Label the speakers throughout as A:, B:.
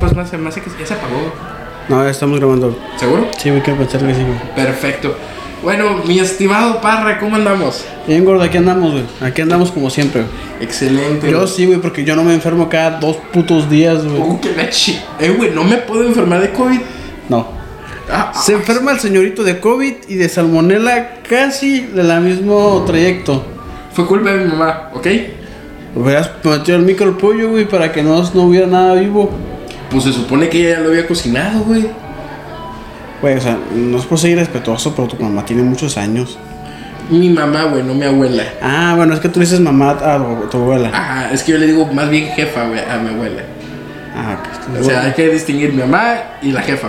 A: más, se Pues me hace que ya se apagó.
B: No, ya estamos grabando.
A: ¿Seguro?
B: Sí, güey, quiero pensar que sí, güey.
A: Perfecto. Bueno, mi estimado Parra, ¿cómo andamos?
B: Bien, gordo, aquí andamos, güey. Aquí andamos como siempre, güey.
A: Excelente.
B: Yo sí, güey, porque yo no me enfermo cada dos putos días, güey.
A: Uh, que la chi- Eh, güey, no me puedo enfermar de COVID.
B: No.
A: Ah, ah,
B: Se enferma el señorito de COVID y de salmonela casi de la mismo trayecto.
A: Fue culpa de mi mamá, ¿ok?
B: Hubieras metido el micro al pollo, güey, para que no, no hubiera nada vivo.
A: Pues se supone que ella ya lo había cocinado, güey.
B: Güey, o sea, no es por seguir respetuoso, pero tu mamá tiene muchos años.
A: Mi mamá, güey, no mi abuela.
B: Ah, bueno, es que tú le dices mamá a tu- tu abuela.
A: Ajá, es que yo le digo más bien jefa, güey, a mi abuela.
B: Ah, pues, tu
A: O sea, hay
B: abuela.
A: que distinguir mi mamá y la jefa,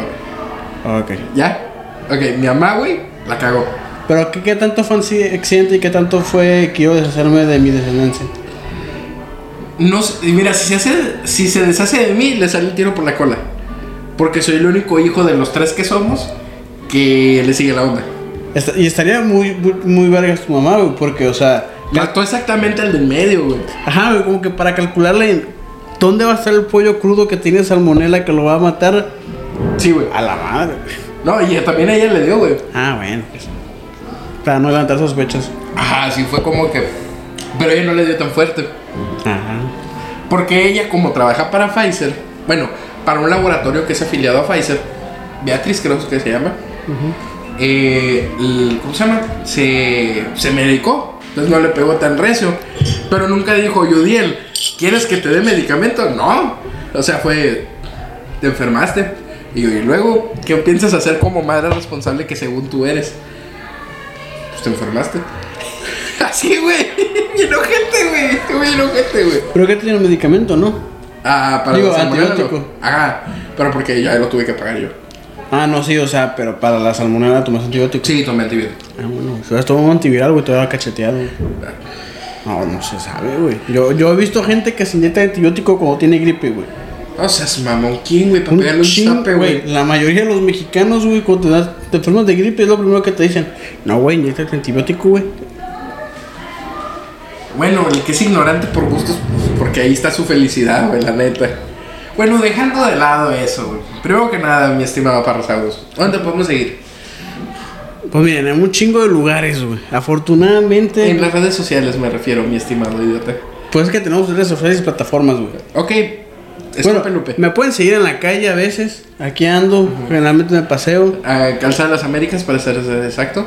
A: güey.
B: Ok.
A: ¿Ya? Ok, mi mamá, güey, la cagó.
B: Pero ¿qué, qué tanto fue el accidente y qué tanto fue que yo deshacerme de mi descendencia?
A: No, sé, y mira, si se, hace, si se deshace de mí, le sale el tiro por la cola. Porque soy el único hijo de los tres que somos que le sigue la onda.
B: Esta- y estaría muy, muy, muy vergas tu mamá, güey, porque, o sea... la-
A: Mató exactamente al del medio, güey.
B: ajá, güey, como que para calcularle en dónde va a estar el pollo crudo que tiene salmonela que lo va a matar
A: Sí, güey.
B: a la madre. güey.
A: No, y también a ella le dio, güey.
B: Ah, bueno, pues. Para no levantar sospechas.
A: Ajá, sí fue como que. Pero ella no le dio tan fuerte.
B: Ajá.
A: Porque ella, como trabaja para Pfizer, bueno, para un laboratorio que es afiliado a Pfizer, Beatriz creo que se llama, eh, el- ¿cómo se llama? Se, se medicó, entonces no le pegó tan recio, pero nunca dijo, Yudiel, ¿quieres que te dé medicamento? No, o sea, fue, te enfermaste. Y, yo, "¿Y luego, ¿qué piensas hacer como madre responsable que según tú eres? Pues te enfermaste. Así, güey. Y enojete, güey. Este güey enojete, güey.
B: Pero que tiene el medicamento, ¿no?
A: Ah, para
B: Digo,
A: la salmonela,
B: antibiótico.
A: no. Ajá, pero porque ya lo tuve que pagar yo.
B: Ah, no, sí, o sea, pero para la salmonela tomas antibióticos.
A: Sí, tomé antibiótico.
B: Ah, bueno, si hubieras tomado un antiviral, güey, te hubiera cacheteado. güey. No, no se sabe, güey. Yo, yo he visto gente que se inyecta antibiótico cuando tiene gripe, güey.
A: No seas mamón, ¿quién, güey? Para
B: Un
A: pegarle un
B: chin-
A: zape, güey.
B: La mayoría de los mexicanos, güey, cuando te, das- te enfermas de gripe, es lo primero que te dicen. No, güey, inyectate antibiótico, güey.
A: Bueno, el que es ignorante por gustos, pues, porque ahí está su felicidad, güey, la neta. Bueno, dejando de lado eso, güey. Primero que nada, mi estimado Parrosaurus, ¿dónde podemos seguir?
B: Pues miren, en un chingo de lugares, güey. Afortunadamente,
A: En las redes sociales me refiero, mi estimado idiota.
B: pues es que tenemos redes sociales y plataformas, güey.
A: Ok, es
B: Bueno,
A: un pelupe.
B: me pueden seguir en la calle a veces. Aquí ando, generalmente me paseo.
A: Ah, Calzada de las Américas, para ser exacto.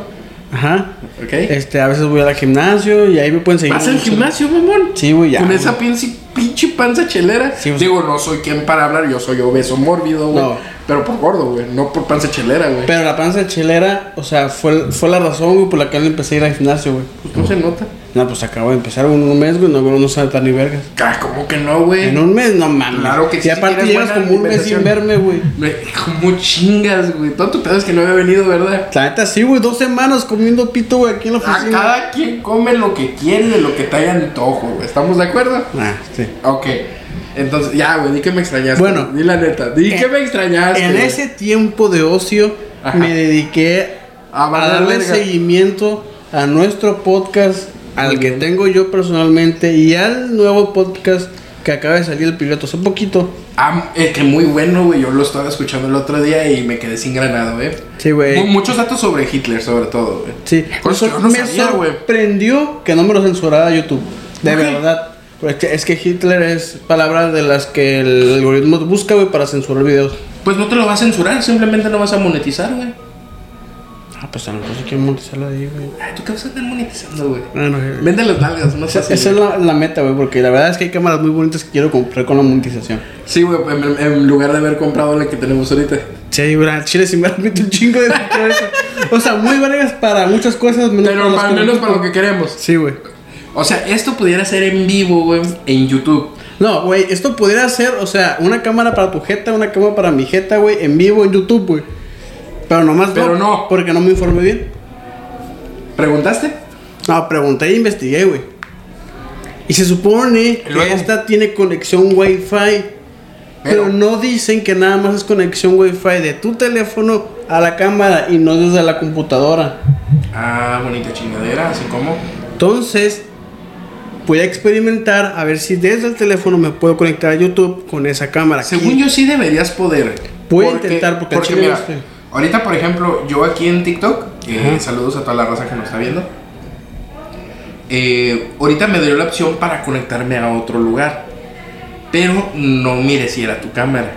B: Ajá.
A: Ok.
B: Este, a veces voy al gimnasio y ahí me pueden seguir.
A: ¿Eh? ¿Vas al
B: mucho.
A: gimnasio, mamón?
B: Sí, güey, ya,
A: Con
B: güey.
A: esa pinche, pinche panza chelera.
B: Sí, pues-
A: Digo, no soy quien para hablar, yo soy obeso mórbido, güey.
B: No.
A: Pero por gordo, güey. No por panza chelera, güey.
B: Pero la panza chilera, o sea, fue, fue la razón, güey, por la que yo empecé a ir al gimnasio, güey.
A: Pues no se nota.
B: No, pues acabo de empezar un, un mes, güey, no, güey, no sabe tan ni vergas.
A: Ah, ¿Cómo que no, güey?
B: En un mes, no mames.
A: Claro que sí,
B: Y aparte
A: tienes
B: llevas
A: buena
B: como un mes sin
A: alimentación.
B: verme, güey.
A: Me- ¿Cómo chingas, güey? Tanto pedo es que no había venido, ¿verdad?
B: La neta, sí, güey, dos semanas comiendo pito, güey, aquí en la
A: A
B: oficina.
A: Ah, cada quien come lo que quiere, lo que te haya antojo, güey. ¿Estamos de acuerdo?
B: Ah, sí.
A: Ok. Entonces, ya, güey, di que me extrañaste.
B: Bueno.
A: Di la neta. Di
B: En-
A: que me extrañaste.
B: En
A: güey.
B: ese tiempo de ocio
A: Ah, Ajá.
B: me dediqué
A: A
B: a,
A: valer
B: darle
A: verga.
B: seguimiento a nuestro podcast, al
A: Muy
B: que
A: bien.
B: tengo yo personalmente y al nuevo podcast que acaba de salir el piloto hace poquito.
A: Ah, es que muy bueno, güey. Yo lo estaba escuchando el otro día y me quedé sin granado, ¿eh? güey.
B: Sí,
A: Mu-
B: güey.
A: Muchos datos sobre Hitler, sobre todo, güey.
B: Sí.
A: Cosas que
B: Eso
A: Pues yo no
B: me
A: sabía, güey.
B: sorprendió que no me lo censurara YouTube. De
A: Ok.
B: verdad. Porque es que Hitler es palabra de las que el algoritmo busca, güey, para censurar videos.
A: Pues no te lo vas a censurar, simplemente no vas a monetizar, güey.
B: Ah, pues a lo mejor se quiere monetizarlo ahí, güey.
A: Ay, ¿tú qué vas a estar monetizando, güey?
B: Ah, no, güey.
A: Vende las nalgas, no sé
B: Esa, esa es la, la meta, güey, porque la verdad es que hay cámaras muy bonitas que quiero comprar con la monetización.
A: Sí, güey, en, en lugar de haber comprado la que tenemos ahorita.
B: Sí, güey, chile, si me un chingo de O sea, muy varias para muchas cosas, menos
A: Pero
B: las
A: al
B: que-
A: menos para lo que queremos.
B: Sí, güey.
A: O sea, esto pudiera ser en vivo, güey, en YouTube.
B: No, güey, esto pudiera ser, o sea, una cámara para tu jeta, una cámara para mi jeta, güey, en vivo en YouTube, güey. Pero nomás
A: Pero no.
B: Porque no me informé bien.
A: ¿Preguntaste?
B: No, pregunté e investigué, güey. Y se supone
A: Luego.
B: que esta tiene conexión Wi-Fi. Pero,
A: Pero-
B: no dicen que nada más es conexión Wi-Fi de tu teléfono a la cámara y no desde la computadora.
A: Ah, bonita chingadera, así como.
B: Entonces, voy a experimentar a ver si desde el teléfono me puedo conectar a YouTube con esa cámara.
A: Según yo sí deberías poder.
B: Voy a intentar, porque al
A: porque
B: chile no
A: mira,
B: sé.
A: ahorita por ejemplo, yo aquí en TikTok, eh,
B: Ajá.
A: saludos a toda la raza que nos está viendo. eh, ahorita me dio la opción para conectarme a otro lugar. Pero no mire si era tu cámara.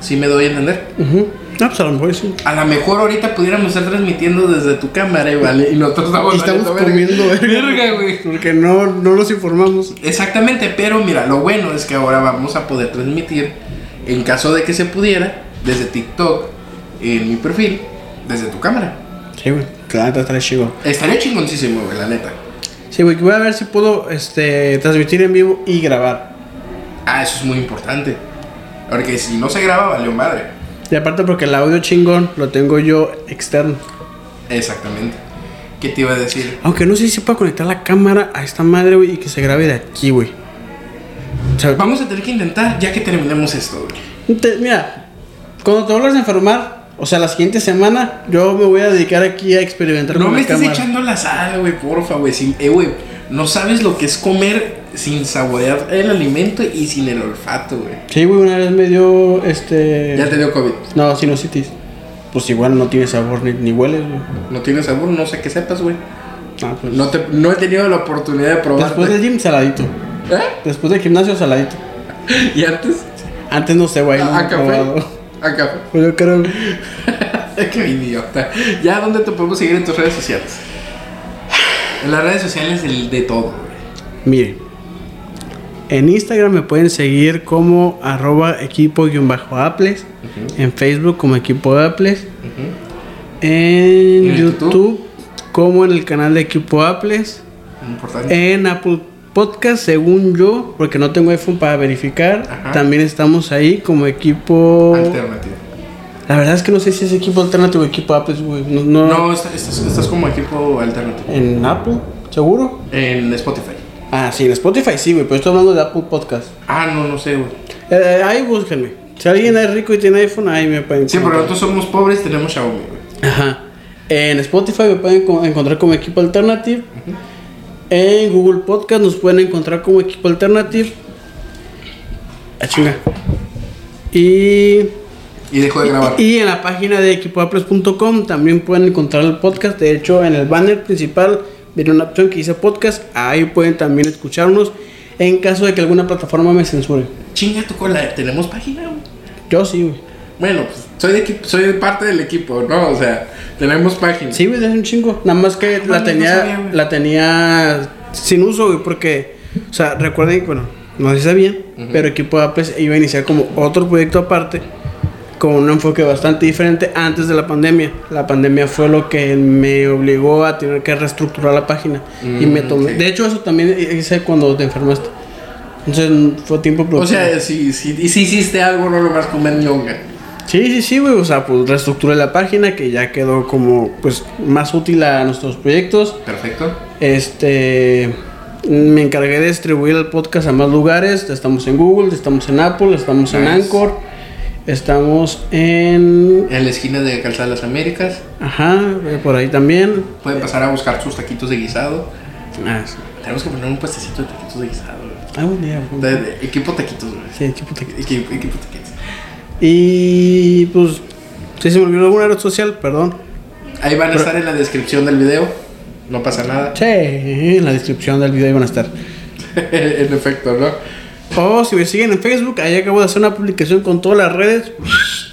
A: ¿Sí me doy a entender?
B: Ujú. No, pues a lo mejor sí.
A: A lo mejor ahorita pudiéramos estar transmitiendo desde tu cámara, eh, ¿vale? Y nosotros estamos,
B: Y estamos
A: valiendo
B: comiendo verga.
A: Verga, güey.
B: Porque no, no los informamos.
A: Exactamente, pero mira, lo bueno es que ahora vamos a poder transmitir, en caso de que se pudiera, desde TikTok, en mi perfil, desde tu cámara.
B: Sí, güey. Claro, está, está chido.
A: Estaría chingoncísimo, güey, la neta.
B: Sí, güey, voy a ver si puedo este, transmitir en vivo y grabar.
A: Ah, eso es muy importante. Porque si no se graba, valió madre.
B: Y aparte porque el audio chingón lo tengo yo externo.
A: Exactamente. ¿Qué te iba a decir?
B: Aunque no sé si puedo conectar la cámara a esta madre, güey, y que se grabe de aquí, güey. O sea,
A: Vamos a tener que intentar ya que terminemos esto, güey.
B: te- mira, cuando te vuelvas a enfermar, o sea, la siguiente semana, yo me voy a dedicar aquí a experimentar
A: No
B: con
A: me
B: la
A: estés
B: cámara.
A: echando la sal, güey, porfa, güey. Sin- eh, güey, no sabes lo que es comer sin saborear el alimento y sin el olfato, güey.
B: Sí, güey, una vez me dio este.
A: Ya te dio COVID.
B: No, sinusitis. Pues igual no tiene sabor ni, ni huele, güey.
A: No tiene sabor, no sé qué sepas, güey.
B: Ah, pues.
A: No, te- no he tenido la oportunidad de probar.
B: Después del gym, saladito.
A: ¿Eh?
B: Después del gimnasio, saladito.
A: ¿Y antes?
B: Antes no sé, güey. no
A: a,
B: lo
A: a
B: he
A: café.
B: probado.
A: A café.
B: Pues yo creo.
A: qué idiota. ¿Ya dónde te podemos seguir en tus redes sociales? En las redes sociales el de todo, güey.
B: Mire. En Instagram me pueden seguir como arroba equipo-aples. En Facebook como equipo Apples. En
A: ¿En
B: YouTube,
A: YouTube?
B: como en el canal de equipo Apples.
A: Importante.
B: En Apple Podcast, según yo, porque no tengo iPhone para verificar.
A: Ajá.
B: También estamos ahí como equipo...
A: Alternativa.
B: La verdad es que no sé si es equipo alternativo o equipo Apple, güey. No, no-
A: No, estás, estás, estás como equipo alternativo.
B: En Apple, seguro.
A: En Spotify.
B: Ah, sí, en Spotify sí, güey, pero estoy hablando de Apple Podcast.
A: Ah, no, no sé, güey.
B: Eh, ahí búsquenme. Si alguien es rico y tiene iPhone, ahí me pueden
A: Sí, porque
B: encontrar.
A: nosotros somos pobres, tenemos Xiaomi, güey.
B: Ajá. En Spotify me pueden co- encontrar como equipo alternative. En Google Podcast nos pueden encontrar como equipo alternative. A chinga. Y,
A: Y dejó de grabar.
B: y en la página de equipoaples.com también pueden encontrar el podcast. De hecho, en el banner principal viene una opción que dice podcast. Ahí pueden también escucharnos en caso de que alguna plataforma me censure.
A: Chinga tu cola, tenemos página, güey.
B: Yo sí, güey.
A: Bueno, pues soy de equipo, soy de parte del equipo, ¿no? O sea, tenemos página.
B: Sí, güey, es un chingo. Nada más que
A: mames,
B: la
A: no
B: tenía,
A: sabía, güey.
B: la tenía sin uso, güey, porque, o sea, recuerden, bueno, no sé si sabían, pero Equipo Apes iba a iniciar como otro proyecto aparte, con un enfoque bastante diferente antes de la pandemia. La pandemia fue lo que me obligó a tener que reestructurar la página y me
A: Mm,
B: tomé.
A: sí.
B: De hecho, eso también hice cuando te enfermaste. Entonces fue tiempo
A: O
B: productivo.
A: sea, si, si, y si hiciste algo, no lo vas a comer ñonga.
B: Sí, sí, sí, güey. O sea, pues reestructuré la página que ya quedó como pues más útil a nuestros proyectos.
A: Perfecto.
B: Este. Me encargué de distribuir el podcast a más lugares. Estamos en Google, estamos en Apple, estamos en
A: Nice.
B: Anchor, estamos en.
A: En la esquina de Calzada de las Américas,
B: Ajá, eh, por ahí también.
A: pueden pasar a buscar sus taquitos de guisado.
B: Ah, sí.
A: Tenemos que poner un puestecito de taquitos de guisado. güey.
B: Ah, buen día, güey.
A: De, de- equipo taquitos, güey.
B: Sí, qué puta que-
A: Equipo, equipo taquitos.
B: Y pues. Si se me olvidó alguna red social, perdón.
A: Ahí van a estar en la descripción del video. No pasa nada.
B: Che, en la descripción del video iban a estar.
A: en efecto, ¿no?
B: O si me siguen en Facebook, ahí acabo de hacer una publicación con todas las redes.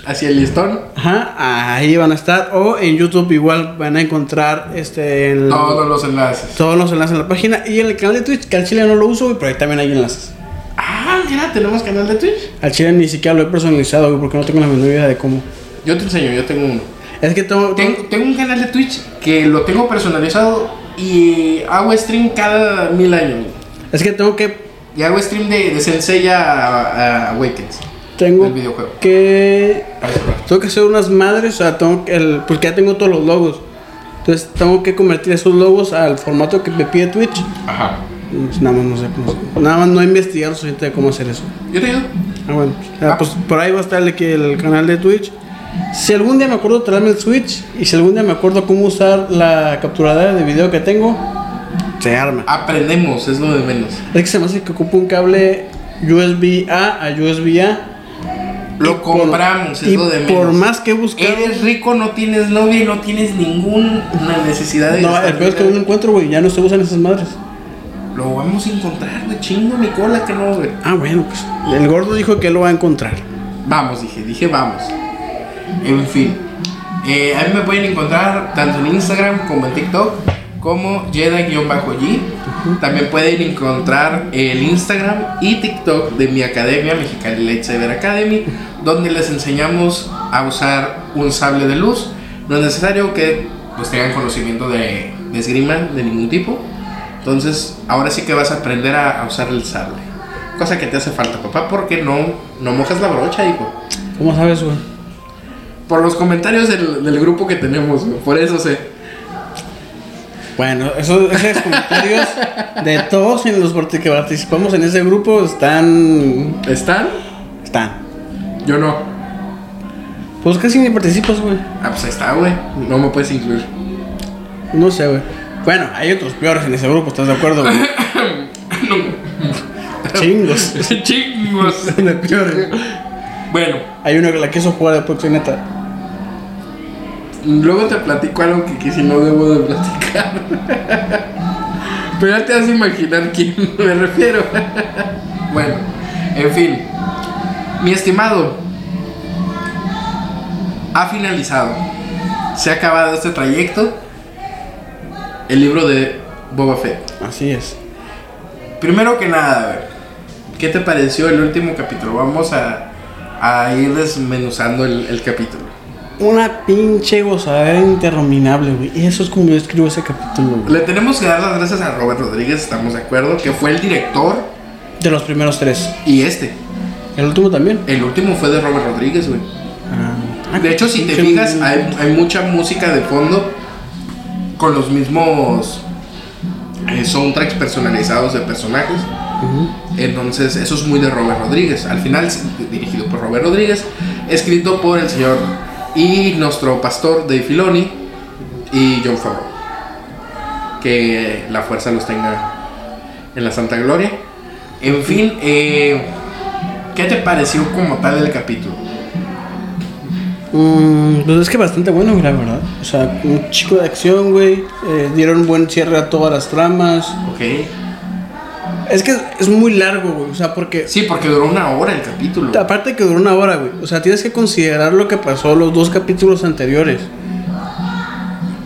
A: Hacia el listón.
B: Ajá, ahí van a estar. O en YouTube igual van a encontrar este el-
A: Todos los enlaces.
B: todos los enlaces en la página. Y en el canal de Twitch, que al chile no lo uso, güey, pero ahí también hay enlaces.
A: Ah, mira, tenemos canal de Twitch.
B: Al chile ni siquiera lo he personalizado, güey, porque no tengo la menor idea de cómo.
A: Yo te enseño, yo tengo uno.
B: Es que tengo...
A: Tengo, tengo un canal de Twitch que lo tengo personalizado y hago stream cada mil años.
B: Es que tengo que...
A: Y hago stream de, de Sensei a, a Awakens.
B: Tengo
A: Del videojuego.
B: que...
A: Para cerrar.
B: Tengo que hacer unas madres, o sea, tengo que... el- porque ya tengo todos los logos. Entonces tengo que convertir esos logos al formato que me pide Twitch.
A: Ajá.
B: Y, pues, nada más no sé cómo... hacer- Nada más no he investigado suficiente de cómo hacer eso.
A: Yo te ayudo.
B: Ah, bueno. Ah, pues por ahí va a estar el, que- el canal de Twitch. Si algún día me acuerdo traerme el Switch y si algún día me acuerdo cómo usar la capturadora de video que tengo, se arma.
A: Aprendemos, es lo de menos.
B: Es que se me hace que ocupa un cable USB A a USB A.
A: Lo
B: por-
A: compramos, es
B: y
A: lo de menos. Eh,
B: por más que buscar.
A: Eres rico, no tienes novia y no tienes ninguna necesidad de.
B: No,
A: gastar
B: el peor es que no
A: dinero.
B: lo encuentro, güey. Ya no se usan esas madres.
A: Lo vamos a encontrar, de chingo, mi cola que no, güey.
B: Ah, bueno, pues. El gordo dijo que él lo va a encontrar.
A: Vamos, dije, dije vamos. En fin. Eh, a mí me pueden encontrar tanto en Instagram como en TikTok como Jedi-G. También pueden encontrar el Instagram y TikTok de mi academia, Mexicali Light Cyber Academy, donde les enseñamos a usar un sable de luz. No es necesario que pues, tengan conocimiento de, de esgrima de ningún tipo. Entonces, ahora sí que vas a aprender a, a usar el sable. Cosa que te hace falta, papá, porque no, no mojas la brocha, hijo.
B: ¿Cómo sabes, güey?
A: Por los comentarios del, del grupo que tenemos, güey, por eso sé.
B: Bueno, esos, esos comentarios de todos en los parte- que participamos en ese grupo están.
A: ¿Están?
B: Están.
A: Yo no.
B: Pues casi ni participas, güey.
A: Ah, pues ahí está, güey. No me puedes incluir.
B: No sé, güey. Bueno, hay otros peores en ese grupo, ¿estás de acuerdo, güey? Chingos.
A: Chingos.
B: De peores.
A: Bueno,
B: Hay uno que la quiso jugar de Pokémon, neta.
A: luego te platico algo que, que si no debo de platicar. Pero ya te vas a imaginar quién me refiero. bueno, en fin. Mi estimado, ha finalizado. Se ha acabado este trayecto. El libro de Boba Fett.
B: Así es.
A: Primero que nada, a ver, ¿qué te pareció el último capítulo? Vamos a, a ir desmenuzando el, el capítulo.
B: Una pinche gozadera interminable, güey. Y eso es como yo escribo ese capítulo, güey.
A: Le tenemos que dar las gracias a Robert Rodríguez, estamos de acuerdo, que fue el director
B: De los primeros tres.
A: y este.
B: El último también.
A: El último fue de Robert Rodríguez, güey.
B: Ah,
A: De hecho, si te
B: pinche-
A: fijas, hay, hay mucha música de fondo con los mismos eh, soundtracks personalizados de personajes.
B: Ujú.
A: Entonces, eso es muy de Robert Rodríguez. Al final, es dirigido por Robert Rodríguez, escrito por el señor y nuestro pastor Dave Filoni y John Favreau. Que la fuerza los tenga en la santa gloria. En fin, eh, ¿qué te pareció como tal el capítulo?
B: Mm, pues es que bastante bueno, güey, la verdad. O sea, un chico de acción, güey. Eh, dieron buen cierre a todas las tramas.
A: Ok.
B: Es que es muy largo, güey. O sea, porque.
A: Sí, porque duró una hora el capítulo.
B: Aparte que duró una hora, güey. O sea, tienes que considerar lo que pasó los dos capítulos anteriores.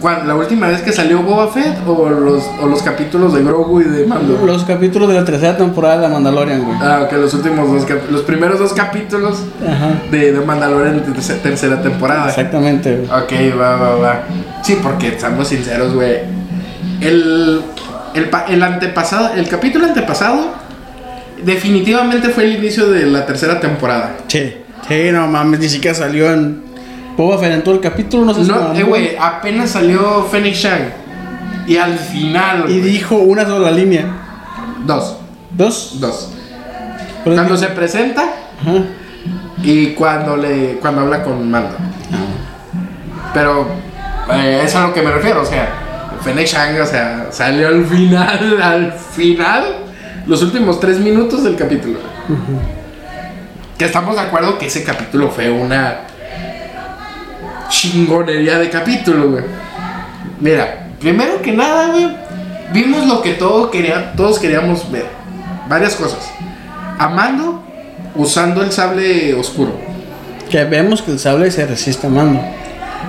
A: ¿Cuál- ¿La última vez que salió Boba Fett o los, o los capítulos de Grogu y de Mando?
B: Los capítulos de la tercera temporada de la Mandalorian, güey.
A: Ah, ok, los últimos dos cap- los primeros dos capítulos
B: Ajá.
A: de, de Mandalorian de terce- tercera temporada.
B: Exactamente, güey.
A: Ok, va, va, va. Sí, porque seamos sinceros, güey. El, el, pa- el antepasado, el capítulo antepasado definitivamente fue el inicio de la tercera temporada.
B: Che, che, no mames, ni siquiera salió en. Boba Fett en todo el capítulo, no sé si
A: No,
B: mamó.
A: eh, güey, apenas salió Phoenix Shang. Y al final.
B: Y
A: güey,
B: dijo una sola línea.
A: Dos.
B: ¿Dos?
A: Dos.
B: Pero-
A: Cuando se presenta
B: Ajá.
A: y cuando le cuando habla con Mando. Pero eh, es a lo que me refiero, o sea, Fennec Shang, o sea, salió al final, al final, los últimos tres minutos del capítulo. Que estamos de acuerdo que ese capítulo fue una chingonería de capítulo, güey. Mira, primero que nada, güey, vimos lo que todo quería- todos queríamos ver. Varias cosas. Amando usando el sable oscuro.
B: Que vemos que el sable se resiste a mando.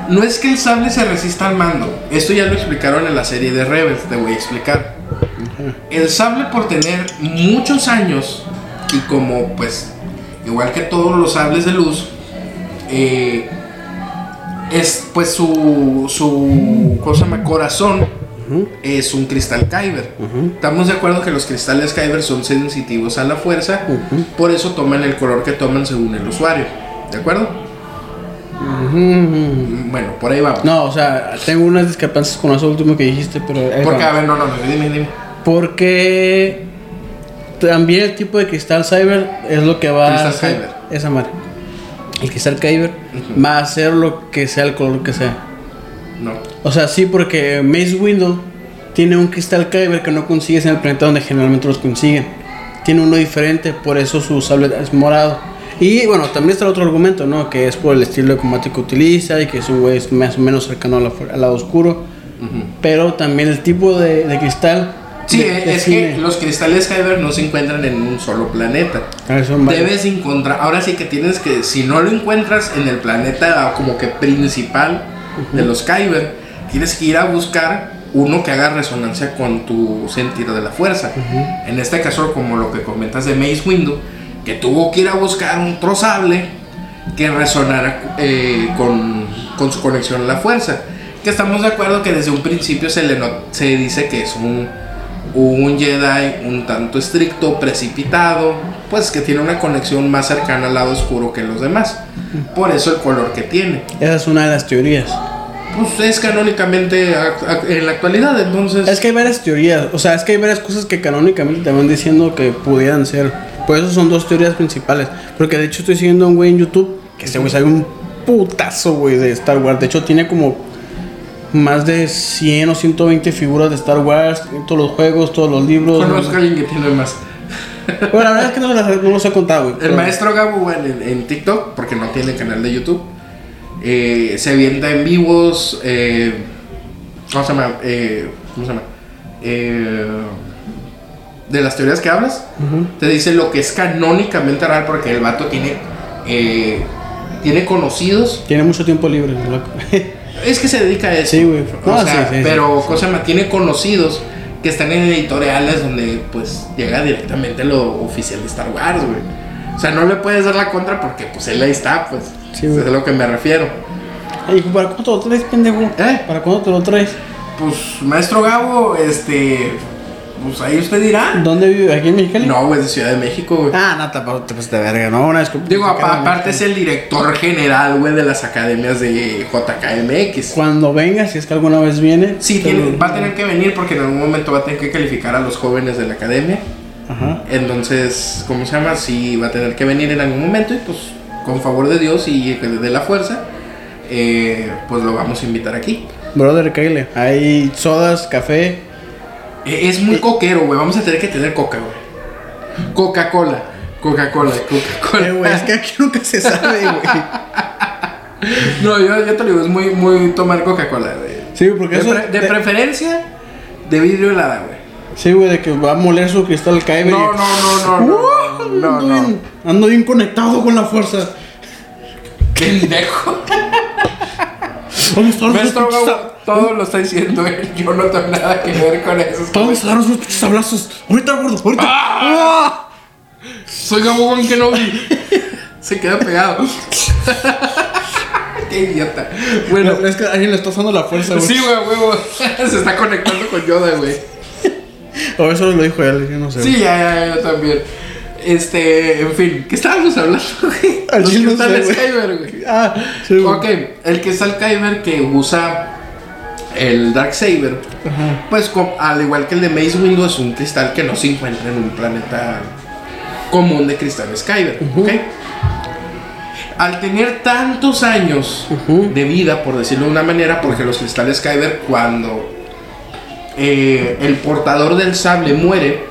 A: No es que el sable se resista al mando. Esto ya lo explicaron en la serie de Rebels, te voy a explicar. El sable por tener muchos años y como pues igual que todos los sables de luz, eh, es pues su, su cosa más corazón
B: Ujú.
A: es un cristal Kyber. Estamos de acuerdo que los cristales Kyber son sensitivos a la fuerza,
B: Ujú.
A: por eso toman el color que toman según el usuario. ¿De acuerdo?
B: Ujú.
A: Mm, Bueno, por ahí vamos.
B: No, o sea, tengo unas discrepancias con eso último que dijiste, pero. eh, ahí
A: Porque, a
B: vamos.
A: ver, no, no, no, dime, dime.
B: Porque también el tipo de cristal cyber es lo que va
A: Cristal
B: a hacer
A: cyber.
B: esa madre. El cristal cyber
A: Ujú.
B: va a hacer lo que sea el color que sea.
A: No.
B: O sea, sí, porque Mace Window tiene un cristal Kyber que no consigues en el planeta donde generalmente los consiguen. Tiene uno diferente, por eso su sable es morado. Y bueno, también está el otro argumento, ¿no? Que es por el estilo de combate que utiliza y que es un güey más o menos cercano a la fu- al lado oscuro. Pero también el tipo de, de cristal.
A: Sí,
B: de-
A: es
B: define.
A: que los cristales Kyber no se encuentran en un solo planeta.
B: Ah, son varios.
A: Debes encontrar, ahora sí que tienes que, si no lo encuentras en el planeta como que principal de los Kyber, tienes que ir a buscar uno que haga resonancia con tu sentir de la fuerza. En este caso, como lo que comentas de Mace Windu, que tuvo que ir a buscar un trozable que resonara eh, con, con su conexión a la fuerza. Que estamos de acuerdo que desde un principio se, le no- se dice que es un, un Jedi un tanto estricto, precipitado, pues que tiene una conexión más cercana al lado oscuro que los demás. Por eso el color que tiene.
B: Esa es una de las teorías.
A: Pues es canónicamente act- act- en la actualidad, entonces.
B: Es que hay varias teorías, o sea, es que hay varias cosas que canónicamente te van diciendo que pudieran ser. Por eso son dos teorías principales. Porque de hecho estoy siguiendo a un güey en YouTube que ese güey sabe un putazo, güey, de Star Wars. De hecho tiene como más de 100 o 120 figuras de Star Wars, todos los juegos, todos los libros.
A: Conozco a alguien que tiene más.
B: Bueno, la verdad es que no, se las- no los he contado, güey.
A: El
B: pero-
A: maestro Gabu en, en- en TikTok, porque no tiene canal de YouTube, eh, se avienta en vivos. eh, ¿Cómo se llama? Eh, ¿Cómo se llama? Eh, de las teorías que hablas, te dice lo que es canónicamente real, porque el vato tiene, eh, tiene conocidos.
B: Tiene mucho tiempo libre, loco.
A: Es que se dedica a eso.
B: Sí, güey.
A: O
B: Ah,
A: sea,
B: sí, sí, sí.
A: pero, ¿cómo se llama? Tiene conocidos que están en editoriales donde, pues, llega directamente lo oficial de Star Wars, güey. O sea, no le puedes dar la contra porque, pues, él ahí está, pues.
B: Sí,
A: Eso
B: güey.
A: es a lo que me refiero.
B: Ey, ¿Para cuándo te lo traes, pendejo?
A: ¿Eh?
B: ¿Para cuándo te lo traes?
A: Pues, maestro Gabo, este. Pues ahí usted dirá.
B: ¿Dónde vive? ¿Aquí en Mexicali?
A: No, güey, es de Ciudad de México, güey.
B: Ah, no, tampoco te pases de verga, no, una disculpa.
A: Digo, apa-
B: Cada-
A: aparte es el director general, güey, de las academias de JKMX.
B: Cuando venga, si es que alguna vez viene.
A: Sí,
B: te lo-
A: tiene- va a tener que venir porque en algún momento va a tener que calificar a los jóvenes de la academia.
B: Ajá.
A: Entonces, ¿cómo se llama? Si va a tener que venir en algún momento y pues con favor de Dios y que le dé la fuerza, eh, pues lo vamos a invitar aquí.
B: Brother, Kyle, hay sodas, café.
A: Eh, es muy coquero, güey. Vamos a tener que tener coca, güey. Coca-Cola. Coca-Cola, Coca-Cola.
B: Eh, güey, es que aquí nunca se sabe, güey.
A: No, yo, yo te lo digo, es muy, muy tomar Coca-Cola, güey.
B: Sí, porque
A: De,
B: eso.
A: pre- de
B: de-
A: preferencia, de vidrio helada, güey.
B: sí, güey, de que va a moler su cristal Kyber.
A: No,
B: y-
A: no, no, no,
B: ¡Uh!
A: no, no,
B: ando, bien, ando bien conectado con la fuerza.
A: Pendejo.
B: Vamos a dar unos
A: Maestro, Gabo,
B: pinches sab-
A: todo lo está diciendo él. Yo no tengo nada que ver con eso.
B: Vamos a dar unos pinches sablazos. Ahorita, gordo, ahorita. ¡Ah!
A: Soy Gabo Juan Kenobi. Se queda pegado. Qué idiota. Bueno,
B: Es que alguien le está usando la fuerza, güey.
A: sí, güey, a huevo. Se está conectando con Yoda, güey.
B: O eso lo dijo él, yo no sé.
A: Sí, ya, ya, ya, yo también. Este, en fin, ¿qué estábamos hablando, güey?
B: Al
A: Los
B: chile no
A: cristales
B: sé, güey.
A: Kyber, güey.
B: güey. Ah, sí, güey.
A: Ok, el cristal Kyber que usa el Dark Saber,
B: Ajá.
A: pues co- al igual que el de Mace Windu es un cristal que no se encuentra en un planeta común de cristales Kyber, ¿ok? Al tener tantos años
B: Ujú.
A: de vida, por decirlo de una manera, porque los cristales Kyber cuando eh, el portador del sable muere,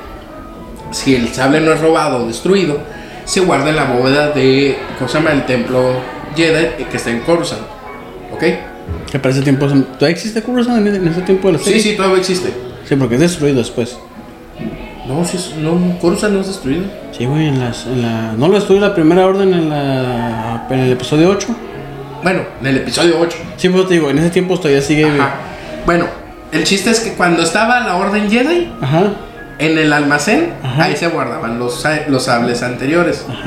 A: si el sable no es robado o destruido, se guarda en la bóveda de, ¿cómo se llama? El templo Jedi eh, que está en Coruscant, ¿ok?
B: Que para ese tiempo. ¿Todavía existe Coruscant en, en ese tiempo de la
A: Sí,
B: serie?
A: sí, todavía existe.
B: Sí, porque es destruido después.
A: No, sí, es- no, Coruscant no es destruido.
B: Sí, güey, en, las, en la. No lo destruyó la primera orden en, la, en el episodio 8.
A: Bueno, en el episodio 8.
B: Sí, pues te digo, en ese tiempo todavía sigue. güey.
A: Ajá. Bueno, el chiste es que cuando estaba la Orden Jedi
B: Ajá.
A: en el almacén,
B: Ajá.
A: ahí se guardaban los, sa- los sables anteriores.
B: Ajá.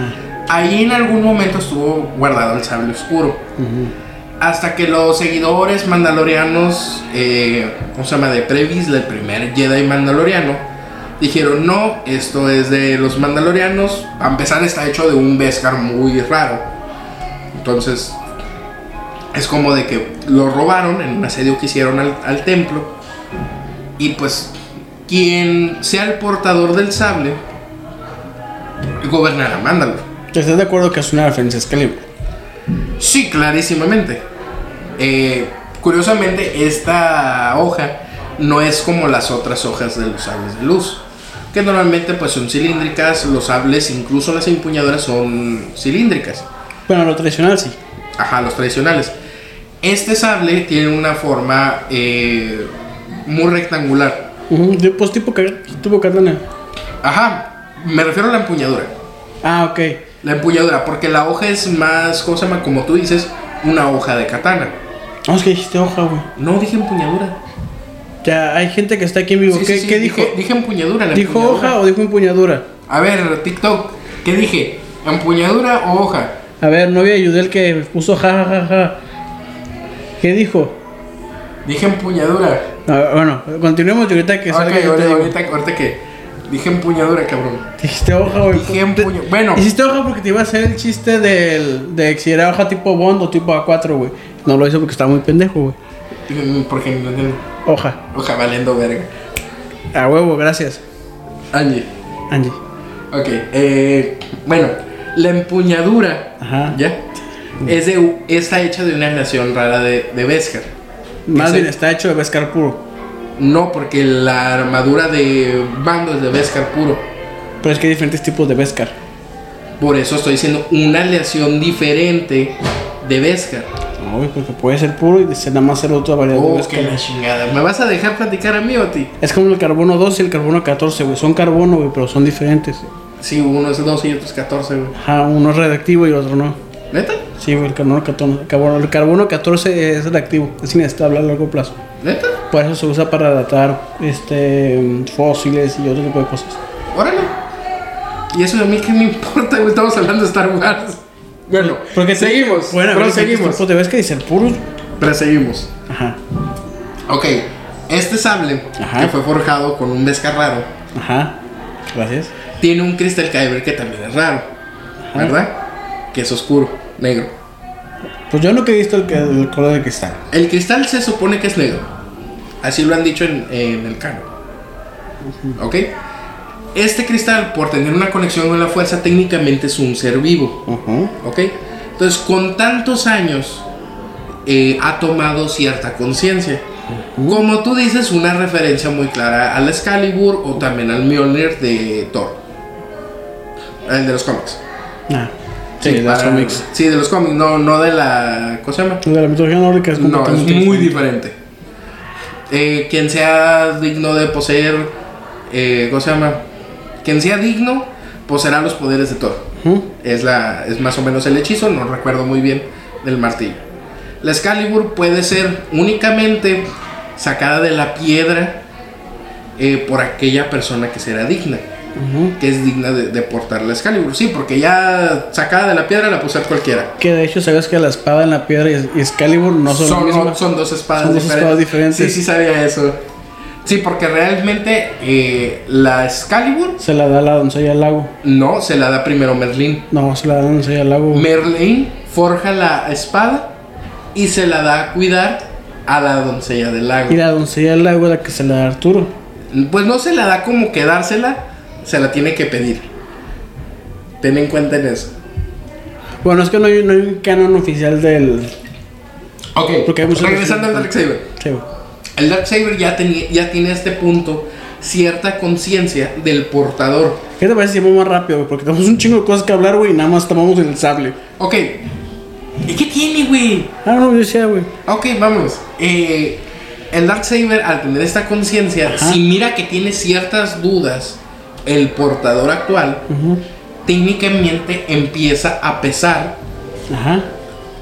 A: Ahí en algún momento estuvo guardado el sable oscuro.
B: Ujú.
A: Hasta que los seguidores mandalorianos, eh, ¿cómo se llama? De Previs, el primer Jedi mandaloriano, dijeron, no, esto es de los mandalorianos. A empezar está hecho de un Beskar muy raro. Entonces, es como de que lo robaron en un asedio que hicieron al, al templo. Y pues, quien sea el portador del sable, gobernará Mandalor.
B: ¿Estás de acuerdo que es una referencia a Excalibur?
A: Sí, clarísimamente. Eh, curiosamente, esta hoja no es como las otras hojas de los sables de luz, que normalmente pues son cilíndricas, los sables, incluso las empuñadoras son cilíndricas.
B: Bueno, lo tradicional sí.
A: Ajá, los tradicionales. Este sable tiene una forma eh, muy rectangular.
B: Ujú, de- Pues tipo, car- tipo katana.
A: Ajá, me refiero a la empuñadura.
B: Ah, ok.
A: La empuñadura, porque la hoja es más, cosa más, como tú dices, una hoja de katana.
B: Vamos que dijiste hoja, güey.
A: No dije empuñadura.
B: Ya, hay gente que está aquí en vivo.
A: Sí,
B: ¿Qué,
A: sí, sí,
B: qué dijo?
A: dije, Dije empuñadura. la
B: ¿Dijo
A: empuñadura.
B: hoja o dijo empuñadura?
A: A ver, TikTok, ¿qué dije? ¿Empuñadura o hoja?
B: A ver, no vi a Yudel que puso ja, ja, ja, ja. ¿Qué dijo?
A: Dije empuñadura. Ah,
B: A ver, bueno, continuemos y ahorita que
A: Ok,
B: salga yo te
A: ahorita,
B: digo.
A: ahorita, ahorita que. Dije empuñadura, cabrón.
B: Dijiste hoja, güey.
A: Dije empuño. Bueno,
B: Hiciste hoja porque te iba a hacer el chiste del, de si era hoja tipo Bond o tipo A4, güey. No lo hizo porque estaba muy pendejo, güey.
A: mm, porque no entiendo.
B: Hoja.
A: Hoja valiendo verga.
B: A huevo, gracias.
A: Angie.
B: Angie.
A: Ok, eh, bueno, la empuñadura,
B: Ajá.
A: ¿ya? Es de, está hecha de una nación rara de, de Beskar.
B: Más
A: Ese-
B: bien está hecho de pescar puro.
A: No, porque la armadura de bando es de Beskar puro.
B: Pero es que hay diferentes tipos de pescar.
A: Por eso estoy diciendo una aleación diferente de Beskar.
B: No, güey, porque puede ser puro y se nada más ser otra variedad de
A: Oh,
B: pescar.
A: que la chingada. ¿Me vas a dejar platicar a mí o a ti?
B: Es como el carbono 12 y el carbono 14, güey. Son carbono, güey, pero son diferentes.
A: Sí, uno es 12 y otro es 14, güey.
B: Ajá, uno es reactivo y el otro no.
A: ¿Neta?
B: Sí, güey, el carbono 14, el carbono, el carbono 14 es reactivo, es inestable a largo plazo.
A: ¿Neta?
B: Por eso se usa para datar este, fósiles y otro tipo de cosas.
A: Órale. Y eso de mí que me importa, güey. Estamos hablando de Star Wars. Bueno,
B: Porque te-
A: seguimos.
B: Bueno, pero
A: proseguimos.
B: Pues te ves que dice el puro.
A: Proseguimos.
B: Ajá,
A: Ok, este sable
B: Ajá.
A: que fue forjado con un Beskar raro
B: ajá. Gracias.
A: tiene un Crystal Kyber que también es raro, ¿verdad? Que es oscuro, negro.
B: Pues yo nunca he visto el, que- el color de cristal.
A: El cristal se supone que es negro. Así lo han dicho en, en el canon. ¿Ok? Este cristal, por tener una conexión con la fuerza, técnicamente es un ser vivo.
B: Ajá.
A: ¿Ok? Entonces, con tantos años, eh, ha tomado cierta conciencia. Como tú dices, una referencia muy clara al Excalibur o también al Mjolnir de Thor. El de los cómics.
B: Ah, sí, de los
A: para-
B: cómics.
A: Sí, de los cómics, no, no de la... ¿Cómo se llama?
B: De la mitología nórdica es
A: No, es
B: completamente
A: muy
B: diferente.
A: diferente. Eh, quien sea digno de poseer, eh, ¿cómo se llama? Quien sea digno, poseerá los poderes de Thor.
B: Ujú.
A: Es, la, es más o menos el hechizo, no recuerdo muy bien del martillo. La Excalibur puede ser únicamente sacada de la piedra eh, por aquella persona que será digna,
B: Ujú.
A: que es digna de, de portar la Excalibur. Sí, porque ya sacada de la piedra la puede usar cualquiera.
B: Que de hecho sabes que la espada en la piedra y y Excalibur no son, lo
A: son,
B: mismo.
A: o- son dos espadas
B: Son dos
A: diferentes.
B: espadas diferentes.
A: Sí, sí sabía eso. Sí, porque realmente eh, la Excalibur
B: Se la da la doncella al lago.
A: no se la da primero Merlín.
B: No, se la da la doncella al lago. güey.
A: Merlín forja la espada y se la da a cuidar a la doncella del lago.
B: Y la doncella del lago es la que se la da a Arturo.
A: Pues no se la da como quedársela, se la tiene que pedir. Ten en cuenta en eso.
B: Bueno, es que no hay, no hay un canon oficial del.
A: Ok,
B: Porque hay muchas
A: regresando al
B: versiones.
A: Darksaber.
B: Sí, güey.
A: El Darksaber ya, tenía- ya tiene a este punto cierta conciencia del portador.
B: ¿Qué te parece si vamos más rápido, güey? Porque tenemos un chingo de cosas que hablar, güey, y nada más tomamos el sable.
A: Ok. ¿Y qué tiene, güey?
B: Ah, no, yo decía, güey.
A: Ok, vamos. Eh, el Darksaber, al tener esta conciencia,
B: Ajá.
A: si mira que tiene ciertas dudas, el portador actual,
B: Ujú.
A: técnicamente empieza a pesar
B: Ajá,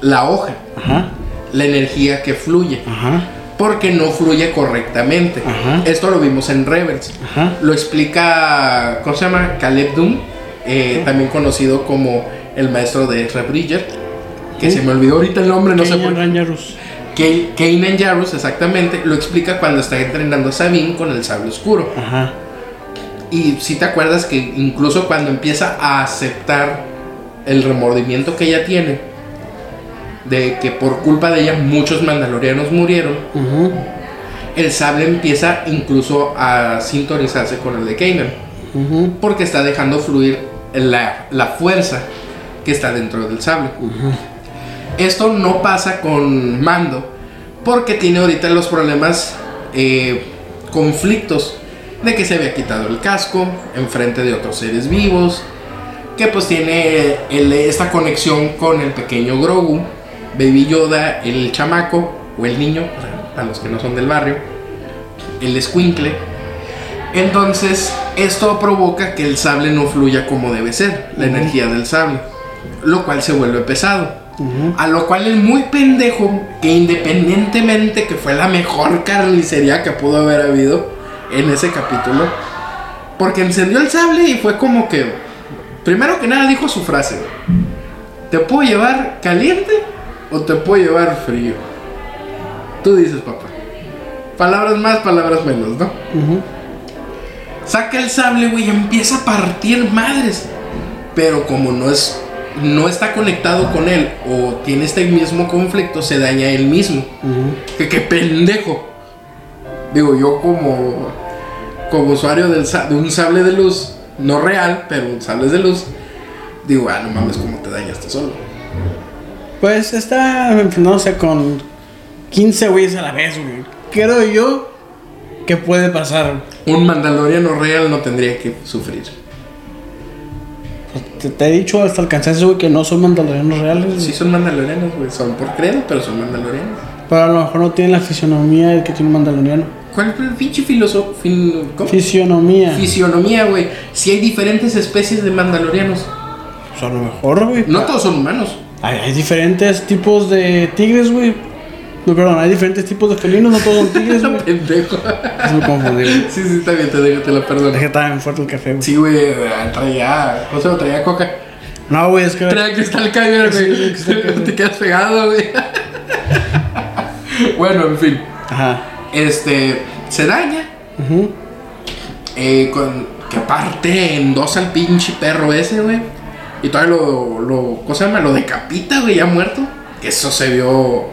A: la hoja,
B: ajá,
A: la energía que fluye,
B: ajá,
A: porque no fluye correctamente.
B: Ajá.
A: Esto lo vimos en Rebels.
B: ajá.
A: Lo explica, ¿cómo se llama? Caleb Doom, eh, también conocido como el maestro de Ezra Bridger, que
B: Sí.
A: se me olvidó ahorita el nombre, no sé por
B: Kenyan
A: qué.
B: Rangerus.
A: Kane Kanan Jarrus, exactamente, lo explica cuando está entrenando a Sabine con el sable oscuro.
B: Ajá.
A: Y si te acuerdas que incluso cuando empieza a aceptar el remordimiento que ella tiene, de que por culpa de ella muchos mandalorianos murieron,
B: Ujú.
A: el sable empieza incluso a sintonizarse con el de Kanan,
B: Ujú.
A: porque está dejando fluir la, la fuerza que está dentro del sable.
B: Ujú.
A: Esto no pasa con Mando porque tiene ahorita los problemas eh, conflictos de que se había quitado el casco enfrente de otros seres vivos, que pues tiene el- esta conexión con el pequeño Grogu, Baby Yoda, el chamaco o el niño, o sea, para los que no son del barrio, el escuincle. Entonces, esto provoca que el sable no fluya como debe ser, la energía del sable, lo cual se vuelve pesado. A lo cual el muy pendejo, que independientemente que fue la mejor carnicería que pudo haber habido en ese capítulo, porque encendió el sable y fue como que, primero que nada dijo su frase, ¿te puedo llevar caliente o te puedo llevar frío? Tú dices, papá. Palabras más, palabras menos, ¿no?
B: Ujú.
A: Saca el sable, güey, y empieza a partir madres. Pero como no es no está conectado con él o tiene este mismo conflicto, se daña él mismo.
B: Ujú.
A: Que qué pendejo. Digo, yo como como usuario del sa- de un sable de luz, no real, pero un sable de luz, digo, ah, no mames, cómo te dañas tú solo.
B: Pues está, no sé, con 15 güeyes a la vez, güey. Creo yo que puede pasar.
A: Un mandaloriano real no tendría que sufrir.
B: Pues, Te, te he dicho hasta el cansancio, güey, que no son mandalorianos reales. güey.
A: Sí son mandalorianos, güey, son por credo, pero son mandalorianos.
B: Pero a lo mejor no tienen la fisionomía del que tiene un mandaloriano.
A: ¿Cuál fue el pinche filósofo? fin- ¿Cómo?
B: Fisionomía.
A: Fisionomía, güey. Si hay diferentes especies de mandalorianos.
B: Pues a lo mejor, güey.
A: No todos son humanos.
B: Hay, hay diferentes tipos de tigres, güey. No, perdón, hay diferentes tipos de felinos, no todos son tigres, güey.
A: Pendejo.
B: Es muy confundido. güey.
A: Sí, sí, está bien, te, digo, te lo perdono.
B: Es que estaba bien fuerte el café, güey.
A: Sí, güey, eh, traía. ¿Cómo se llama? Traía coca.
B: No, güey, es que.
A: Traía cristal caviar, güey.
B: Sí, Cristal Caviar.
A: Te quedas pegado, güey. Bueno, en fin.
B: Ajá.
A: Este. Se daña.
B: Ujú.
A: Eh, con, que aparte endosa al pinche perro ese, güey. Y todavía lo, lo, ¿cómo se llama? Lo decapita, güey, ya muerto. Que eso se vio...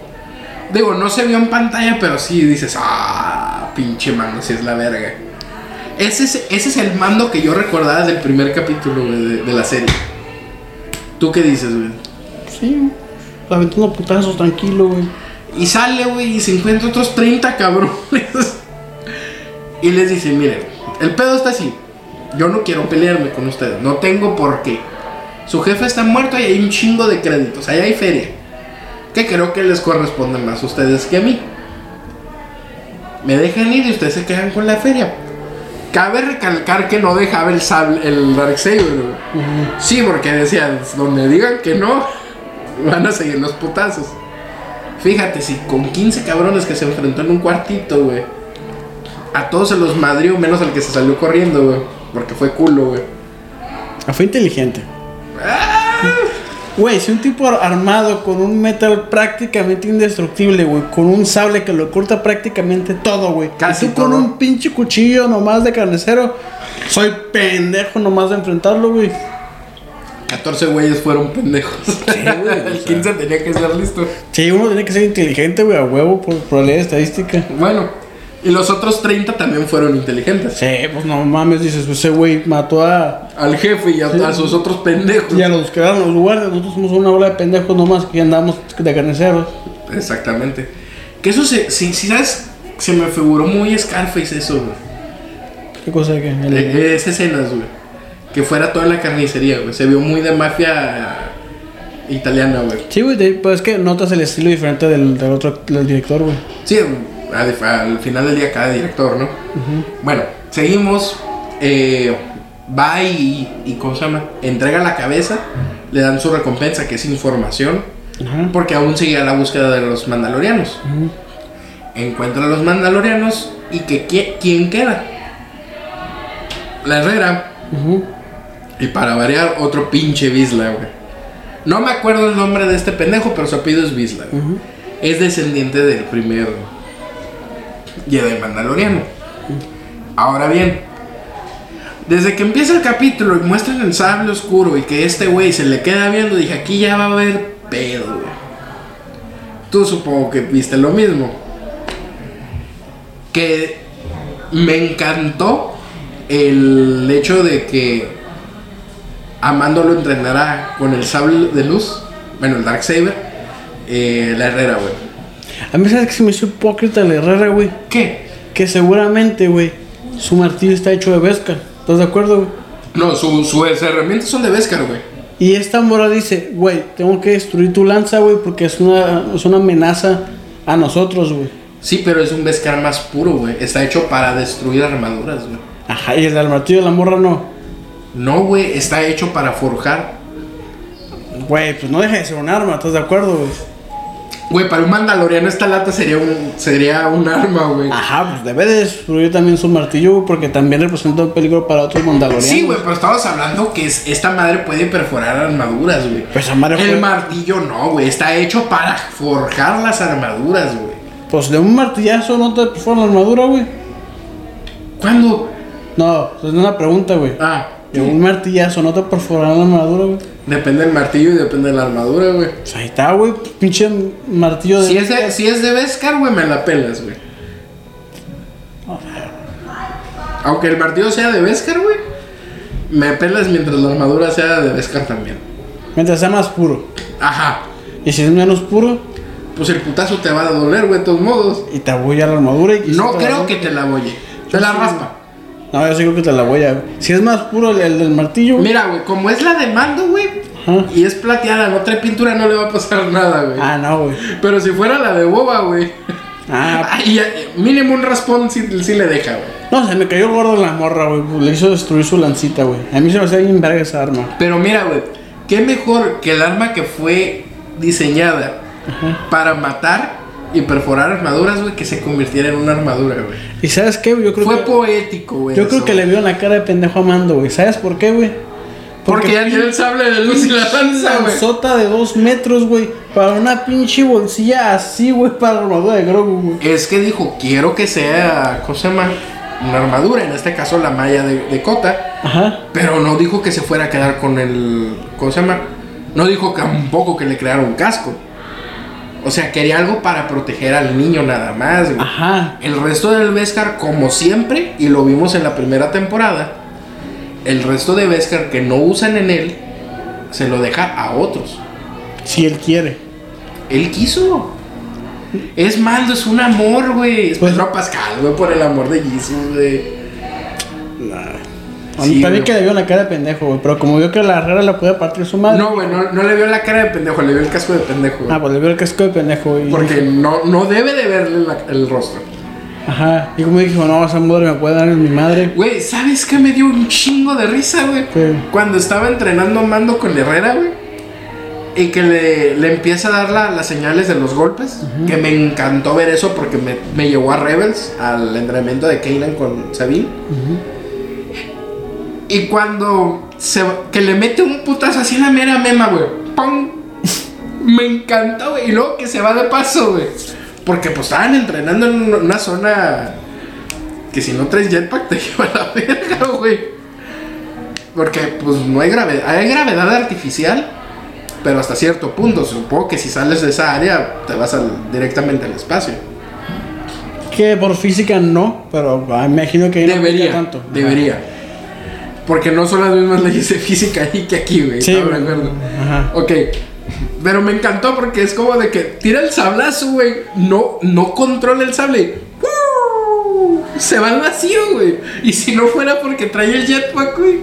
A: Digo, no se vio en pantalla, pero sí dices, ah, pinche mando, si es la verga. Ese es, ese es el mando que yo recordaba del primer capítulo güey, de, de la serie. ¿Tú qué dices, güey?
B: Sí, aventando putazos, tranquilo, güey.
A: Y sale, güey, y se encuentra otros 30 cabrones. y les dice, miren, el pedo está así. Yo no quiero pelearme con ustedes. No tengo por qué. Su jefe está muerto y hay un chingo de créditos. Ahí hay feria. Que creo que les corresponde más a ustedes que a mí. Me dejan ir y ustedes se quedan con la feria. Cabe recalcar que no dejaba el sable, el Darksaber, güey. Sí, porque decían, donde digan que no, van a seguir los putazos. Fíjate, si con 15 cabrones que se enfrentó en un cuartito, güey. A todos se los madrió, menos al que se salió corriendo, güey. Porque fue culo, güey.
B: Ah, Fue inteligente. Güey, si un tipo ar- armado con un metal prácticamente indestructible, güey, con un sable que lo corta prácticamente todo, güey.
A: Casi
B: y tú con
A: todo.
B: un pinche cuchillo nomás de carnicero, soy pendejo nomás de enfrentarlo, güey.
A: 14 güeyes fueron pendejos.
B: güey, o
A: el
B: sea.
A: 15 tenía que ser listo.
B: Sí, uno tiene que ser inteligente, güey, a huevo por probabilidad estadística.
A: Bueno, y los otros 30 también fueron inteligentes.
B: Sí, pues no mames, dices, pues ese güey mató a.
A: Al jefe y a, a sus otros pendejos.
B: Y a los que eran los guardias, nosotros somos una bola de pendejos nomás que andamos de carniceros.
A: Exactamente. Que eso se, si, si sabes, se me figuró muy Scarface eso, güey.
B: ¿Qué cosa que? El-
A: Eh, Esas escenas, güey. Que fuera toda la carnicería, güey. Se vio muy de mafia italiana, güey.
B: Sí, güey, te- pues es que notas el estilo diferente del, del otro del director, güey.
A: Sí, a- al final del día cada director, ¿no? Bueno, seguimos. eh, va y, y, ¿cómo se llama? Entrega la cabeza. Le dan su recompensa, que es información.
B: Ajá.
A: Porque aún seguía la búsqueda de los mandalorianos. Encuentra a los mandalorianos y que, qui- ¿quién queda? La herrera.
B: Ujú.
A: Y para variar, otro pinche Bisla, güey. No me acuerdo el nombre de este pendejo, pero su apellido es Bisla. güey. Es descendiente del primer Jedi Mandaloriano. Ahora bien, desde que empieza el capítulo y muestran el sable oscuro y que este güey se le queda viendo, dije, aquí ya va a haber pedo, güey. Tú supongo que viste lo mismo. Que me encantó el hecho de que Amando lo entrenará con el sable de luz, bueno, el Darksaber, eh, la herrera, güey.
B: A mí sabes que se me hizo hipócrita la Herrera, güey.
A: ¿Qué?
B: que seguramente, güey, su martillo está hecho de Vescar. ¿Estás de acuerdo, güey?
A: No, su- sus herramientas son de Vescar, güey.
B: Y esta mora dice, güey, tengo que destruir tu lanza, güey, porque es una, es una amenaza a nosotros, güey.
A: Sí, pero es un Vescar más puro, güey. Está hecho para destruir armaduras, güey.
B: Ajá, y el del martillo de la morra no.
A: No, güey, está hecho para forjar.
B: Güey, pues no deja de ser un arma, ¿estás de acuerdo, güey?
A: Güey, para un mandaloriano esta lata sería un, sería un arma, güey.
B: Ajá, pues debe de destruir también su martillo, güey, porque también representa un peligro para otros mandalorianos.
A: Sí, güey, pero estabas hablando que es- esta madre puede perforar armaduras, güey.
B: Pues, esa madre
A: El
B: fue-
A: martillo no, güey. Está hecho para forjar las armaduras, güey.
B: Pues de un martillazo no te perforan la armadura, güey.
A: ¿Cuándo?
B: No, es una pregunta, güey.
A: Ah,
B: De un martillazo no te perforan la armadura, güey.
A: depende del martillo y depende de la armadura, güey.
B: Pues ahí está, güey, pinche martillo de...
A: Si es de, si es de Beskar, güey, me la pelas, güey. Aunque el martillo sea de Beskar, güey, me pelas mientras la armadura sea de Beskar también.
B: Mientras sea más puro.
A: Ajá.
B: Y si es menos puro,
A: Pues el putazo te va a doler, güey, de todos modos.
B: y te voy a la armadura y...
A: No
B: y-
A: creo que te la voye. Te la raspa.
B: No, yo sí creo que te la voy a... güey. Si es más puro el, el del martillo, güey.
A: Mira, güey, como es la de mando, güey,
B: Ajá.
A: y es plateada, no trae pintura, no le va a pasar nada, güey.
B: Ah, no, güey.
A: Pero si fuera la de boba, güey.
B: Ah,
A: Ay, ay, mínimo un raspón sí, sí le deja, güey.
B: no, se me cayó gordo la morra, güey. pues, Le hizo destruir su lancita, güey. A mí se me hace bien verga esa arma.
A: Pero mira, güey, qué mejor que el arma que fue diseñada para matar y perforar armaduras, güey, que se convirtiera en una armadura, güey.
B: ¿Y sabes qué, güey? Yo creo
A: Fue
B: que...
A: poético, güey.
B: Yo
A: eso,
B: creo que
A: güey.
B: le vio la cara de pendejo a Mando, güey. ¿Sabes por qué, güey?
A: Porque ya tiene el sable de luz y la lanza, güey.
B: sota de dos metros, güey. Para una pinche bolsilla así, güey, para la armadura de Grogu, güey.
A: Es que dijo, quiero que sea, ¿cómo se llama? Una armadura, en este caso la malla de, de Cota.
B: Ajá.
A: Pero no dijo que se fuera a quedar con el. ¿Cómo se llama? No dijo tampoco que le creara un casco. O sea, quería algo para proteger al niño nada más, güey.
B: Ajá.
A: El resto del Vescar, como siempre, y lo vimos en la primera temporada, el resto de Vescar que no usan en él, se lo deja a otros.
B: Si él quiere.
A: Él quiso. Es mando, es un amor, güey. Es
B: Pues-
A: Pedro Pascal, güey, por el amor de Jesus, güey.
B: A
A: Sí,
B: mí
A: güey.
B: también que le vio la cara de pendejo, güey. Pero como vio que la rara la podía partir su madre.
A: No, güey, no, no le vio la cara de pendejo, le vio el casco de pendejo, güey.
B: Ah, pues le vio el casco de pendejo, güey.
A: Porque no, no debe de verle la- el rostro.
B: Ajá. Y como dijo, no, esa madre me puede dar en mi madre.
A: Güey, ¿sabes qué me dio un chingo de risa, güey?
B: ¿Qué?
A: Cuando estaba entrenando a Mando con Herrera, güey. Y que le, le empieza a dar la- las señales de los golpes. Que me encantó ver eso porque me, me llevó a Rebels, al entrenamiento de Kanan con Sabine. Y cuando se, que le mete un putazo así en la mera mema, güey. ¡Pum! Me encantó, güey. Y luego que se va de paso, güey. Porque pues estaban entrenando en una zona que si no traes jetpack te lleva a la verga, güey. Porque pues no hay gravedad, hay gravedad artificial, pero hasta cierto punto. Supongo que si sales de esa área te vas al- directamente al espacio.
B: Que por física no, pero ah, me imagino que ahí no aplica
A: Debería,
B: tanto. Ajá.
A: debería. Porque no son las mismas leyes de física ahí que aquí, güey.
B: Sí,
A: estaba de
B: güey.
A: acuerdo.
B: Ajá.
A: Ok. Pero me encantó porque es como de que tira el sablazo, güey. No, no controla el sable. ¡Uh! Se va al vacío, güey. Y si no fuera porque trae el jetpack, güey.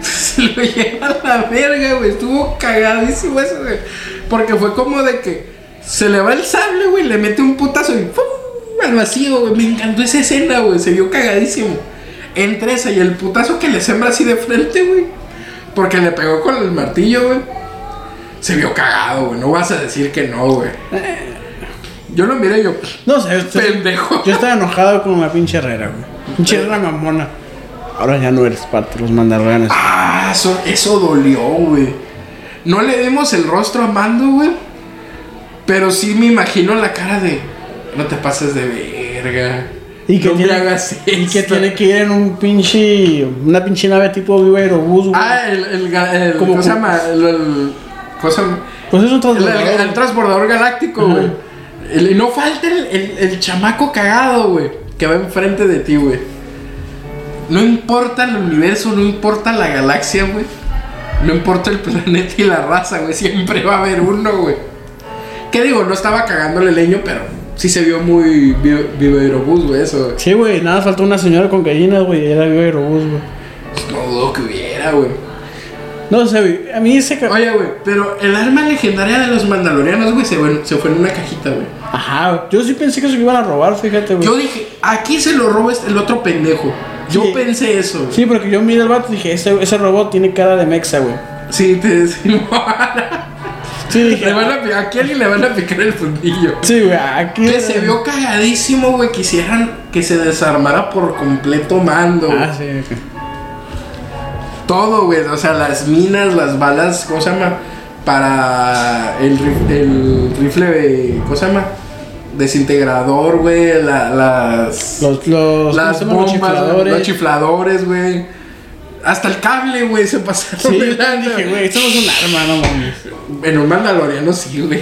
A: Se lo lleva a la verga, güey. Estuvo cagadísimo eso, güey. Porque fue como de que se le va el sable, güey. Le mete un putazo y ¡pum! al vacío, güey. Me encantó esa escena, güey. Se vio cagadísimo. Entre esa y el putazo que le sembra así de frente, güey. Porque le pegó con el martillo, güey. Se vio cagado, güey. No vas a decir que no, güey. Yo lo miré y yo,
B: No sé, este-
A: pendejo.
B: Yo estaba enojado con la pinche Herrera, güey. Pinche Herrera mamona. Ahora ya no eres parte de los mandalorianos.
A: Ah, eso, eso dolió, güey. No le vimos el rostro a Mando, güey. Pero sí me imagino la cara de. No te pases de verga.
B: Y que,
A: no
B: tiene,
A: me hagas
B: y que
A: esto".
B: tiene que ir en un pinche. Una pinche nave tipo Viva Aerobús, güey.
A: Ah, el. el, ga- el-
B: Como-
A: ¿Cómo se llama? El. el- ¿cómo se llama?
B: pues es un
A: El, el- el
B: transbordador.
A: transbordador galáctico, güey. El- Y no falta el, el- el chamaco cagado, güey. Que va enfrente de ti, güey. No importa el universo, no importa la galaxia, güey. No importa el planeta y la raza, güey. Siempre va a haber uno, güey. ¿Qué digo? No estaba cagándole leño, pero Sí se vio muy vi- Viva Aerobús, güey, eso.
B: Sí, güey, nada, faltó una señora con gallinas, güey, y era viva Aerobús, güey.
A: No dudo que hubiera, güey.
B: No sé, güey, a mí ese... ca-
A: Oye, güey, pero el arma legendaria de los mandalorianos, güey, se, fue- se fue en una cajita, güey.
B: Ajá, güey. yo sí pensé que se lo iban a robar, fíjate, güey.
A: Yo dije, aquí se lo roba este- el otro pendejo. Yo
B: Sí.
A: pensé eso, güey.
B: Sí, porque yo miré al vato y dije, ese, ese robot tiene cara de mexa, güey.
A: Sí, te decimos.
B: Sí,
A: Le
B: dije...
A: van a pi- aquí a alguien le van a picar el fundillo.
B: Sí, güey, aquí...
A: Que se vio cagadísimo, güey. Quisieran que se desarmara por completo mando. güey.
B: Ah, sí, güey.
A: Todo, güey. O sea, las minas, las balas, ¿cómo se llama? Para el, rif- el rifle, de- ¿cómo se llama? Desintegrador, güey. la- las
B: Los, los,
A: las
B: ¿cómo
A: bombas, güey,
B: se llaman? Los chifladores.
A: los chifladores, güey. Hasta el cable, güey, se pasaron
B: Sí,
A: de
B: yo también
A: lanza,
B: dije, güey, esto no es un arma, no mames.
A: En un mandaloriano sí, güey.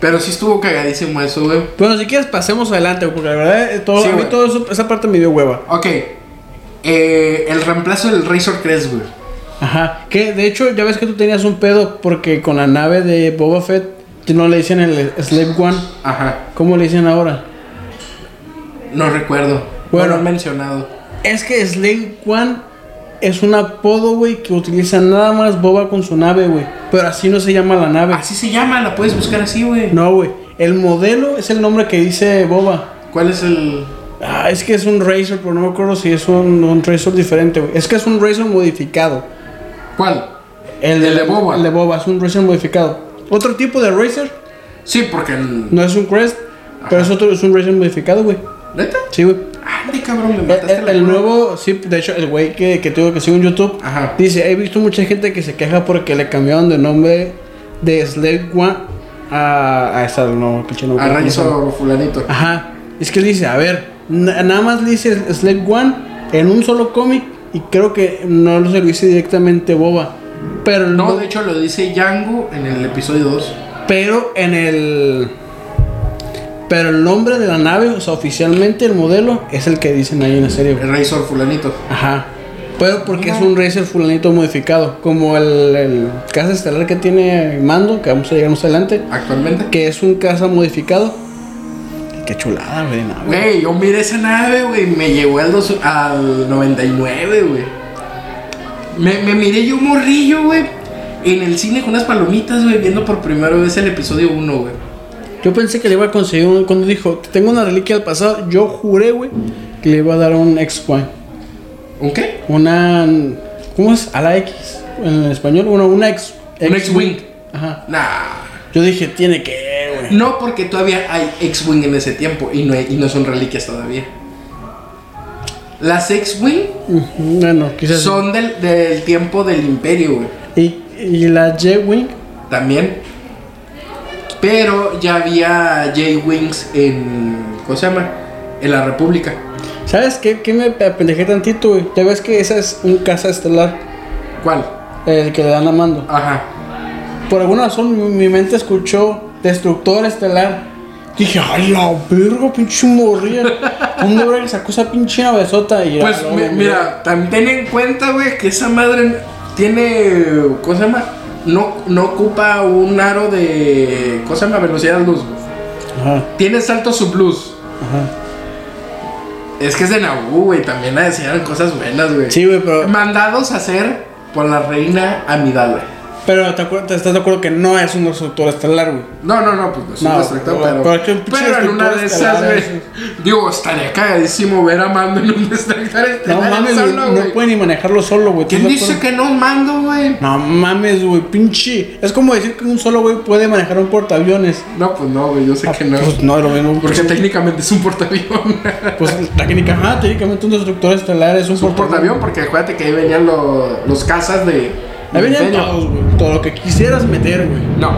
A: Pero sí estuvo cagadísimo eso, güey.
B: Bueno, si quieres pasemos adelante, güey, porque la verdad, eh, todo,
A: Sí,
B: a mí
A: güey.
B: todo eso, esa parte me dio hueva.
A: Ok. eh, el reemplazo del Razor Crest, güey.
B: Ajá. Que de hecho, ya ves que tú tenías un pedo porque con la nave de Boba Fett no le dicen el Slave One.
A: Ajá.
B: ¿Cómo le dicen ahora?
A: No recuerdo.
B: Bueno.
A: no lo han mencionado.
B: Es que Slave One es un apodo, güey, que utiliza nada más Boba con su nave, güey. Pero así no se llama la nave.
A: Así se llama, la puedes buscar así, güey.
B: No, güey. El modelo es el nombre que dice Boba.
A: ¿Cuál es el...?
B: Ah, es que es un Razor, pero no me acuerdo si es un, un Razor diferente, güey. Es que es un Razor modificado.
A: ¿Cuál?
B: El,
A: El de Boba.
B: El de Boba, es un Razor modificado. Otro tipo de Razor,
A: Sí, porque... el-
B: no es un Crest, pero es otro, es un Razor modificado, güey.
A: ¿Neta?
B: Sí, güey.
A: Ande, cabrón, me
B: El,
A: mataste
B: el-
A: la
B: el
A: cura.
B: nuevo, sí, de hecho, el güey que, que tengo que sigo en YouTube
A: Ajá.
B: dice: He visto mucha gente que se queja porque le cambiaron de nombre de Slave One a. a esa, no, pinche nombre.
A: A Ah, Razor fulanito.
B: Ajá. Es que dice, a ver, na- nada más le dice Slave One en un solo cómic y creo que no lo se lo dice directamente Boba. Pero
A: No,
B: no,
A: de hecho lo dice Django en el episodio 2.
B: pero en el pero el nombre de la nave, o sea, oficialmente el modelo es el que dicen ahí en la serie. güey.
A: El Razor fulanito.
B: Ajá. Pero porque es un Racer fulanito modificado, como el, el caza estelar que tiene Mando, que vamos a llegar más adelante,
A: Actualmente.
B: que es un caza modificado. Qué chulada, güey, nave.
A: Güey, yo miré esa nave, güey. Me llegó al, dos- al 99, güey. Me, me miré yo morrillo, güey. En el cine con unas palomitas, güey. Viendo por primera vez el episodio 1, güey.
B: Yo pensé que le iba a conseguir uno cuando dijo, tengo una reliquia del pasado. Yo juré, güey, que le iba a dar un X1.
A: ¿Un qué?
B: Una. ¿Cómo es? A la X. En español, una, una X.
A: Un X-Wing.
B: Ajá.
A: Nah.
B: Yo dije, tiene que, güey.
A: No, porque todavía hay X-Wing en ese tiempo. Y no, hay- y no son reliquias todavía. Las X-Wing
B: Ujú, Bueno, quizás. sí.
A: son del, del tiempo del Imperio, güey.
B: Y, y la J-Wing.
A: También. Pero ya había J-Wings en. ¿Cómo se llama? En la República.
B: ¿Sabes qué? ¿Qué me apendejé tantito, güey? Ya ves que esa es un caza estelar.
A: ¿Cuál?
B: El que le dan a mando.
A: Ajá.
B: Por alguna razón mi, mi mente escuchó Destructor Estelar. Dije, ay la verga, pinche morrilla. ¿Dónde verga que sacó esa pinche navesota? Y
A: Pues
B: ah, no,
A: mi-
B: güey,
A: mira, también ten en cuenta, güey, que esa madre tiene. ¿Cómo se llama? No, no ocupa un aro de. ¿Cómo se llama? Velocidad luz. güey.
B: Ajá,
A: Tiene salto subluz.
B: ajá.
A: Es que es de Naboo, güey. También la enseñaron cosas buenas, güey.
B: Sí, güey, pero,
A: Mandados a hacer por la reina Amidala.
B: pero te acuer- te estás de acuerdo que no es un Destructor Estelar, güey.
A: No, no, no, pues no es un
B: No,
A: destructor,
B: no,
A: pero.
B: pero es que un
A: Pero,
B: pinche
A: en una
B: destructor
A: de esas,
B: estelar,
A: güey.
B: sí.
A: Digo, estaría cagadísimo ver a Mando en un destructor
B: No
A: estelar
B: mames, güey,
A: solo,
B: no
A: güey.
B: puede ni manejarlo solo, güey. ¿estás
A: ¿Quién
B: de
A: dice
B: acuerdo?
A: que no mando, güey?
B: No mames, güey, pinche. Es como decir que un solo güey puede manejar un portaaviones.
A: No, pues no, güey, yo sé
B: Ah,
A: que no.
B: Pues no, lo mismo.
A: Porque técnicamente es un portaavión.
B: Pues técnica, ajá, técnicamente un destructor estelar es un,
A: un portaavión, porque acuérdate que ahí venían lo- los cazas de.
B: Ahí
A: del
B: venían
A: Imperio.
B: todos, güey. Todo lo que quisieras meter, güey.
A: No.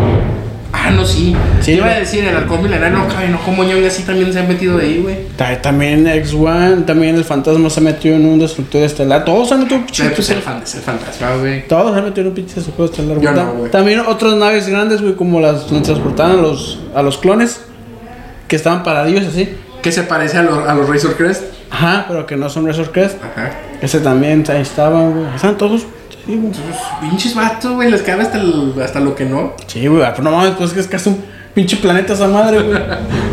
A: Ah, no, sí.
B: Sí,
A: Yo iba
B: güey.
A: a decir, el halcón milenario no cabe, no, como ñoña así también se han metido de ahí, güey.
B: Ta- También X1, también el fantasma se metió en un destructor estelar. Todos se han metido en un pinche
A: Pero pues el,
B: destructor-
A: fan, es el
B: Ah,
A: fantasma, güey.
B: Todos se han metido en un pinche destructor estelar.
A: Yo
B: güey. Ta-
A: no, güey.
B: también otras naves grandes, güey, como las donde transportaban a los, a los clones, que estaban paradillos así.
A: Que se parece a, los- a los Razor Crest.
B: Ajá, pero que no son Razor Crest.
A: Ajá.
B: Ese también ahí estaban, güey. Estaban todos. Sí, güey.
A: Pinches vatos, güey, les cabe hasta, el- hasta lo que no.
B: Sí, güey, pero no ah, mames, pues es que es casi un Pinche planeta esa madre, güey.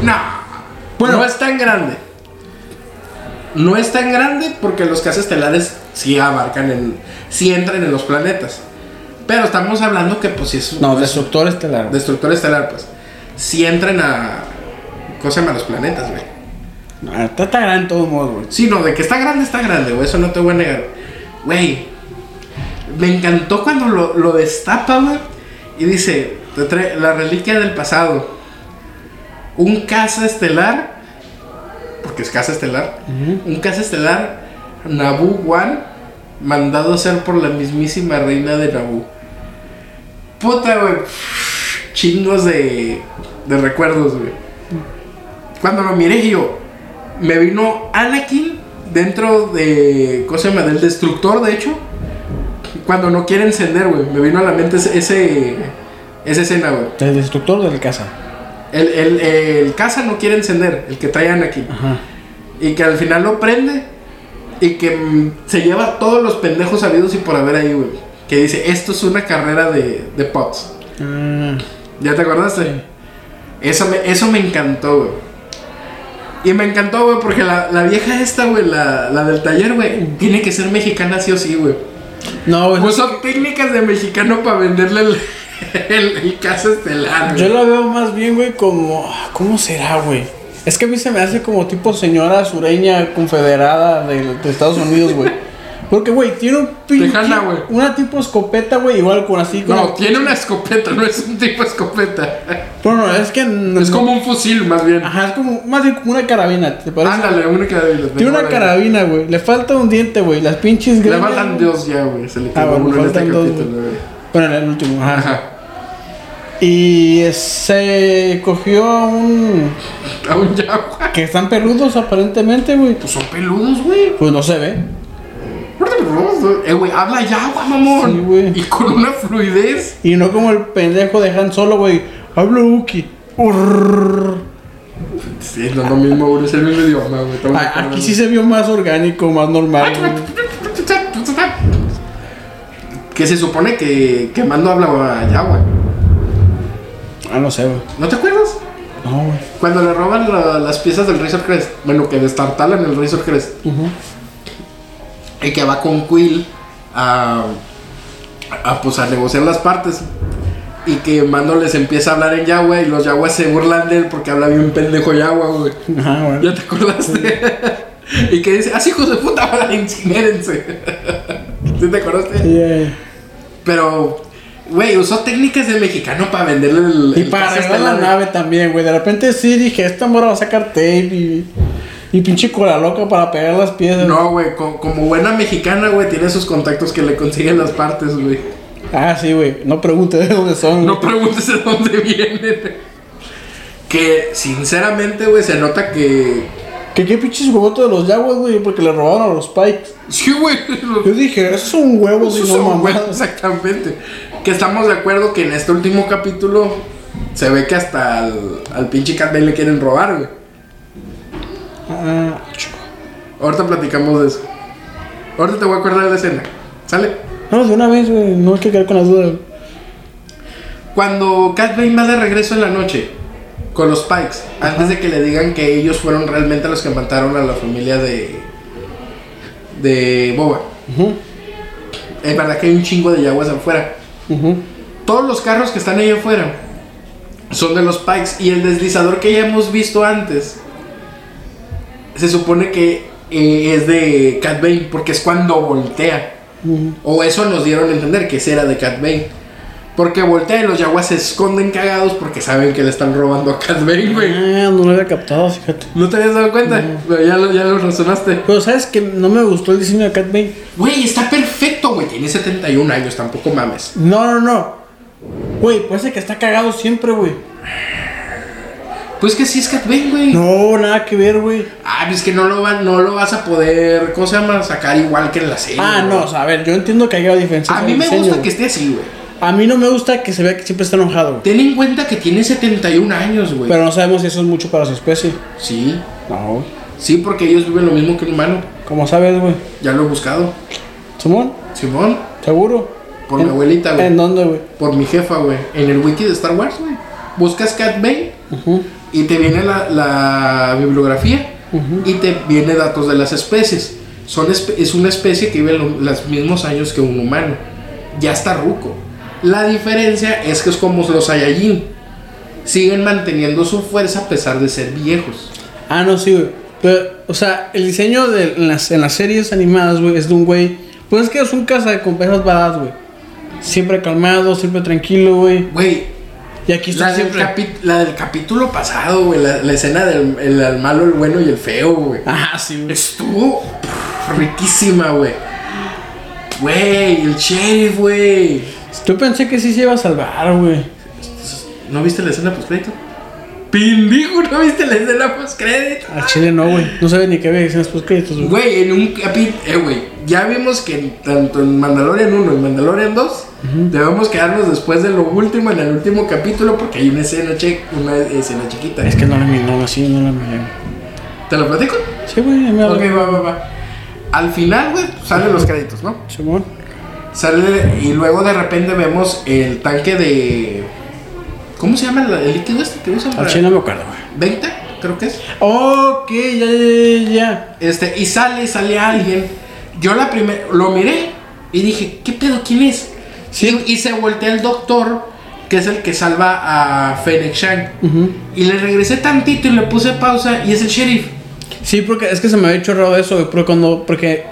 A: No.
B: Bueno.
A: no es tan grande. No es tan grande porque los casos estelares sí abarcan en. sí entran en los planetas. Pero estamos hablando que pues si es
B: No, destructor este, estelar.
A: destructor estelar, pues. Si entran a. ¿Cómo se llama? Los planetas, güey.
B: No, Ah, está, está grande en todos modos, güey.
A: Sí, no, de que está grande, está grande, güey. Eso no te voy a negar. Güey. Me encantó cuando lo, lo destapa, güey. Y dice, te trae la reliquia del pasado. Un caza estelar. Porque es caza estelar. Un caza estelar. Naboo One. Mandado a hacer por la mismísima reina de Naboo. Puta, güey. Chingos de, de recuerdos, güey. Cuando lo miré, yo. Me vino Anakin dentro de. ¿Cómo se llama? Del destructor, de hecho. Cuando no quiere encender, güey. Me vino a la mente ese. ese esa escena, güey.
B: El destructor del casa.
A: El, el, el caza no quiere encender, el que trae a Anakin.
B: Ajá.
A: Y que al final lo prende. Y que mm, se lleva a todos los pendejos sabidos y por haber ahí, güey. Que dice: Esto es una carrera de, de pops.
B: Ah,
A: ¿Ya te acordaste? Eso me, eso me encantó, güey. Y me encantó, güey, porque la, la vieja esta, güey, la, la del taller, güey, tiene que ser mexicana sí o sí, güey.
B: No, güey.
A: Usó técnicas de mexicano para venderle el, el, el caso estelar,
B: Yo
A: güey.
B: la veo más bien, güey, como. ¿Cómo será, güey? Es que a mí se me hace como tipo señora sureña confederada de, de Estados Unidos, güey. Porque, güey, tiene un pinche.
A: Tejana, güey.
B: Una tipo escopeta, güey, igual con así.
A: No,
B: como-
A: tiene una escopeta, no es un tipo escopeta.
B: Bueno, no, es que.
A: Es como un fusil, más bien.
B: Ajá, es como. Más bien como una carabina, ¿te parece?
A: Ándale, una carabina.
B: Tiene una
A: Ahora,
B: carabina, güey. Le falta un diente, güey. Las pinches
A: Le
B: greñas,
A: faltan
B: güey.
A: dos ya, güey. Se le
B: Ah,
A: quedó
B: bueno,
A: uno en este
B: faltan dos,
A: capítulo,
B: güey.
A: güey.
B: Bueno, el último, ajá.
A: Ajá.
B: Y eh, se cogió a un.
A: Aún ya, güey.
B: Que están peludos aparentemente, güey.
A: Pues son peludos, güey.
B: Pues no se ve.
A: Eh, güey, habla ya, güey, mamón.
B: Sí, güey.
A: Y con una fluidez.
B: Y no como el pendejo de Han Solo, güey. Hablo Uki. Urrrr.
A: Sí, no es lo mismo, güey. Es el mismo idioma, güey. estamos de
B: A-
A: acuerdo.
B: Ah, Aquí sí se vio más orgánico, más normal. güey.
A: Que se supone que, que Mando habla ya, güey.
B: Ah, no sé, güey.
A: ¿No te acuerdas?
B: No, güey.
A: Cuando le roban la- las piezas del Razor Crest. Bueno, que destartalan el Razor Crest.
B: Ujú.
A: Y que va con Quill a, a, pues, a negociar las partes. Y que Mando les empieza a hablar en Yahweh y los Yahweh se burlan de él porque habla bien pendejo Yahweh, güey.
B: Ajá, güey.
A: ¿Ya te acordaste? y que dice, así hijos de puta, ahora incinérense. ¿Sí te acordaste?
B: Sí, eh.
A: Pero, güey, usó técnicas de mexicano para venderle el...
B: Y
A: el
B: para
A: caso este
B: arreglar la
A: estelar,
B: nave también, güey. De repente sí dije, esta mora va a sacar tape y, y pinche cola loca para pegar las piezas.
A: No, güey, co- como buena mexicana, güey, tiene sus contactos que le consiguen las partes, güey.
B: Ah, sí, güey. No pregunte de dónde son.
A: No
B: No.
A: preguntes de dónde vienen. Que, sinceramente, güey, se nota que...
B: Que qué pinches huevotes de los Jaguars, güey, porque le robaron a los Pikes.
A: Sí, güey.
B: Yo dije, esos son huevos y
A: Esos
B: no
A: son, güey,
B: mamadas.
A: exactamente. Que estamos de acuerdo que en este último capítulo se ve que hasta al, al pinche Cat Bane le quieren robar, güey.
B: Ah, chico.
A: Ahorita platicamos de eso. Ahorita te voy a acordar de la escena. ¿Sale?
B: No, de una vez, güey. No hay que quedar con las dudas.
A: Cuando Cat Bane va de regreso en la noche con los Pikes, antes de que le digan que ellos fueron realmente los que mataron a la familia de. de Boba.
B: Ujú,
A: Es verdad que hay un chingo de yaguas afuera.
B: ujú.
A: Todos los carros que están ahí afuera son de los Pikes y el deslizador que ya hemos visto antes se supone que eh, es de Cat Bane porque es cuando voltea.
B: Ujú.
A: O eso nos dieron a entender que ese era de Cat Bane. Porque voltea y los yaguas se esconden cagados porque saben que le están robando a Cat Bane, güey.
B: Ah, no lo había captado, fíjate.
A: ¿No te habías dado cuenta? Pero ya lo, ya lo razonaste.
B: Pero sabes que no me gustó el diseño de Cat Bane.
A: Güey, está perfecto, güey. Tiene 71 años, tampoco mames.
B: No, no, no. Güey, parece que está cagado siempre, güey.
A: Pues que sí es Cat Bane, güey.
B: No, nada que ver, güey.
A: Ah, pues que no lo, va- no lo vas a poder, ¿cómo se llama? Sacar igual que en la serie.
B: Ah, no,
A: güey.
B: o sea, a ver, yo entiendo que haya diferencias.
A: A
B: en
A: mí
B: el
A: me
B: diseño,
A: gusta que
B: güey.
A: esté así, güey.
B: A mí no me gusta que se vea que siempre está enojado, güey.
A: Ten en cuenta que tiene 71 años, güey.
B: Pero no sabemos si eso es mucho para su especie.
A: Sí,
B: No.
A: sí, porque ellos viven lo mismo que un humano.
B: Como sabes, güey.
A: Ya lo he buscado.
B: ¿Simón?
A: Simón,
B: ¿Seguro?
A: por mi
B: ¿En-
A: abuelita, güey.
B: ¿En dónde, güey?
A: Por mi jefa, güey. En el wiki de Star Wars, güey. buscas Cat Bane
B: Ujú,
A: y te viene la, la bibliografía
B: ujú.
A: y te viene datos de las especies. Son espe- es una especie que vive lo- los mismos años que un humano. Ya está ruco. La diferencia es que es como los Saiyajin. Siguen manteniendo su fuerza a pesar de ser viejos.
B: Ah, no, sí, güey. Pero, o sea, el diseño de en las, en las series animadas, güey, es de un güey. Pues es que es un caza de compensas badass, güey. Siempre calmado, siempre tranquilo, güey.
A: Güey,
B: Y aquí está
A: la, del
B: siempre.
A: capi- la del capítulo pasado, güey. La, la escena del el, el malo, el bueno y el feo, güey.
B: Ajá, sí, güey.
A: Estuvo pff, riquísima, güey. Güey, el sheriff, güey.
B: Yo pensé que sí se iba a salvar, güey.
A: ¿No viste la escena post-crédito? Pindigo, ¿no viste la escena post-crédito?
B: Al chile no, güey. No sabe ni qué había escenas post créditos, güey.
A: Güey, en un capítulo. Eh, güey. Ya vimos que en- tanto en Mandalorian 1 y Mandalorian 2 debemos quedarnos después de lo último en el último capítulo porque hay una escena, che- una escena chiquita.
B: Es que no la miré, así no la miré.
A: ¿Te lo platico?
B: Sí, güey, me
A: Ok,
B: habla.
A: va, va, va. Al final, güey, salen los créditos, ¿no?
B: Simón.
A: Sale y luego de repente vemos el tanque de. ¿Cómo se llama el, el líquido este que usan?
B: Al
A: Para...
B: chile no me acuerdo, güey.
A: 20, creo que es.
B: Ok, ya, ya, ya, ya.
A: Este, y sale, sale alguien. Yo la primera, lo miré y dije, ¿qué pedo? ¿Quién es?
B: Sí.
A: Y, y se voltea el doctor, que es el que salva a Fennec Shang.
B: Ujú.
A: Y le regresé tantito y le puse pausa y es el sheriff.
B: Sí, porque es que se me había chorrado eso, güey, porque cuando, porque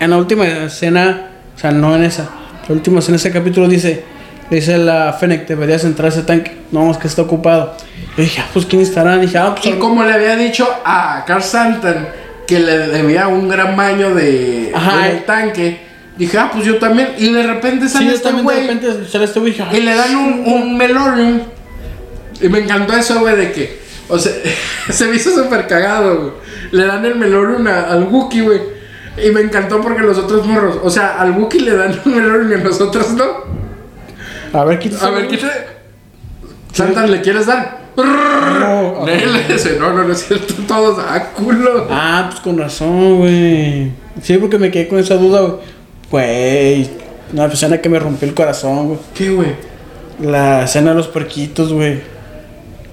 B: en la última escena, o sea, no en esa, la última escena, ese capítulo dice, le dice la Fennec, deberías entrar a ese tanque, no, es que está ocupado. Yo dije, ah, pues, ¿quién estará? Dije, ah, pues,
A: Y como le había dicho a Carl Santan que le debía un gran baño de,
B: Ajá.
A: del tanque, dije, ah, pues yo también. Y de repente
B: sí,
A: sale este
B: también de
A: güey.
B: repente sale este güey, dije,
A: Y le dan un, un melorium. Y me encantó eso, güey, de que. O sea, se me hizo súper cagado, güey. Le dan el melorium a- al Wookiee, güey. Y me encantó porque los otros morros. O sea, al Wookiee le dan un melorium y a nosotros no.
B: "Ah, a ver, quítese.
A: A ver, ¿qué te. Santan, ¿le quieres dar?
B: No,
A: Nel, ese, no, no, no es cierto. Todos, ah, culo.
B: Ah, pues, con razón, güey. Sí, porque me quedé con esa duda, güey. Güey, una escena que me rompió el corazón, güey.
A: ¿Qué, güey?
B: La escena de los puerquitos, güey.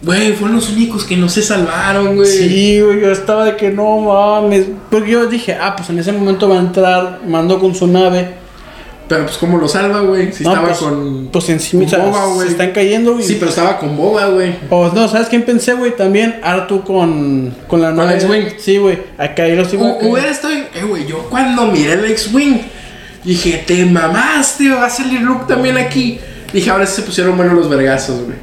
A: Güey, fueron los únicos que no se salvaron, güey.
B: Sí, güey, yo estaba de que no mames. Porque yo dije, ah, pues en ese momento va a entrar, mando con su nave.
A: Pero, pues, ¿cómo lo salva, güey? Si
B: No,
A: estaba
B: pues,
A: con.
B: Pues encima
A: con
B: o sea,
A: Boba, güey.
B: se están cayendo, güey.
A: Sí, pero estaba con boba, güey.
B: O no, ¿sabes quién pensé, güey? También Artu con, con la nave.
A: X-Wing.
B: Sí, güey. Acá yo los iba a
A: U- Hubiera estado. en- Eh, güey, yo cuando miré el X-Wing, dije, te mamaste, va a salir Luke también aquí. Dije, ahora sí se pusieron buenos los vergazos, güey.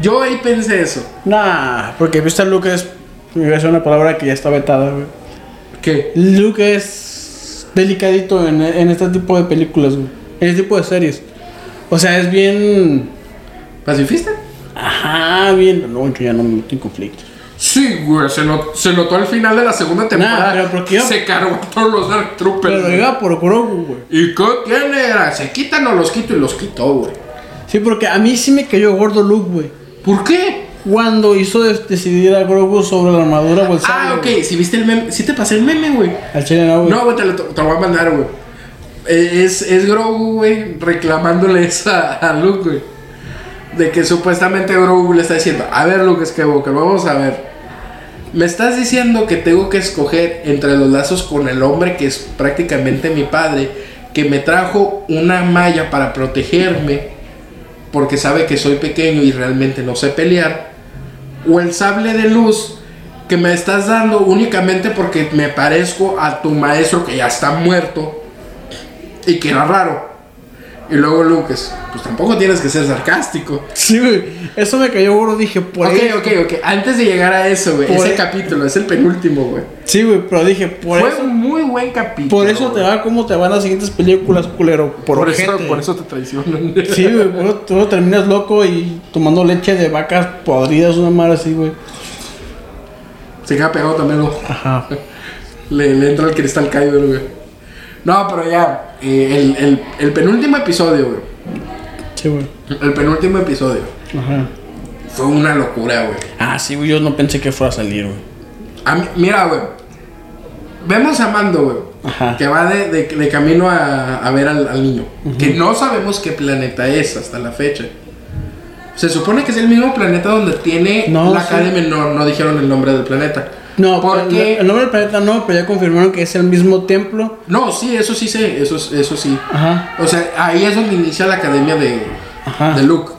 A: Yo ahí pensé eso.
B: Nah, porque viste Luke es. Iba a ser una palabra que ya está vetada, güey.
A: ¿Qué?
B: Luke es delicadito en, en este tipo de películas, güey. En este tipo de series. O sea, es bien.
A: ¿Pacifista?
B: Ajá, bien. No, yo ya no me meto en conflicto.
A: Sí, güey, se, not- se notó al final de la segunda temporada.
B: pero ¿por qué?
A: Se cargó a todos los Dark Troopers.
B: Pero
A: güey.
B: iba por Grogu, güey.
A: ¿Y qué tiene? Era, Se quitan o los quito y los quitó, güey.
B: Sí, porque a mí sí me cayó gordo Luke, güey.
A: ¿Por qué?
B: Cuando hizo des- decidir a Grogu sobre la armadura o el
A: Ah,
B: sable,
A: ok,
B: güey.
A: si viste el meme, si te pasé el meme, güey.
B: Al chile no, güey.
A: No, güey, te lo, te lo voy a mandar, güey. Eh, Es, es Grogu, güey, reclamándoles a, a Luke, güey. De que supuestamente Grogu le está diciendo, a ver, Luke Skywalker, vamos a ver. Me estás diciendo que tengo que escoger entre los lazos con el hombre que es prácticamente mi padre, que me trajo una malla para protegerme, porque sabe que soy pequeño y realmente no sé pelear, o el sable de luz que me estás dando únicamente porque me parezco a tu maestro que ya está muerto y que era raro. Y luego Lucas, pues tampoco tienes que ser sarcástico.
B: Sí, güey. Eso me cayó gordo, dije, por
A: ok,
B: eso.
A: ok, ok. Antes de llegar a eso, güey.
B: Por
A: Ese
B: e-
A: capítulo, es el penúltimo, güey.
B: Sí, güey, pero dije, por
A: Fue
B: eso.
A: un muy buen capítulo.
B: Por eso te
A: güey.
B: va como te van las siguientes películas, culero. Por,
A: Por eso,
B: ojete.
A: por eso te traicionan.
B: Sí, güey, por eso tú terminas loco y tomando leche de vacas podridas, una madre así, güey.
A: Se queda pegado también, güey.
B: Ajá.
A: Le, le entra el cristal caído, güey. No, pero ya. eh, el, el- el penúltimo episodio, güey.
B: Sí, güey.
A: El penúltimo episodio.
B: Ajá.
A: Fue una locura, güey.
B: Ah, sí, güey, yo no pensé que fuera a salir, güey.
A: A mí- mira, güey. Vemos a Mando, güey.
B: Ajá.
A: Que va de, de- de camino a, a ver al, al niño. Que no sabemos qué planeta es hasta la fecha. Se supone que es el mismo planeta donde tiene
B: No,
A: la
B: sí.
A: Academy. No, no dijeron el nombre del planeta.
B: No,
A: porque.
B: porque... el nombre del planeta no, pero ya confirmaron que es el mismo templo.
A: No, sí, eso sí sé. Eso, eso sí.
B: Ajá,
A: O sea, ahí es donde inicia la academia de,
B: ajá.
A: de Luke.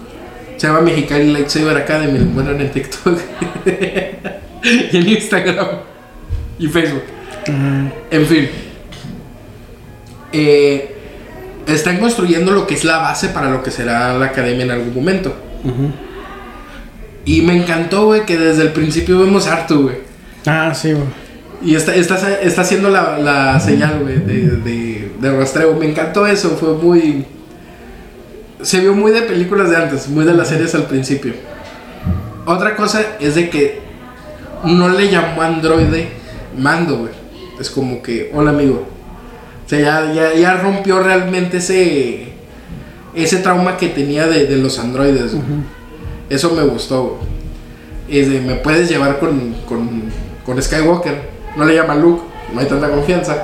A: Se llama Mexicali Lightsaber Academy. Bueno, en el TikTok. y en Instagram. Y Facebook.
B: Ajá.
A: En fin. Eh, están construyendo lo que es la base para lo que será la academia en algún momento.
B: Ujú.
A: Y me encantó, güey, que desde el principio vemos a Artu, güey.
B: Ah, sí, güey.
A: Y está, está, está haciendo la, la señal, güey, de, de, de rastreo. Me encantó eso, fue muy... Se vio muy de películas de antes, muy de las series al principio. Otra cosa es de que no le llamó androide mando, güey. Es como que, hola amigo. O sea, ya, ya, ya rompió realmente ese, ese trauma que tenía de, de los androides. güey. Eso me gustó, güey. Es de, me puedes llevar con, con, con Skywalker. No le llama Luke, no hay tanta confianza.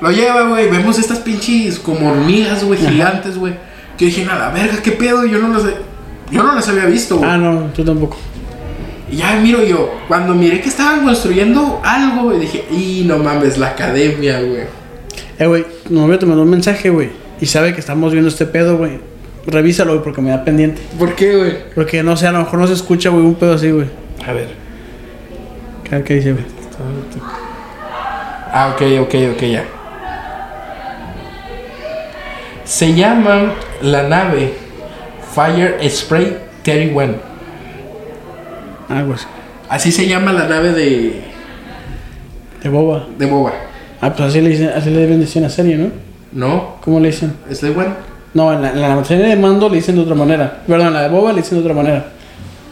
A: Lo lleva, güey. Vemos estas pinches como hormigas, güey, gigantes, güey. Que dije, a la verga, qué pedo. Yo no las, yo no las había visto, güey.
B: Ah, no, tú tampoco.
A: Y ya miro yo, cuando miré que estaban construyendo algo, güey, dije, y no mames, la academia, güey.
B: Eh, güey, mi novio te mandó un mensaje, güey. Y sabe que estamos viendo este pedo, güey. Revísalo, güey, porque me da pendiente.
A: ¿Por qué, güey?
B: Porque no sé, a lo mejor no se escucha, güey, un pedo así, güey.
A: A ver.
B: A ver qué dice, güey.
A: Ah, ok, ok, ok, ya. Se llama la nave Fire Spray 31.
B: Ah, güey.
A: Así se llama la nave de,
B: De boba.
A: de Boba.
B: Ah, pues así le dicen, así le deben decir en la serie, ¿no?
A: ¿No?
B: ¿Cómo le dicen?
A: ¿Slay One?
B: No, en la, en la serie de mando le dicen de otra manera. Perdón, en la de boba le dicen de otra manera.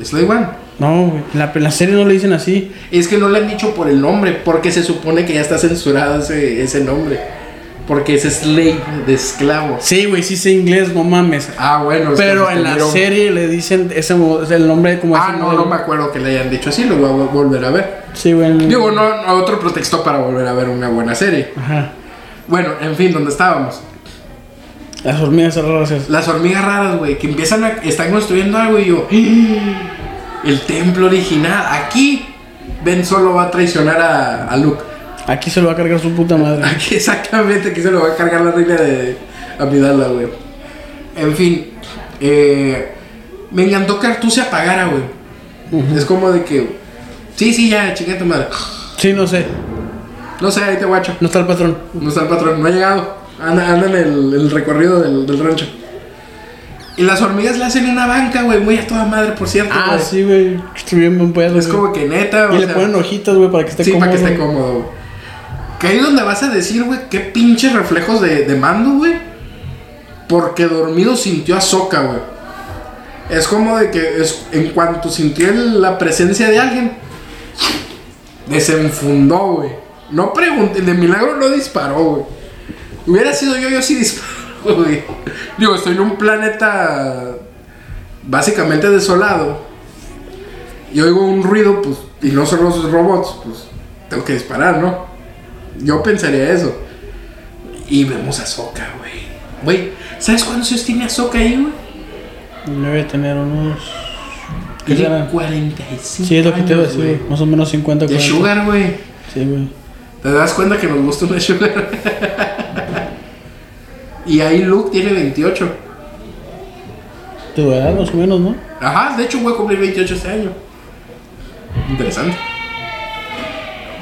A: ¿Slay One?
B: No, güey. En la, en la serie no le dicen así.
A: Es que no le han dicho por el nombre, porque se supone que ya está censurado ese, ese nombre. Porque es Slave de esclavo.
B: Sí, güey, sí sé inglés, no mames.
A: Ah, bueno. es que
B: Pero
A: se
B: en la
A: tuvieron-
B: serie pues, le dicen ese, mo- el nombre como
A: Ah,
B: ese
A: no,
B: modelo.
A: no me acuerdo que le hayan dicho así, lo voy a vo- volver a ver.
B: Sí, güey. en-
A: Digo, no, no, otro pretexto para volver a ver una buena serie.
B: Ajá.
A: Bueno, en fin, donde estábamos.
B: Las hormigas son raras. esas.
A: Las hormigas raras, güey, que empiezan a... Están construyendo algo y yo... ¡Ah! El templo original, aquí... Ben solo va a traicionar a, a Luke.
B: Aquí se lo va a cargar su puta madre.
A: Aquí exactamente, aquí se lo va a cargar la reina de Amidala, güey. En fin, eh, me encantó que Artu se apagara, güey. Es como de que... Sí, sí, ya, chica tu madre.
B: Sí, no sé.
A: No sé, ahí te guacho.
B: No está el patrón.
A: No está el patrón, no ha llegado. Anda, anda en el, el recorrido del, del rancho. Y las hormigas le hacen una banca, güey, muy a toda madre, por cierto.
B: Ah,
A: güey.
B: sí, güey. Estuvieron buen pedo.
A: Es
B: güey.
A: como que neta,
B: Y
A: o
B: le
A: sea,
B: ponen hojitas, güey, para que esté
A: Sí,
B: cómodo.
A: para que esté
B: güey.
A: cómodo. güey. Que ahí es donde vas a decir, güey, qué pinches reflejos de, de mando, güey. Porque dormido sintió a Soca, güey. Es como de que es, en cuanto sintió el- la presencia de alguien, desenfundó, güey. No pregunté, de milagro no disparó, güey. Hubiera sido yo, yo sí disparo, güey. Digo, estoy en un planeta básicamente desolado. Y oigo un ruido, pues, y no son los robots, pues, tengo que disparar, ¿no? Yo pensaría eso. Y vemos a Soca, güey. Güey, ¿sabes cuándo se tiene a Soca ahí, güey?
B: Le voy a tener unos. ¿Qué
A: Tiene
B: será?
A: 45
B: Sí, es lo que te iba a
A: años,
B: decir, güey. Más o menos 50
A: De
B: 40.
A: Sugar, güey.
B: Sí, güey.
A: ¿Te das cuenta que nos gusta una Sugar? y ahí Luke tiene 28.
B: Tu edad, más o menos, ¿no?
A: Ajá, de hecho voy a cumplir 28 este año. Interesante.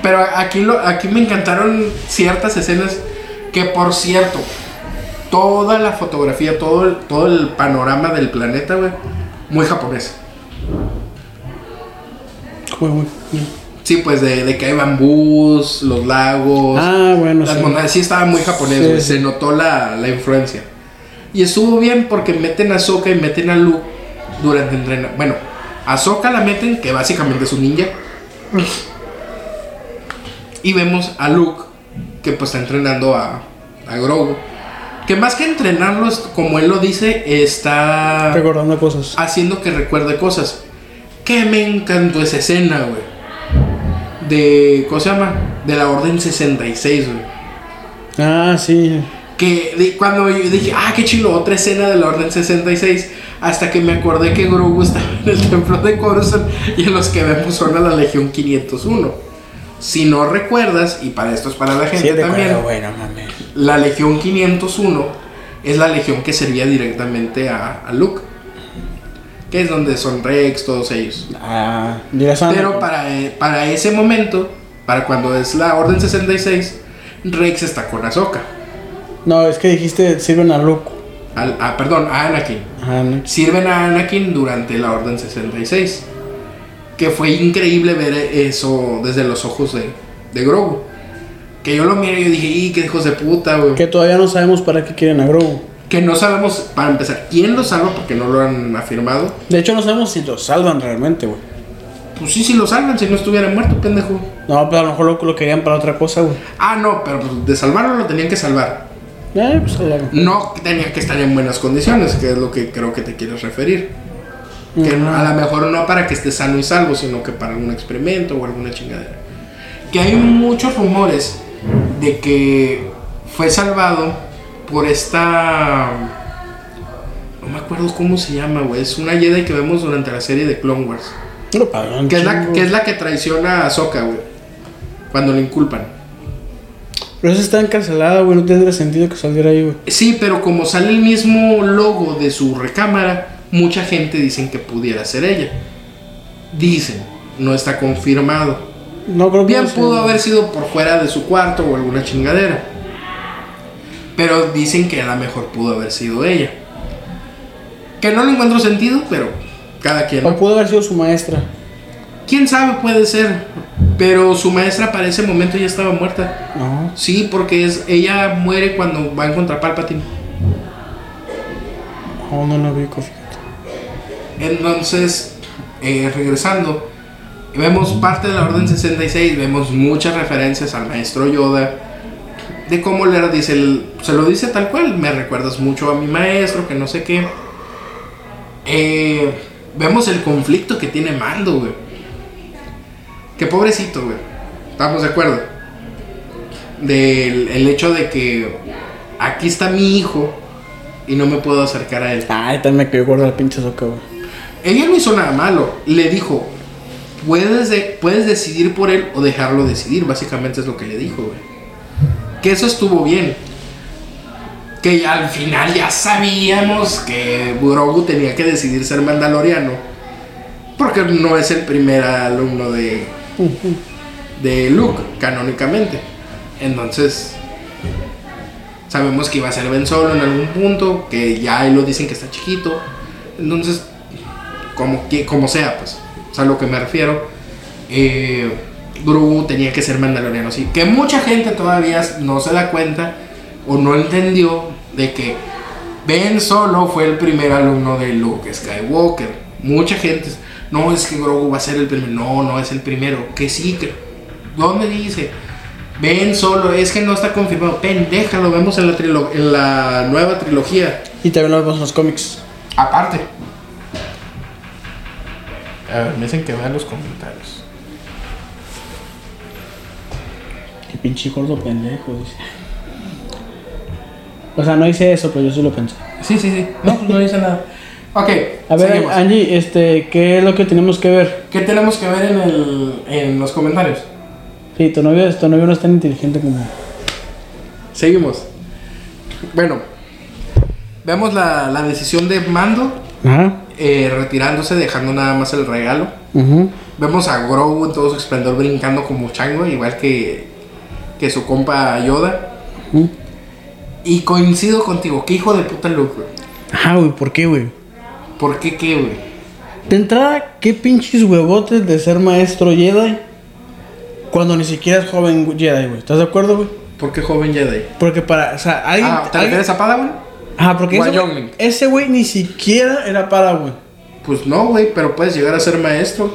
A: Pero a- aquí, lo, aquí me encantaron ciertas escenas que, por cierto, toda la fotografía, todo el, todo el panorama del planeta, güey, muy japonés.
B: Güey, güey.
A: Sí, pues de, de que hay bambús, los lagos,
B: Ah, bueno,
A: las
B: sí.
A: montañas. Sí, estaba muy japonés,
B: Sí,
A: güey,
B: sí.
A: se notó la, la influencia. Y estuvo bien porque meten a Soka y meten a Luke durante el entrenamiento. Bueno, a Soka la meten, que básicamente es un ninja. Y vemos a Luke, que pues está entrenando a, a Grogu. Que más que entrenarlo, es- como él lo dice, está
B: Recordando cosas.
A: haciendo que recuerde cosas. Que me encantó esa escena, güey. De, ¿cómo se llama? De la Orden 66, güey.
B: Ah, sí.
A: Que de- cuando yo dije, ah, qué chido, otra escena de la Orden 66. Hasta que me acordé que Grogu estaba en el templo de Coruscant y en los que vemos son a la Legión 501. Si no recuerdas, y para esto es para la gente
B: Sí,
A: también,
B: recuerdo, güey, no mames.
A: la Legión 501 es la legión que servía directamente a, a Luke. Que es donde son Rex, todos ellos.
B: Ah, dirás a-
A: Pero para, eh, para ese momento, para cuando es la Orden 66, Rex está con Ahsoka.
B: No, es que dijiste sirven a Luke.
A: Al- ah, perdón, a Anakin.
B: Ajá, no.
A: Sirven a Anakin durante la Orden 66. Que fue increíble ver eso desde los ojos de, de Grogu. Que yo lo miré y yo dije, ¡y qué hijos de puta, güey!
B: Que todavía no sabemos para qué quieren a Grogu.
A: Que no sabemos, para empezar, quién lo salva porque no lo han afirmado.
B: De hecho, no sabemos si lo salvan realmente, güey.
A: Pues sí, si lo salvan, si no estuviera muerto, pendejo.
B: No, pero a lo mejor lo, lo querían para otra cosa, güey.
A: Ah, no, pero pues, de salvarlo lo tenían que salvar.
B: Eh, pues allá.
A: No tenía que estar en buenas condiciones, que es lo que creo que te quieres referir. Que a lo mejor no para que esté sano y salvo, sino que para algún experimento o alguna chingadera. Que hay muchos rumores de que fue salvado por esta. No me acuerdo cómo se llama, güey. Es una Jedi que vemos durante la serie de Clone Wars.
B: Lo pagaron.
A: Que es la
B: chingo.
A: que, es la que traiciona a Sokka, güey. Cuando le inculpan.
B: Pero esa está encarcelada, güey. No tendría sentido que saliera ahí, güey.
A: Sí, pero como sale el mismo logo de su recámara, mucha gente dicen que pudiera ser ella. Dicen, no está confirmado.
B: No, creo que
A: Bien
B: no sé.
A: pudo haber sido por fuera de su cuarto o alguna chingadera. Pero dicen que a lo mejor pudo haber sido ella. Que no le encuentro sentido, pero cada quien.
B: O pudo haber sido su maestra.
A: Quién sabe, puede ser. Pero su maestra para ese momento ya estaba muerta.
B: No.
A: Sí, porque es, ella muere cuando va a encontrar Palpatine.
B: No, no lo vi, fíjate.
A: Entonces, eh, regresando, vemos parte de la Orden 66, vemos muchas referencias al maestro Yoda, de cómo le dice, el- se lo dice tal cual, me recuerdas mucho a mi maestro, que no sé qué. Eh, vemos el conflicto que tiene Mando, güey. Que pobrecito, güey. Estamos de acuerdo. Del el hecho de que aquí está mi hijo y no me puedo acercar a él.
B: Ay, también me quedó gorda la pinche soca, güey.
A: Ella no hizo nada malo. Le dijo, puedes, de- puedes decidir por él o dejarlo decidir. Básicamente es lo que le dijo, güey. Que eso estuvo bien. Que ya al final ya sabíamos que Grogu tenía que decidir ser mandaloriano. Porque no es el primer alumno de, de Luke, canónicamente. Entonces, sabemos que iba a ser Ben Solo en algún punto. Que ya ahí lo dicen que está chiquito. Entonces, como, que, como sea, pues, es a lo que me refiero. Eh, Grogu tenía que ser mandaloriano, sí. Que mucha gente todavía no se da cuenta o no entendió de que Ben Solo fue el primer alumno de Luke Skywalker. Mucha gente, no es que Grogu va a ser el primero, no, no es el primero, que sí, que... ¿Dónde dice? Ben Solo, es que no está confirmado. Pendeja, lo vemos en la, trilo- en la nueva trilogía.
B: Y también lo vemos en los cómics.
A: Aparte. A ver, me dicen que vean los comentarios.
B: El pinche gordo pendejo, dice. O sea, no hice eso, pero yo sí lo pensé.
A: Sí, sí, sí. No, pues no dice nada. Ok,
B: A ver,
A: seguimos.
B: Angie, este, ¿qué es lo que tenemos que ver?
A: ¿Qué tenemos que ver en, el, en los comentarios?
B: Sí, tu novio, tu novio no es tan inteligente como...
A: Seguimos. Bueno, vemos la, la decisión de Mando
B: Ajá.
A: eh, retirándose, dejando nada más el regalo. Vemos a Grogu en todo su esplendor brincando como chango, igual que, que su compa Yoda.
B: Ujú.
A: Y coincido contigo, qué hijo de puta Luke, güey.
B: Ajá, güey, ¿por qué, güey?
A: ¿Por qué qué, güey?
B: De entrada, ¿qué pinches huevotes de ser maestro Jedi? Cuando ni siquiera es joven Jedi, güey. ¿Estás de acuerdo, güey?
A: ¿Por qué joven Jedi?
B: Porque para, o sea, alguien...
A: Ah, ¿te
B: alguien-
A: refieres a Padawan?
B: Ajá, porque ese
A: Wyoming.
B: güey- ese güey ni siquiera era para, güey.
A: Pues no, güey, pero puedes llegar a ser maestro.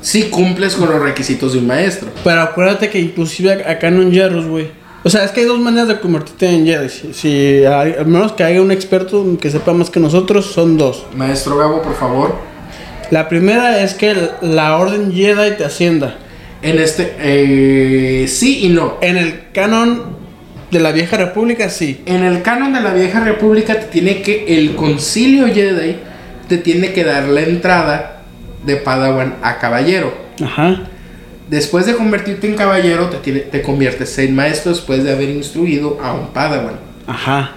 A: Si cumples con los requisitos de un maestro.
B: Pero acuérdate que inclusive ac- acá en un Jarrus, güey. O sea, es que hay dos maneras de convertirte en Jedi. Si, si hay- al menos que haya un experto que sepa más que nosotros, son dos.
A: Maestro Gabo, por favor.
B: La primera es que el- la Orden Jedi te ascienda.
A: En este. eh, sí y no.
B: En el canon de la vieja república, sí.
A: En el canon de la vieja república te tiene que el concilio Jedi te tiene que dar la entrada de Padawan a caballero.
B: Ajá.
A: Después de convertirte en caballero te, tiene- te conviertes en maestro después de haber instruido a un Padawan.
B: Ajá.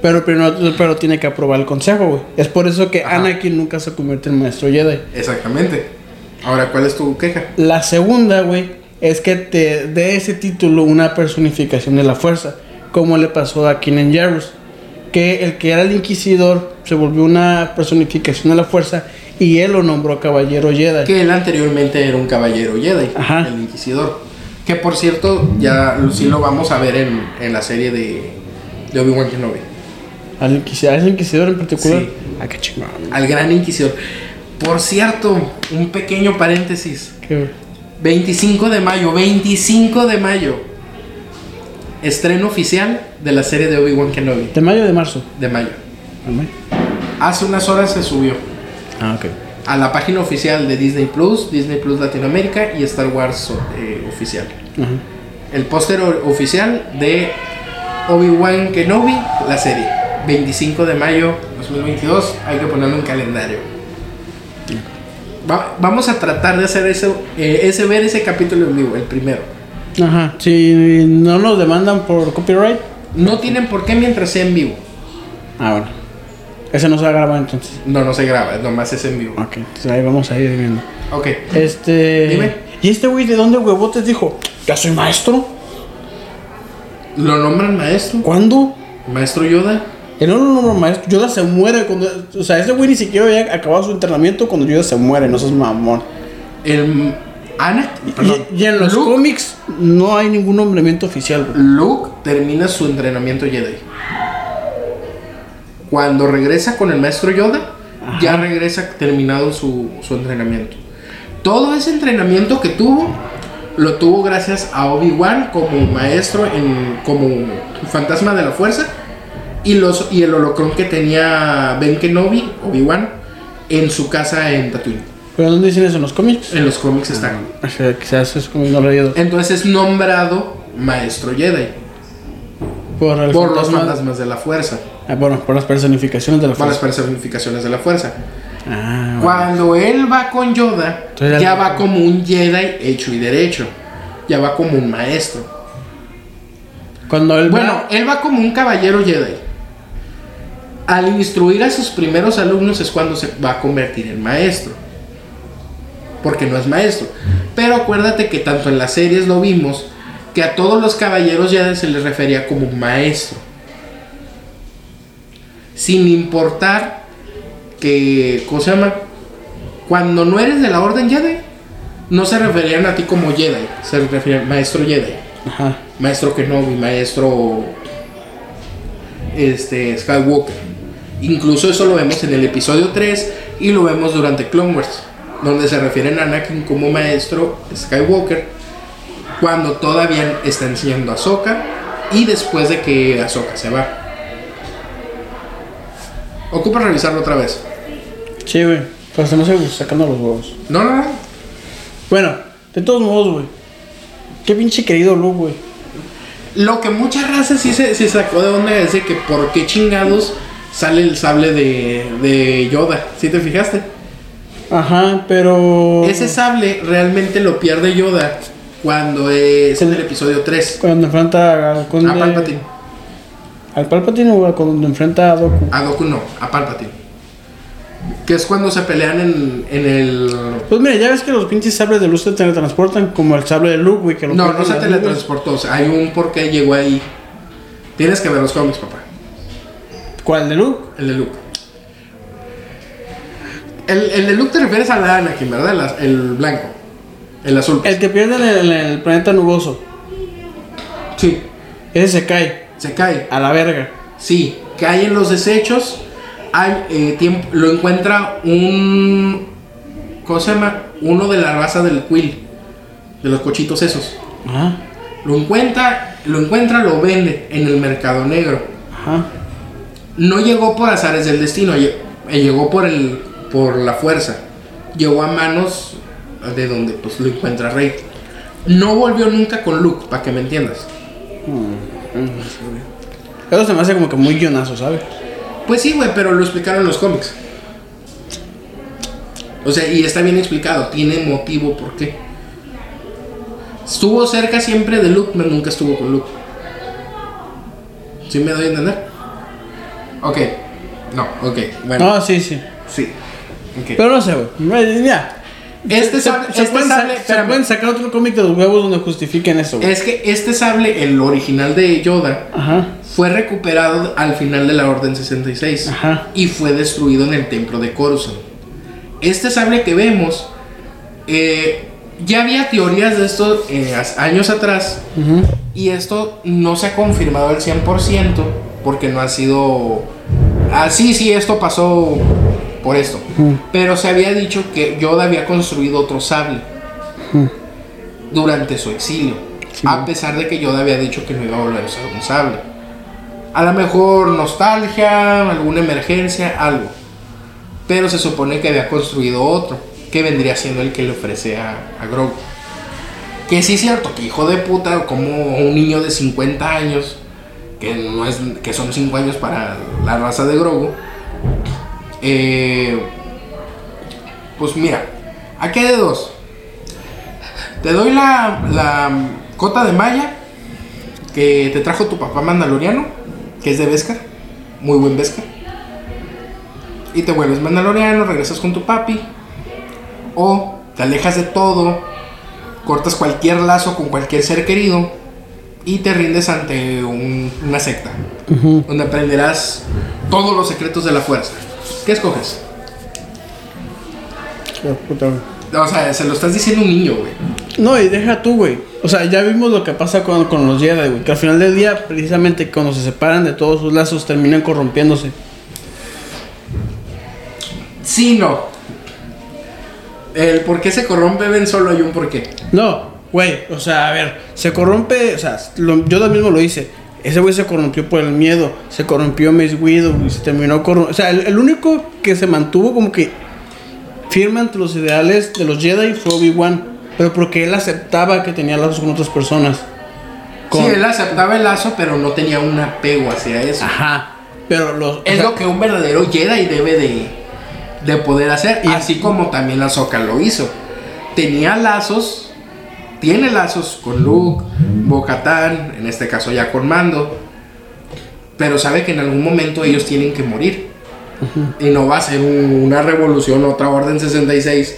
B: Pero primero pero tiene que aprobar el consejo, güey. Es por eso que
A: Ajá.
B: Anakin nunca se convierte en maestro Jedi.
A: Exactamente. Ahora, ¿cuál es tu queja?
B: La segunda, güey, es que te dé ese título una personificación de la fuerza, como le pasó a Kinen Jarrus, que el que era el inquisidor se volvió una personificación de la fuerza y él lo nombró caballero Jedi.
A: Que él anteriormente era un caballero Jedi,
B: Ajá.
A: el inquisidor. Que por cierto, ya lo- sí lo vamos a ver en, en la serie de, de Obi-Wan Kenobi.
B: Al inquisidor, al inquisidor en particular.
A: Sí.
B: Ah, qué chingón.
A: Al gran inquisidor. Por cierto, un pequeño paréntesis.
B: Qué-
A: 25 de mayo, 25 de mayo. Estreno oficial de la serie de Obi-Wan Kenobi
B: ¿De mayo o de marzo?
A: de mayo.
B: ¿De mayo?
A: Hace unas horas se subió
B: Ah, ok.
A: a la página oficial de Disney Plus, Disney Plus Latinoamérica y Star Wars eh, oficial.
B: Ajá.
A: El póster o- oficial de Obi-Wan Kenobi, la serie. 25 de mayo 2022, hay que ponerlo en calendario. Va- vamos a tratar de hacer eso, eh, ese, ver ese capítulo en vivo, el primero.
B: Ajá, si no nos demandan por copyright.
A: No tienen por qué mientras sea en vivo.
B: Ah, bueno. Ese no se va a grabar entonces.
A: No, no se graba, nomás es en vivo.
B: Ok, entonces ahí vamos a ir viendo.
A: Ok.
B: Este.
A: Dime.
B: ¿Y este güey de dónde huevotes dijo? Ya soy maestro.
A: ¿Lo nombran maestro?
B: ¿Cuándo?
A: ¿Maestro Yoda?
B: Él no, no, no, maestro. Yoda se muere cuando. O sea, ese güey ni siquiera había acabado su entrenamiento cuando Yoda se muere, no seas mamón.
A: ¿El Ana? Perdón.
B: Y, y en los
A: Luke,
B: cómics no hay ningún nombramiento oficial, güey.
A: Luke termina su entrenamiento Jedi. Cuando regresa con el maestro Yoda, ya regresa terminado su, su entrenamiento. Todo ese entrenamiento que tuvo, lo tuvo gracias a Obi-Wan como maestro, en, como fantasma de la fuerza, y, los, y el holocrón que tenía Ben Kenobi, Obi-Wan, en su casa en Tatooine.
B: ¿Pero dónde dicen eso? ¿En los cómics?
A: En los cómics está.
B: O sea, quizás es como no lo he leído.
A: Entonces es nombrado maestro Jedi
B: Por, el
A: por los
B: fantasma-
A: fantasmas de la fuerza.
B: Ah, bueno, por las personificaciones de la
A: Por las
B: fuerza.
A: personificaciones de la fuerza.
B: Ah, bueno.
A: Cuando él va con Yoda,
B: Entonces,
A: ya
B: ya-
A: va como un Jedi hecho y derecho. Ya va como un maestro.
B: Cuando él.
A: Bueno, él va como un caballero Jedi. Al instruir a sus primeros alumnos es cuando se va a convertir en maestro. Porque no es maestro. Pero acuérdate que tanto en las series lo vimos que a todos los caballeros Jedi se les refería como maestro. Sin importar que, ¿cómo se llama? Cuando no eres de la Orden Jedi, no se referían a ti como Jedi, se referían maestro Jedi.
B: Ajá.
A: Maestro Kenobi, Maestro este, Skywalker. Incluso eso lo vemos en el episodio 3 y lo vemos durante Clone Wars, donde se refieren a Anakin como Maestro Skywalker cuando todavía está enseñando a Ahsoka y después de que Ahsoka se va. Ocupa revisarlo otra vez.
B: Sí, güey. Pues se me hace sacando los huevos.
A: No, no, no.
B: Bueno, de todos modos, güey. Qué pinche querido Luke, güey.
A: Lo que mucha raza sí se, se sacó de onda es de que por qué chingados sale el sable de, de Yoda. ¿Sí te fijaste?
B: Ajá, pero.
A: Ese sable realmente lo pierde Yoda cuando eh, es en el episodio 3.
B: Cuando enfrenta al conde.
A: A Palpatine.
B: Al Palpatine o al- cuando enfrenta a Doku.
A: A Goku no, a Palpatine. Que es cuando se pelean en, en el...
B: Pues mira, ya ves que los pinches sables de luz se teletransportan como el sable de Luke, güey. Que lo
A: No,
B: cortan
A: no se
B: las nubes.
A: teletransportó. o sea, hay un por qué llegó ahí. Tienes que ver los cómics, papá.
B: ¿Cuál de Luke?
A: El de Luke. El, el de Luke te refieres a la Anakin, ¿verdad? El az- el blanco. El azul.
B: El que pierde en el, en el planeta nuboso.
A: Sí,
B: Ese se cae.
A: se cae.
B: A la verga.
A: Sí, cae en los desechos. Hay, eh, tiemp- lo encuentra un. ¿Cómo se llama? Uno de la raza del Quill. De los cochitos esos.
B: Ajá.
A: Lo encuentra, lo encuentra, lo vende en el mercado negro.
B: Ajá.
A: No llegó por azares del destino, lle- eh, llegó por el, por la fuerza. Llegó a manos de donde pues lo encuentra Rey. No volvió nunca con Luke, para que me entiendas.
B: Eso se me hace como que muy guionazo, ¿sabes?
A: Pues sí, güey, pero lo explicaron en los cómics. O sea, y está bien explicado, tiene motivo por qué. Estuvo cerca siempre de Luke, pero nunca estuvo con Luke. ¿Sí me doy a entender? Ok. No, ok. Bueno,
B: No, sí, sí.
A: sí. Ok.
B: Pero no sé, güey. Ya.
A: Este
B: Se,
A: sable,
B: se
A: este
B: pueden, sa-
A: sable,
B: se
A: espérame.
B: pueden sacar otro cómic de los huevos donde justifiquen eso, güey.
A: es que este sable, el original de Yoda,
B: Ajá.
A: fue recuperado al final de la Orden 66
B: Ajá.
A: y fue destruido en el templo de Coruscant. Este sable que vemos, eh, ya había teorías de esto eh, as- años atrás y esto no se ha confirmado al 100% porque no ha sido... Ah, sí, sí, esto pasó por esto. Pero se había dicho que Yoda había construido otro sable durante su exilio. A pesar de que Yoda había dicho que no iba a volver a usar un sable. A lo mejor nostalgia, alguna emergencia, algo. Pero se supone que había construido otro, que vendría siendo el que le ofrece a, a Grogu. Que sí es cierto, que hijo de puta, como un niño de 50 años, que, no es, que son 5 años para la raza de Grogu. eh, pues mira, aquí hay de dos. Te doy la, la cota de malla que te trajo tu papá mandaloriano, que es de Vescar, muy buen Vescar. Y te vuelves mandaloriano, regresas con tu papi, o te alejas de todo, cortas cualquier lazo con cualquier ser querido y te rindes ante un- una secta, donde aprenderás todos los secretos de la fuerza. ¿Qué escoges?
B: Qué puta, güey.
A: O sea, se lo estás diciendo a un niño, güey.
B: No, y deja tú, güey. O sea, ya vimos lo que pasa con, con los Jedi, güey. Que al final del día, precisamente cuando se separan de todos sus lazos, terminan corrompiéndose.
A: Sí, no. El por qué se corrompe, ven, solo hay un porqué.
B: No, güey. O sea, a ver, se corrompe. O sea, lo- yo también lo hice. Ese güey se corrompió por el miedo. Se corrompió Mace Widow y se terminó corrompiendo. O sea, el, el único que se mantuvo como que firme ante los ideales de los Jedi fue Obi-Wan. Pero porque él aceptaba que tenía lazos con otras personas. Con-
A: Sí, él aceptaba el lazo, pero no tenía un apego hacia eso.
B: Ajá. Pero los. o
A: es
B: sea,
A: lo que un verdadero Jedi debe de, de poder hacer.
B: Y-
A: así como también la Soca lo hizo. Tenía lazos, tiene lazos con Luke, Bocatán, en este caso ya con Mando. Pero sabe que en algún momento ellos tienen que morir. Y no va a ser un- una revolución, otra Orden 66,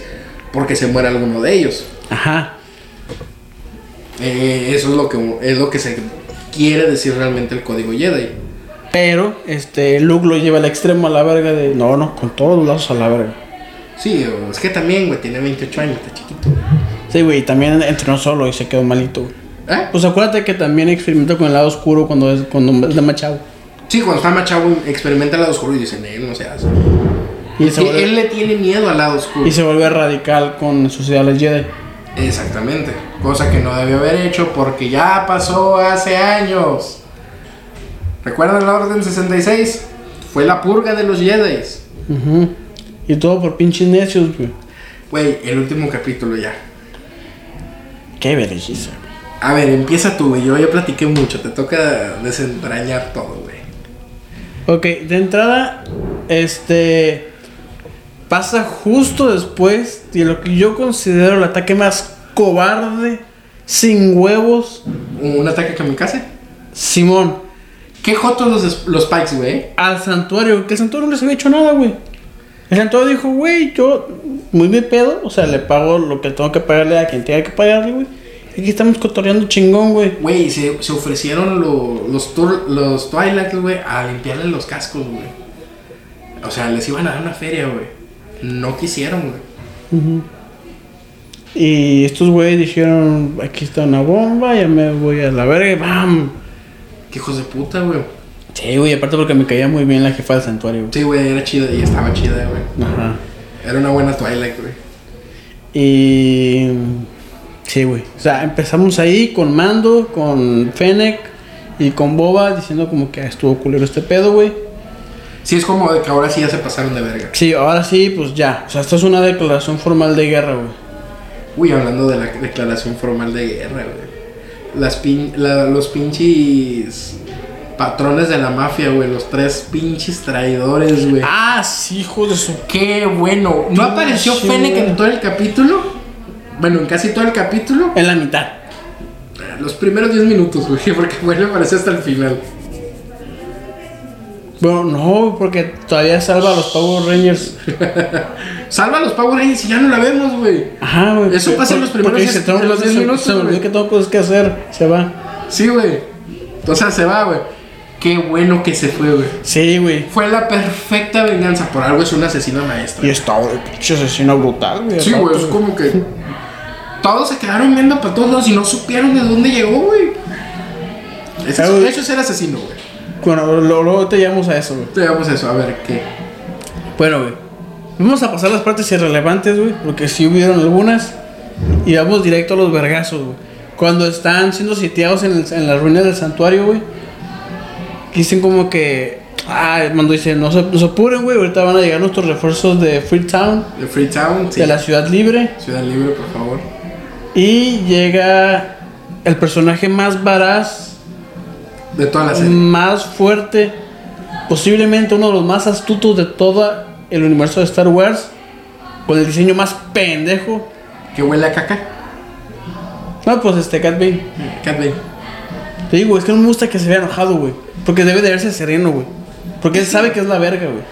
A: porque se muera alguno de ellos.
B: Ajá.
A: Eh, eso es lo que es lo que se quiere decir realmente el código Jedi.
B: Pero, este, Luke lo lleva al extremo a la verga de. No, no, con todos los lazos a la verga.
A: Sí, o- es que también, güey, tiene 28 años, está chiquito.
B: Sí, güey, y también entrenó solo y se quedó malito, güey.
A: ¿Eh?
B: Pues acuérdate que también experimentó con el lado oscuro cuando es, cuando es de machado.
A: Sí, cuando está más chavo, experimenta el lado oscuro y dicen, él no se hace.
B: Y
A: Es
B: se,
A: que
B: vuelve,
A: él le tiene miedo al lado oscuro.
B: y se vuelve radical con sus ideales Jedi.
A: Exactamente. Cosa que no debió haber hecho porque ya pasó hace años. ¿Recuerdan la Orden 66? Fue la purga de los Jedi.
B: Ujú. Y todo por pinches necios, güey.
A: Güey, el último capítulo ya.
B: Qué vergüenza.
A: A ver, empieza tú, güey. Yo ya platiqué mucho. Te toca desentrañar todo, güey.
B: Ok, de entrada, este. Pasa justo después de lo que yo considero el ataque más cobarde, sin huevos,
A: ¿Un ataque kamikaze?
B: Simón.
A: ¿Qué jotos los, es- los Pikes, güey?
B: al santuario, que el santuario no les había hecho nada, güey. El santuario dijo, güey, yo muy mi pedo, o sea, le pago lo que tengo que pagarle a quien tenga que pagarle, güey. Aquí estamos cotorreando chingón, güey.
A: Güey, se, se ofrecieron lo- los, tur- los Twilights, güey, a limpiarle los cascos, güey. O sea, les iban a dar una feria, güey. No quisieron, güey.
B: Y estos güeyes dijeron, aquí está una bomba, ya me voy a la verga, y bam.
A: Qué hijos de puta, güey.
B: Sí, güey, aparte porque me caía muy bien la jefa del santuario, güey.
A: Sí, güey, era chida y estaba chida, güey.
B: Ajá.
A: Era una buena Twilight, güey.
B: Y. Sí, güey. O sea, empezamos ahí con Mando, con Fennec y con Boba diciendo como que "Ah, estuvo culero este pedo, güey.
A: Sí, es como de que ahora sí ya se pasaron de verga.
B: Sí, ahora sí, pues ya. O sea, esto es una declaración formal de guerra, güey.
A: Uy, hablando de la declaración formal de guerra, güey. las pin- la- los pinches patrones de la mafia, güey. Los tres pinches traidores, güey.
B: Ah, sí, hijo de su.
A: Qué bueno. No apareció
B: Pinche,
A: Fennec
B: güey.
A: en todo el capítulo. Bueno, en casi todo el capítulo.
B: En la mitad.
A: Los primeros 10 minutos, güey. Porque, güey, le apareció hasta el final.
B: Bueno, no, porque todavía salva a los Power Rangers.
A: Salva a los Power Rangers y ya no la vemos, güey.
B: Ajá, güey.
A: Eso
B: por-
A: pasa en los
B: porque
A: primeros
B: dice,
A: diez-
B: tengo
A: en los
B: cosas-
A: diez minutos,
B: Se me olvidó
A: güey.
B: que tengo cosas que hacer. Se va.
A: Sí, güey. O sea, se va, güey. Qué bueno que se fue, güey.
B: Sí, güey.
A: Fue la perfecta venganza. Por algo es una asesina maestra.
B: Y está, güey, pinche asesino brutal, güey.
A: Sí,
B: al
A: güey,
B: rato,
A: es como que. Todos se quedaron viendo para todos lados y no supieron de dónde llegó, güey. Ese
B: Ah, güey.
A: es- Eso es ser asesino, güey.
B: Bueno, lo- luego te llamamos a eso, güey.
A: Te damos eso, a ver qué.
B: Bueno, güey. Vamos a pasar las partes irrelevantes, güey. Porque sí hubieron algunas. Y vamos directo a los vergazos, güey. Cuando están siendo sitiados en, el- en las ruinas del santuario, güey. Dicen como que. Ah, cuando dicen, no se, no se apuren, güey. Ahorita van a llegar nuestros refuerzos de Freetown,
A: De Freetown, sí.
B: de la ciudad libre.
A: Ciudad Libre, por favor.
B: Y llega el personaje más varaz,
A: De toda la serie.
B: más fuerte, posiblemente uno de los más astutos de todo el universo de Star Wars, con el diseño más pendejo.
A: Que huele a caca.
B: No, pues este Cat Bane.
A: Cat Bane.
B: Te digo, es que no me gusta que se vea enojado, güey. Porque debe de verse sereno, güey. Porque él sabe que es la verga, güey.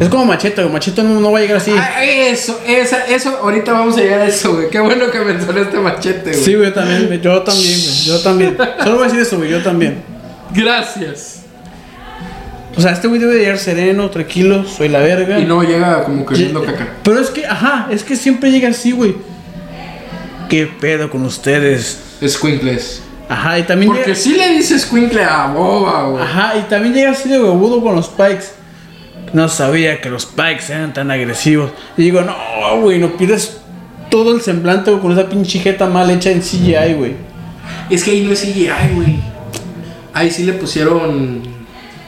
B: Es como Machete, güey. Machete no, no va a llegar así.
A: Ah, eso, esa, eso, ahorita vamos a llegar a eso, güey. Qué bueno que mencionaste este machete, güey.
B: Sí, güey, yo también, güey. Yo también, güey. Yo también. Solo voy a decir eso, güey. Yo también.
A: Gracias.
B: O sea, este güey debe de llegar sereno, tranquilo. Soy la verga.
A: Y no llega como que
B: Ye-
A: viendo caca.
B: Eh, Pero es que, ajá, es que siempre llega así, güey. ¿Qué pedo con ustedes?
A: Squinkles.
B: Ajá, y también
A: Porque
B: llega,
A: sí le dice Squinkle a Boba, güey.
B: ajá, y también llega así de huevudo con los Pikes. No sabía que los Pikes eran tan agresivos. Y digo, no, güey, no pierdes todo el semblante güey, con esa pinche jeta mal hecha en CGI, güey.
A: Es que ahí no es CGI, güey. Ahí sí le pusieron.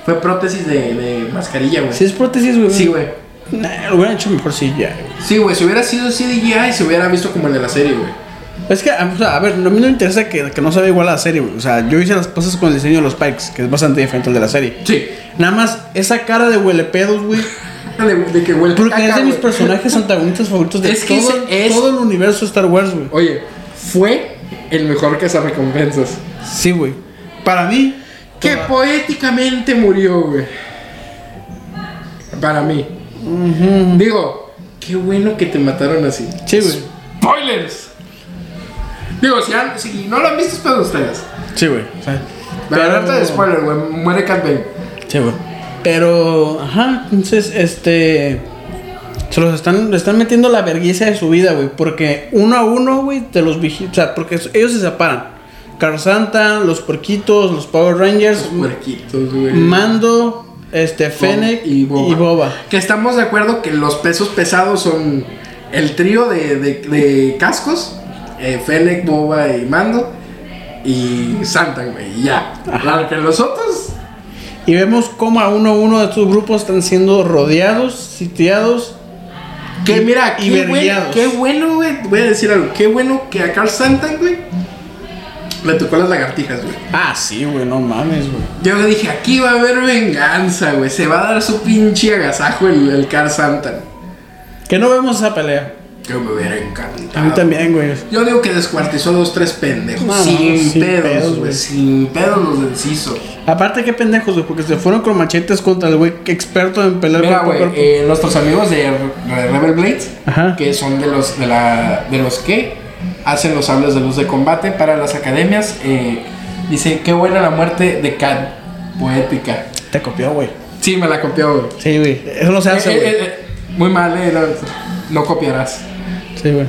A: Fue prótesis de, de mascarilla, güey.
B: Si es prótesis, güey.
A: Sí, güey.
B: Nah, lo hubieran hecho mejor CGI, güey.
A: Sí, güey. Si hubiera sido CGI, se hubiera visto como el de la serie, güey.
B: Es que, o sea, a ver, no- a mí no me interesa que, que no se vea igual a la serie, güey. O sea, yo hice las cosas con el diseño de los Pikes, que es bastante diferente al de la serie.
A: Sí.
B: Nada más esa cara de huelepedos, güey.
A: De, de que huele.
B: Porque
A: caca,
B: es de mis
A: güey.
B: personajes antagonistas favoritos de
A: Es que
B: todo,
A: ese es-
B: todo el universo Star Wars, güey.
A: Oye, fue el mejor cazarrecompensas. Ah.
B: Sí, güey. Para mí,
A: Que poéticamente murió, güey. Para mí. Digo, qué bueno que te mataron así.
B: sí, güey.
A: ¡Spoilers! Digo, si, han- si no lo han visto es para ustedes.
B: Sí, güey. O sea,
A: Pero alerta de spoiler, güey. Muere Cat Bane.
B: Sí, güey. Pero, ajá, entonces, este. Se los están, le están metiendo la vergüenza de su vida, güey. Porque uno a uno, güey, te los vigilan. O sea, porque ellos se separan. Carl Santa, los porquitos, los Power Rangers,
A: Puerquitos, güey.
B: Mando, este, Fennec
A: y Boba.
B: Y Boba.
A: Que estamos de acuerdo que los pesos pesados son el trío de, de, de cascos: eh, Fennec, Boba y Mando. Y Santa, güey. y Ya. Claro que los otros.
B: Y vemos cómo a uno a uno de estos grupos están siendo rodeados, sitiados.
A: Que
B: Y-
A: mira, qué
B: y
A: bueno,
B: vergueados.
A: qué bueno, güey. Voy a decir algo. Qué bueno que a Carl Santan, güey, le tocó las lagartijas, güey.
B: Ah, sí, güey, no mames, güey.
A: Yo le dije, aquí va a haber venganza, güey. Se va a dar su pinche agasajo el, el Carl Santan.
B: Que no vemos esa pelea.
A: Que me hubiera
B: A
A: encantado.
B: mí también, güey.
A: Yo digo que descuartizó dos, tres pendejos.
B: No, no,
A: sin,
B: sin pedos,
A: pedos,
B: güey.
A: güey. Sin pedos los del CISO.
B: Aparte, qué pendejos, güey, porque se fueron con machetes contra el güey que experto en pelear
A: Mira,
B: cuerpo a
A: güey,
B: cuerpo.
A: eh, nuestros amigos de Re- Re- Rebel Blades,
B: Ajá.
A: que son de los, de, la, de los que hacen los sables de luz de combate para las academias, eh, dice, qué buena la muerte de Cat, poética.
B: Te copió, güey.
A: Sí, me la copió, güey.
B: Sí, güey. Eso no se hace,
A: Eh,
B: güey.
A: eh, eh, muy mal, eh, no, no copiarás.
B: Sí, güey.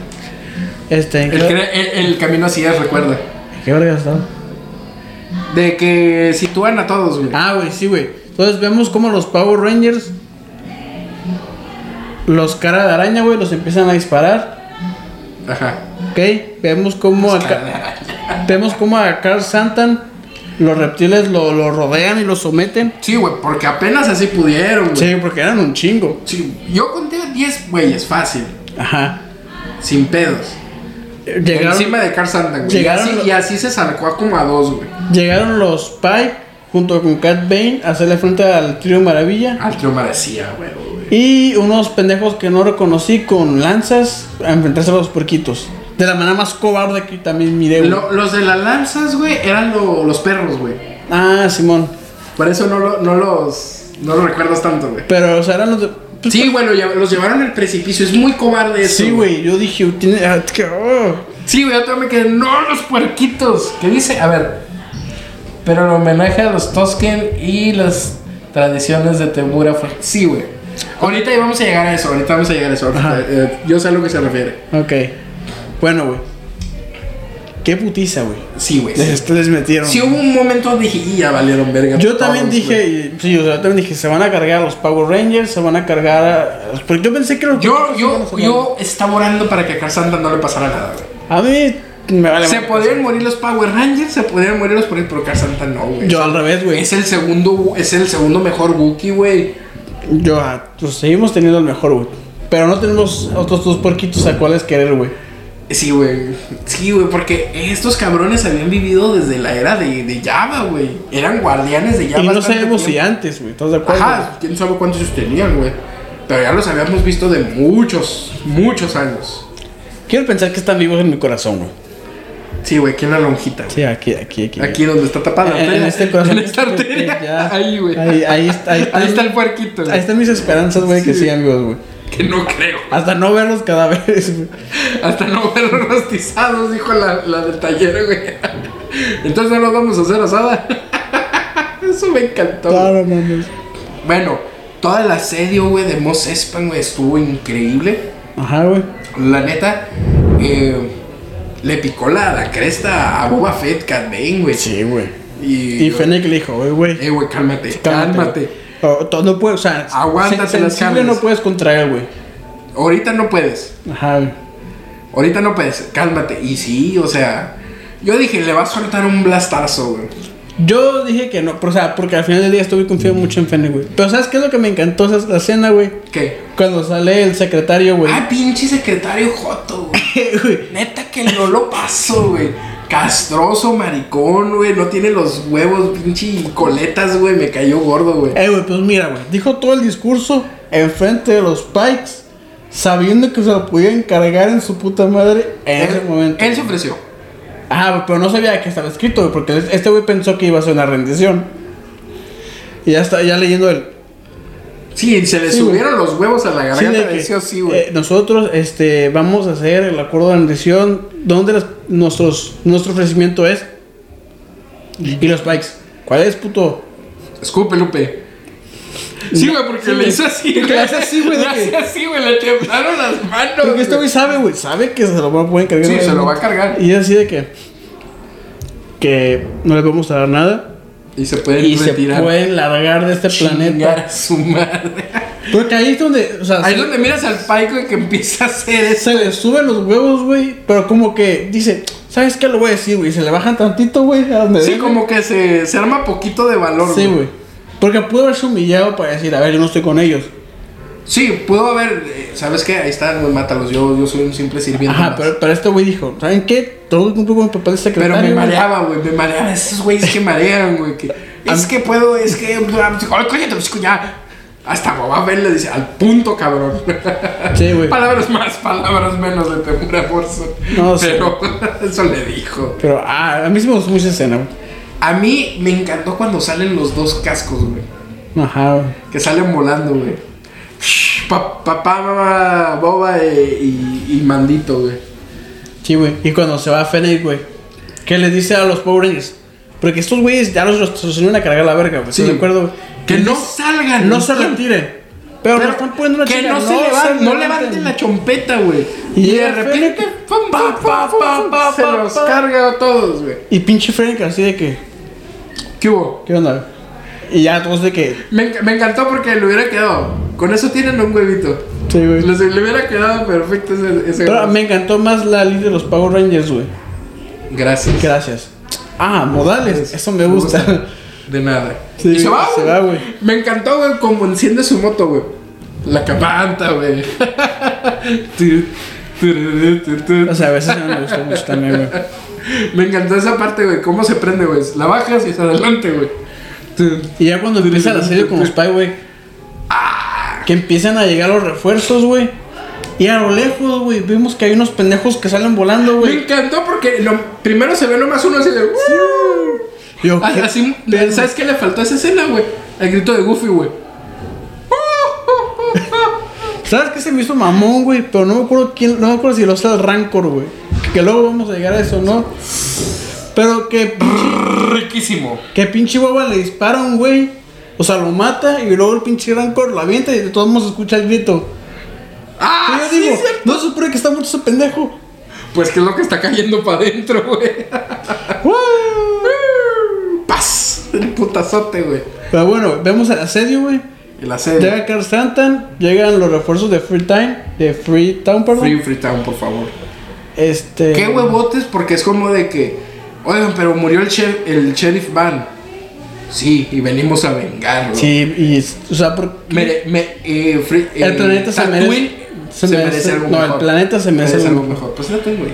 B: Este,
A: eh, El,
B: ¿qué,
A: cre- el- el camino así es, recuerda.
B: qué verga estaba?
A: De que sitúan a todos, güey.
B: Ah, güey, sí, güey. Entonces vemos cómo los Power Rangers, los cara de araña, güey, los empiezan a disparar.
A: Ajá.
B: Ok, vemos cómo al ca- Vemos como a Carl Santan los reptiles lo, lo rodean y lo someten.
A: Sí, güey, porque apenas así pudieron, güey.
B: Sí, porque eran un chingo.
A: Sí, yo conté 10 güeyes, fácil,
B: Ajá.
A: sin pedos.
B: Llegaron,
A: Encima de Carl Sandman, güey. Y
B: Llegaron
A: así,
B: los-
A: y así se zancó como a dos, güey.
B: llegaron los Pike junto con Cat Bane a hacerle frente al trío Maravilla.
A: Al tío Marecía, güey, güey.
B: Y unos pendejos que no reconocí con lanzas a enfrentarse a los puerquitos. De la manera más cobarde que también miré. güey.
A: Lo- los de las lanzas, güey, eran lo- los perros, güey.
B: Ah, Simón.
A: Por eso no, lo- no los no lo recuerdas tanto, güey.
B: Pero, o sea, eran los de.
A: Sí, güey, lo lle- los llevaron al precipicio. Es muy cobarde eso.
B: Sí, güey, yo dije, tiene. ah, que- oh.
A: Sí, güey, yo todavía me quedé. No, los puerquitos. ¿Qué dice? A ver.
C: Pero el homenaje a los Tosken y las tradiciones de Temura fue.
A: Sí, güey. Ahorita vamos a llegar a eso. Ahorita vamos a llegar a eso. ahorita, eh, yo sé a lo que se refiere.
B: Ok. Bueno, güey. Qué putiza, güey.
A: Sí, güey.
B: Les,
A: Sí.
B: les metieron.
A: Sí, hubo un momento dije, y ya valieron verga.
B: Yo también
A: todos,
B: dije,
A: güey.
B: y- sí, o sea, yo también dije, se van a cargar a los Power Rangers, se van a cargar a... Porque yo pensé que los...
A: Yo, yo, yo estaba orando para que a Carl Sandman no le pasara nada, güey.
B: A mí me vale...
A: Se
B: madre.
A: podrían morir los Power Rangers, se podrían morir los Power pero Carl Sandman no, güey.
B: Yo al revés, güey.
A: Es el segundo, es el segundo mejor Wookiee, güey.
B: Yo, ah, pues seguimos teniendo el mejor, güey. Pero no tenemos otros dos puerquitos a cuales querer, güey.
A: Sí, güey. Sí, güey, porque estos cabrones habían vivido desde la era de, de Java, güey. Eran guardianes de Java.
B: Y no
A: bastante
B: sabemos si
A: tiempo.
B: antes, güey. ¿Estás de acuerdo?
A: Ajá, quién sabe cuántos ellos tenían, güey. Pero ya los habíamos visto de muchos, muchos años.
B: Quiero pensar que están vivos en mi corazón, güey.
A: Sí, güey, aquí en la lonjita.
B: Sí, aquí, aquí, aquí.
A: Aquí donde está tapada la
B: En- en
A: arteria.
B: este corazón.
A: En esta arteria.
B: Ya.
A: Ahí, güey.
B: Ahí, ahí está, ahí, está,
A: Ahí está el puerquito, güey.
B: Ahí están mis esperanzas, güey, que
A: Sí.
B: sigan vivos, güey.
A: Que no creo.
B: Hasta no ver los cadáveres, güey.
A: Hasta no verlos rostizados, dijo la, la del taller, güey. Entonces no los vamos a hacer asada. Eso me encantó. güey.
B: Claro, mames.
A: Bueno, todo el asedio, güey, de Mos Espan, güey, estuvo increíble.
B: Ajá, güey.
A: La neta, eh, le picó la, la cresta a Boba Fett, Cat Bane, güey.
B: Sí, güey.
A: Y,
B: Y Fennec le dijo, "Oye, güey,
A: Eh, güey, cálmate,
B: cálmate.
A: cálmate.
B: güey. O- to- no puedes, o sea,
A: Aguántate
B: sen-
A: las
B: sensible
A: carnes.
B: no puedes contraer, güey.
A: Ahorita no puedes,
B: Ajá, güey.
A: ahorita no puedes, cálmate. Y sí, o sea, yo dije, le va a soltar un blastazo, güey.
B: Yo dije que no, pero, o sea, porque al final del día estuve confiado mucho en Fennec, güey. Pero ¿sabes qué es lo que me encantó esa la escena, güey?
A: ¿Qué?
B: Cuando sale el secretario, güey.
A: Ah, pinche secretario Joto, güey.
B: Pues güey.
A: Neta que no lo paso, güey. Castroso, maricón, güey. No tiene los huevos, pinche coletas, güey. Me cayó gordo, güey.
B: Eh, güey, pues mira, güey. Dijo todo el discurso enfrente de los Pikes, sabiendo que se lo podían cargar en su puta madre en ese
A: Él-
B: momento.
A: Él se ofreció.
B: Ah, güey, pero no sabía que estaba escrito, güey, porque este güey pensó que iba a ser una rendición. Y ya está, ya leyendo el.
A: Sí, se le
B: Sí,
A: subieron los huevos a la
B: Sí, de
A: garganta.
B: que,
A: Sí, sí, güey.
B: eh, nosotros este, vamos a hacer el acuerdo de rendición donde las- nuestros, nuestro ofrecimiento es. Y los Pikes. ¿Cuál es, puto?
A: Escupe, Lupe. Sí, güey, porque
B: sí,
A: le
B: güey.
A: hizo así, güey.
B: Le hace así, güey, de
A: Le
B: que-
A: hace así, güey. Le temblaron las manos.
B: Porque este
A: güey.
B: güey sabe, güey. Sabe que se lo van a poder cargar.
A: Sí, se lo va a
B: güey.
A: cargar.
B: Y es así de que. Que no les vamos a dar nada.
A: Y se pueden
B: Y se
A: retirar.
B: pueden largar de este
A: Chingar
B: planeta.
A: a su madre.
B: Porque ahí es donde. O sea,
A: Ahí es
B: se-
A: donde miras al Paico y que empieza a hacer eso.
B: Se le suben los huevos, güey. Pero como que dice, ¿sabes qué? Lo voy a decir, güey. Se le bajan tantito, güey. a donde
A: Sí,
B: debe.
A: como que se, se arma poquito de valor,
B: Sí, güey. Porque pudo haberse humillado para decir, a ver, yo no estoy con ellos.
A: Sí, pudo haber, eh, ¿sabes qué? Ahí están, güey, mátalos. Yo, yo soy un simple sirviente.
B: Ajá,
A: más.
B: pero, pero este güey dijo, ¿saben qué? Tengo que cumplir con mi papel de secretario.
A: Pero me
B: güey".
A: mareaba, güey. Me mareaba. Esos güeyes que marean, güey. que, es que puedo, es que. Ay, cállate, pues, ya. Hasta Boba Fett le dice, al punto, cabrón.
B: Sí, güey.
A: palabras más, palabras menos de Temura Morso.
B: No, sí.
A: Pero eso le dijo.
B: Pero ah, a mí sí me gustó mucho esa escena, güey.
A: A mí me encantó cuando salen los dos cascos, güey.
B: Ajá, güey.
A: Que salen volando, güey. Pa- Papá, mamá, Boba eh, y, y Mandito, güey.
B: Sí, güey. Y cuando se va a Fennec, güey, ¿qué le dice a los Power Rangers? Porque estos güeyes ya los retrocedieron a cargar la verga, güey. Sí,
A: Sí.
B: de acuerdo.
A: Que no salgan.
B: No se
A: ¿quién?
B: retiren. Pero, no están poniendo la
A: que
B: chinga,
A: no, se levan-
B: se
A: no levanten la chompeta, güey.
B: Y
A: Y de
B: llega
A: repente,
B: Fennec,
A: pum, pa, pa, pa, pa, se
B: pa,
A: los
B: pa.
A: carga a todos, güey.
B: Y pinche Frank así de que,
A: ¿Qué hubo?
B: ¿qué onda? Y ya todos de que,
A: Me, enc- me encantó porque le hubiera quedado. Con eso tienen un huevito.
B: sí, güey.
A: Les- le hubiera quedado perfecto ese, ese
B: Pero
A: huevo.
B: me encantó más la lead de los Power Rangers, güey.
A: Gracias.
B: Gracias. Ah, modales, eso me gusta.
A: De nada.
B: Sí,
A: y se va,
B: se
A: güey.
B: va, güey.
A: Me encantó, güey, como enciende su moto, güey. La capanta, güey. Tu- O
B: O sea, a veces no me gusta mucho también, güey.
A: Me encantó esa parte, güey. ¿Cómo se prende, güey? La bajas y es adelante, güey. Tun,
B: Y ya cuando empieza la serie con Spy, güey. ah, Que empiezan a llegar los refuerzos, güey. Y a lo lejos, güey, vemos que hay unos pendejos que salen volando,
A: Me
B: güey.
A: encantó porque lo- primero se ve nomás uno así de. "Woo".
B: Yo,
A: Ah,
B: ¿qué?
A: Así, ¿Sabes qué le faltó a esa escena, güey? El grito de Goofy, güey.
B: ¿Sabes qué se me hizo mamón, güey? Pero no me acuerdo quién, no me acuerdo si lo hace el Rancor, güey. Que luego vamos a llegar a eso, ¿no? Pero que,
A: Riquísimo.
B: que pinche guagua le disparan, güey. O sea, lo mata y luego el pinche Rancor lo avienta y de todos modos escucha el grito.
A: ¡Ah!
B: Y yo
A: sí,
B: digo,
A: cierto.
B: no se supone que está muerto ese pendejo.
A: Pues que es lo que está cayendo para adentro, güey. ¡Paz! El putazote, güey.
B: Pero bueno, vemos el asedio, güey.
A: El asedio.
B: Llega Carl Stanton, llegan los refuerzos de Free Time, de Free Town, perdón.
A: Free Free Town, por favor.
B: Este.
A: Qué huevotes, porque es como de que. Oigan, pero murió el, sheriff- el sheriff Van. Sí, y venimos a vengarlo.
B: Sí, y es- o sea, por-
A: Mere- me- eh, Free-
B: el
A: eh,
B: planeta se
A: Tatooine Se,
B: merece.
A: merece algo
B: no,
A: mejor.
B: el planeta se merece, algo mejor.
A: Pues no tengo, güey.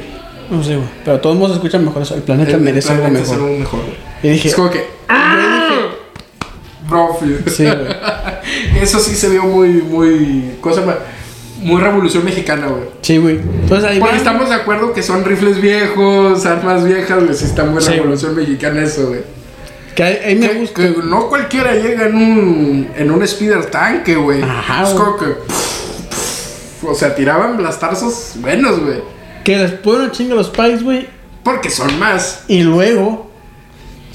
B: No sé, güey. Pero todos nos escuchan mejor eso. El planeta
A: El- el
B: merece algo
A: planeta es
B: mejor.
A: algo mejor, güey.
B: Y dije,
A: Es como que. Bro,
B: sí, güey.
A: Eso sí se vio muy, muy. Cosa más. Muy revolución mexicana, güey.
B: Sí, güey. Entonces ahí
A: Porque
B: van,
A: estamos de acuerdo que son rifles viejos, armas viejas, güey. Sí, está muy
B: Sí,
A: revolución mexicana eso, güey.
B: Que ahí, ahí me
A: Que,
B: gusta.
A: que no cualquiera llega en un. En un speeder tanque, güey.
B: Ajá,
A: Es
B: güey.
A: como que. pff, pff, O sea, tiraban blastazos buenos, güey.
B: Que les ponen una chinga a los Pikes, güey.
A: Porque son más.
B: Y luego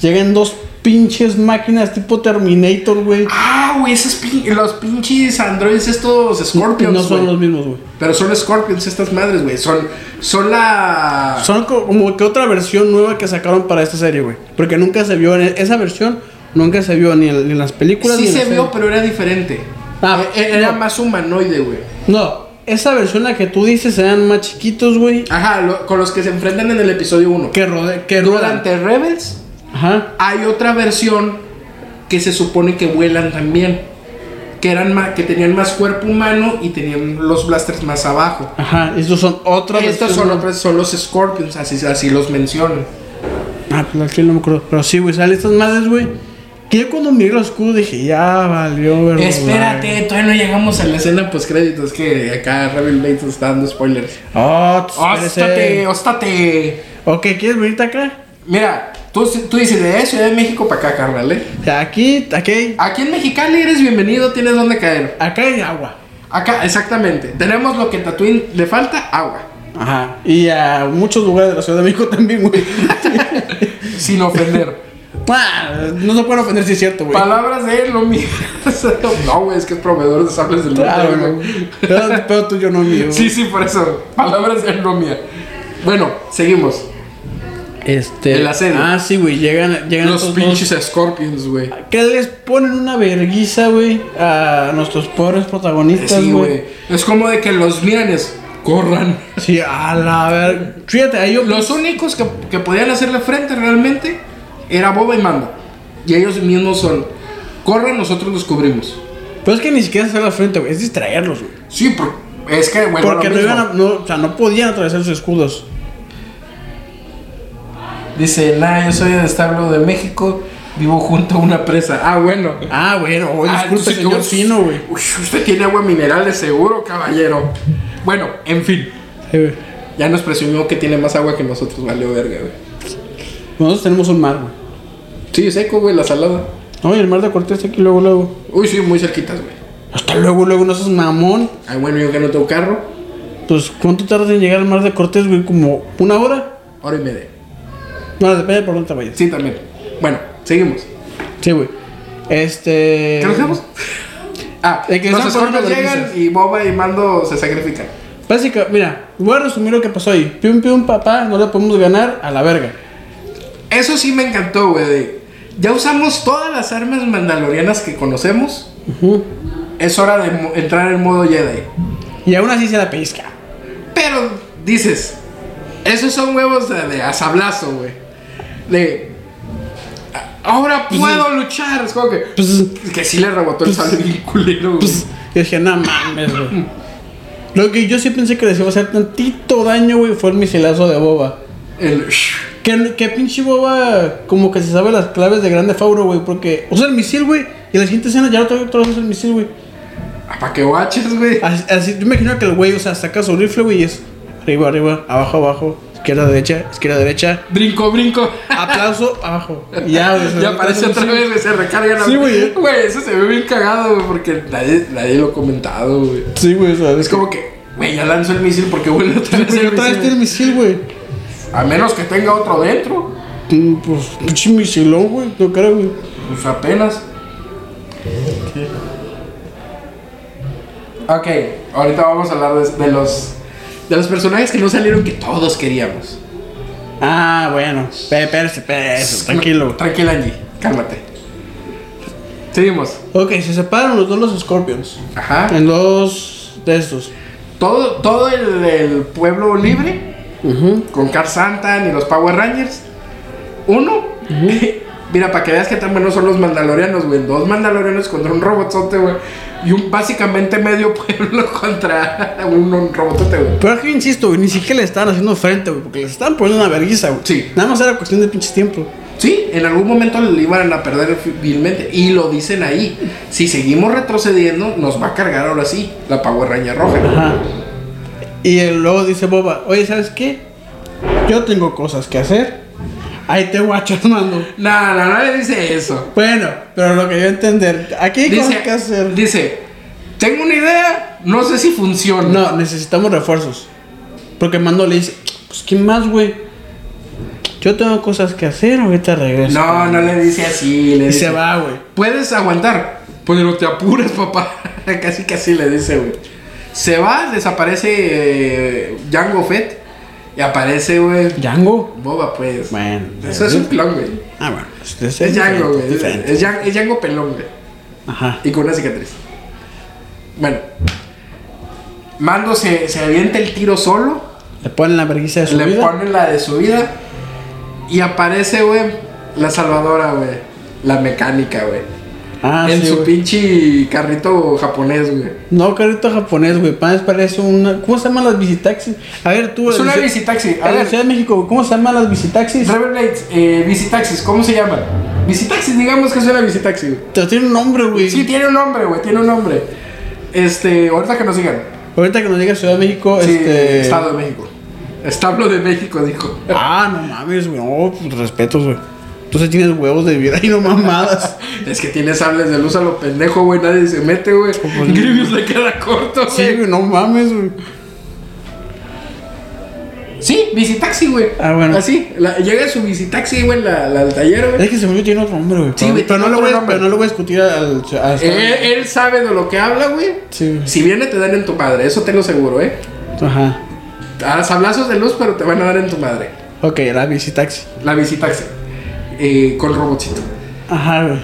B: llegan dos pinches máquinas tipo Terminator, güey.
A: Ah, güey, esos pin- los pinches androides, estos Scorpions.
B: no son
A: güey.
B: los mismos, güey.
A: Pero son Scorpions estas madres, güey. Son, son la.
B: Son co- como que otra versión nueva que sacaron para esta serie, güey. Porque nunca se vio en e- esa versión, nunca se vio ni en, ni en las películas.
A: sí
B: ni en
A: se
B: la
A: vio,
B: serie.
A: pero era diferente.
B: Ah,
A: E- era
B: no.
A: más humanoide, güey.
B: No, esa versión la que tú dices eran más chiquitos, güey.
A: Ajá, lo- con los que se enfrentan en el episodio 1.
B: Que rode, que ruedan.
A: Durante Rebels
B: Ajá.
A: hay otra versión que se supone que vuelan también. Que, eran ma- que tenían más cuerpo humano y tenían los blasters más abajo.
B: Ajá, estos son otra
A: Estos
B: versión,
A: son,
B: ¿no?
A: otras- son los Scorpions, así, así los mencionan.
B: Ah, pues aquí no me acuerdo. Pero sí, güey, salen estas madres, güey. Que yo cuando miré los escudos dije, ya valió, verdad.
A: Espérate, todavía no llegamos a la escena post créditos que acá Rebel Bates está dando spoilers.
B: Oh, t-
A: ¡Óstate!
B: espérese.
A: ¡Óstate!
B: Ok, ¿quieres venirte acá?
A: Mira, tú, tú dices de Ciudad de México para acá, carnal, ¿eh?
B: Aquí, aquí,
A: Aquí en Mexicali eres bienvenido, tienes donde caer.
B: acá hay agua.
A: Acá, exactamente. Tenemos lo que a Tatooine le falta, agua.
B: Ajá. Y a muchos lugares de la Ciudad de México también, güey.
A: Sin ofender.
B: Ah, no se pueden ofender si es cierto, güey.
A: Palabras de él, no mías. No, güey, es que es proveedor de sables del
B: Ah,
A: norte,
B: bueno.
A: güey.
B: Pero, pero tuyo no mío.
A: Sí, sí, por eso. Palabras de él, no mías. Bueno, seguimos.
B: Este.
A: El asedio.
B: Ah, sí, güey. Llegan, llegan
A: Los
B: estos
A: pinches Scorpions, güey.
B: dos Que les ponen una verguiza, güey, a nuestros pobres protagonistas,
A: Sí, güey.
B: güey.
A: Es como de que los miran y es, corran.
B: Sí, a la ver. Fíjate, ahí yo.
A: Los únicos que, que podían hacerle frente realmente era Boba y Mando. Y ellos mismos son. Corran, nosotros los cubrimos.
B: Pero es que ni siquiera hacer la frente, güey. Es distraerlos, güey.
A: Sí, por- es que, bueno,
B: Porque
A: lo
B: no
A: mismo.
B: iban a. No, o sea, no podían atravesar sus escudos.
D: Dice, nah, yo soy del establo de México, vivo junto a una presa. Ah, bueno.
B: Ah, bueno, oh,
A: Ah,
B: disculpe,
A: entonces,
B: señor
A: ¿cómo?
B: fino, güey.
A: Uy, usted tiene agua mineral de seguro, caballero. Bueno, en fin.
B: Sí, güey.
A: Ya nos presumió que tiene más agua que nosotros, valió verga, güey.
B: Nosotros tenemos un mar, güey.
A: Sí, seco, güey, la salada.
B: No, y el mar de Cortés está aquí luego, luego.
A: Uy, sí, muy cerquitas, güey.
B: Hasta luego, luego, no seas mamón.
A: Ah, bueno, yo que no tengo carro,
B: Pues, ¿cuánto tardas en llegar al mar de Cortés, güey? ¿Como una hora?
A: hora y media.
B: No, depende de por dónde te vayas.
A: Sí, también. Bueno, seguimos.
B: Sí, güey. Este.
A: ¿Qué nos quedamos? Ah,
B: El que
A: los
B: están poniendo
A: Scorpions llegan
B: vergüenzas.
A: y Boba y Mando se sacrifican.
B: Básica, mira, voy a resumir lo que pasó ahí. Pium, pium, papá, no le podemos ganar a la verga.
A: Eso sí me encantó, güey. de, Ya usamos todas las armas mandalorianas que conocemos. Es hora de mo- entrar en modo Jedi.
B: Y aún así se la pellizca.
A: Pero dices, esos son huevos de, de a sablazo, güey. De. "A- Ahora puedo luchar. Es como que.
B: Pues,
A: que sí le rebotó el sable bien culero, güey.
B: pues, yo dije, no mames, güey. Lo que yo sí pensé que les iba a hacer tantito daño, güey, fue el misilazo de Boba.
A: El.
B: Que, que pinche boba, como que se sabe las claves de Grande Fauro, güey. Porque usa el misil, güey. Y la siguiente escena ya lo trae otra vez el misil, güey.
A: ¿Para que guaches, güey?
B: Así, así- yo me imagino que el güey, o sea, saca su rifle, güey, y es arriba, arriba, abajo, abajo, izquierda, derecha, izquierda, derecha,
A: Brinco, brinco.
B: aplauso, abajo. Y ya, güey. se
A: Ya
B: lo
A: aparece
B: trae
A: otra
B: el misil.
A: vez, güey, se recarga la.
B: Sí, güey.
A: Güey, eso se ve bien cagado, güey, porque nadie, nadie lo ha comentado, güey.
B: Sí, güey, o sea,
A: Es como que, güey, ya lanzó el misil porque vuelve otra vez
B: Pero
A: el
B: otra vez
A: misil.
B: tiene el misil, güey.
A: A menos que tenga otro dentro.
B: Mm, Pues, pinche misilón, güey, no creo, güey.
A: Pues apenas. Ok, ahorita vamos a hablar de, de los. De los personajes que no salieron que todos queríamos.
B: Ah, bueno. Pe- Espérese, espérese, tranquilo, güey.
A: Tranquila, Angie. Cálmate. Seguimos.
B: Ok, se separan los dos los Scorpions.
A: Ajá.
B: En dos de estos.
A: Todo, todo el, el pueblo libre, con Car Santa y los Power Rangers. Uno, mira, para que veas que tan buenos son los mandalorianos, güey. Dos mandalorianos contra un robotzote, güey. Y un básicamente medio pueblo contra un, un robotote, güey.
B: Pero es que insisto, güey, ni siquiera le estaban haciendo frente, güey, porque les estaban poniendo una vergüenza, güey.
A: Sí.
B: Nada más era cuestión de pinches tiempo.
A: Sí, en algún momento le iban a perder vilmente. Y lo dicen ahí. Si seguimos retrocediendo, nos va a cargar ahora sí la Power Ranger roja.
B: Ajá. Y él luego dice Boba, oye, ¿sabes qué? Yo tengo cosas que hacer. Ahí te guacho, Armando.
A: No, no, no le dice eso.
B: Bueno, pero lo que yo entender, aquí hay cosas
A: Dice,
B: que hacer.
A: dice, tengo una idea, no sé si funciona.
B: No, necesitamos refuerzos. Porque Mando le dice, pues, ¿quién más, güey? Yo tengo cosas que hacer, ahorita regreso.
A: No, no le dice así, le
B: Y
A: dice,
B: se va, güey.
A: puedes aguantar, pero te apuras, papá. casi, casi le dice, güey. Se va, desaparece eh, Jango Fett y aparece, güey,
B: Django.
A: Boba, pues.
B: Bueno.
A: Eso es un pelón, güey.
B: Ah, bueno. pues,
A: Es Django,
B: diferente,
A: güey. Es,
B: diferente.
A: es Jan- es Django pelón, güey.
B: Ajá.
A: Y con una cicatriz. Bueno. Mando se, se avienta el tiro solo.
B: Le ponen la vergüenza de su
A: Le
B: vida.
A: ponen la de su vida y aparece, güey, la salvadora, güey. La mecánica, güey.
B: Ah,
A: en
B: sí,
A: su
B: güey.
A: pinche carrito japonés, güey.
B: No, carrito japonés, güey. Pan, parece una. ¿Cómo se llaman las visitaxis? A ver, tú.
A: Es una
B: en-
A: visitaxi. A
B: en la
A: ver,
B: Ciudad de México, ¿cómo se llaman las visitaxis?
A: Reverblades, eh, visitaxis, ¿cómo se llaman? Visitaxis, digamos que es una visitaxi, güey.
B: Te tiene un nombre, güey.
A: Sí, tiene un nombre, güey, tiene un nombre. Este, ahorita que nos digan.
B: Ahorita que nos llega Ciudad de México,
A: Sí,
B: este.
A: Estado de México. Establo de México, dijo.
B: Ah, no mames, güey. No, pues, respetos, güey. Tú sí tienes huevos de vivir ahí, no mamadas.
A: Es que tiene sables de luz a lo pendejo, güey. Nadie se mete, güey. Grievous le queda corto, güey.
B: sí, güey, no mames, güey.
A: Sí, visitaxi, güey.
B: Ah, bueno. Eh.
A: Así, la- llega su visitaxi, güey, la, la del taller, güey.
B: Es que se me tiene otro nombre, güey.
A: Sí, güey,
B: Pero, no
A: tiene
B: lo
A: otro
B: voy a-
A: nombre. Eh,
B: pero no lo voy a discutir al. al-
A: Él, él sabe de lo que habla, güey.
B: Sí, güey.
A: Si viene, te dan en tu madre, eso te lo seguro, ¿eh?
B: Ajá.
A: A sablazos de luz, pero te van a dar en tu madre.
B: Ok, la visitaxi.
A: La visitaxi. Eh, con robotcito.
B: Ajá, güey.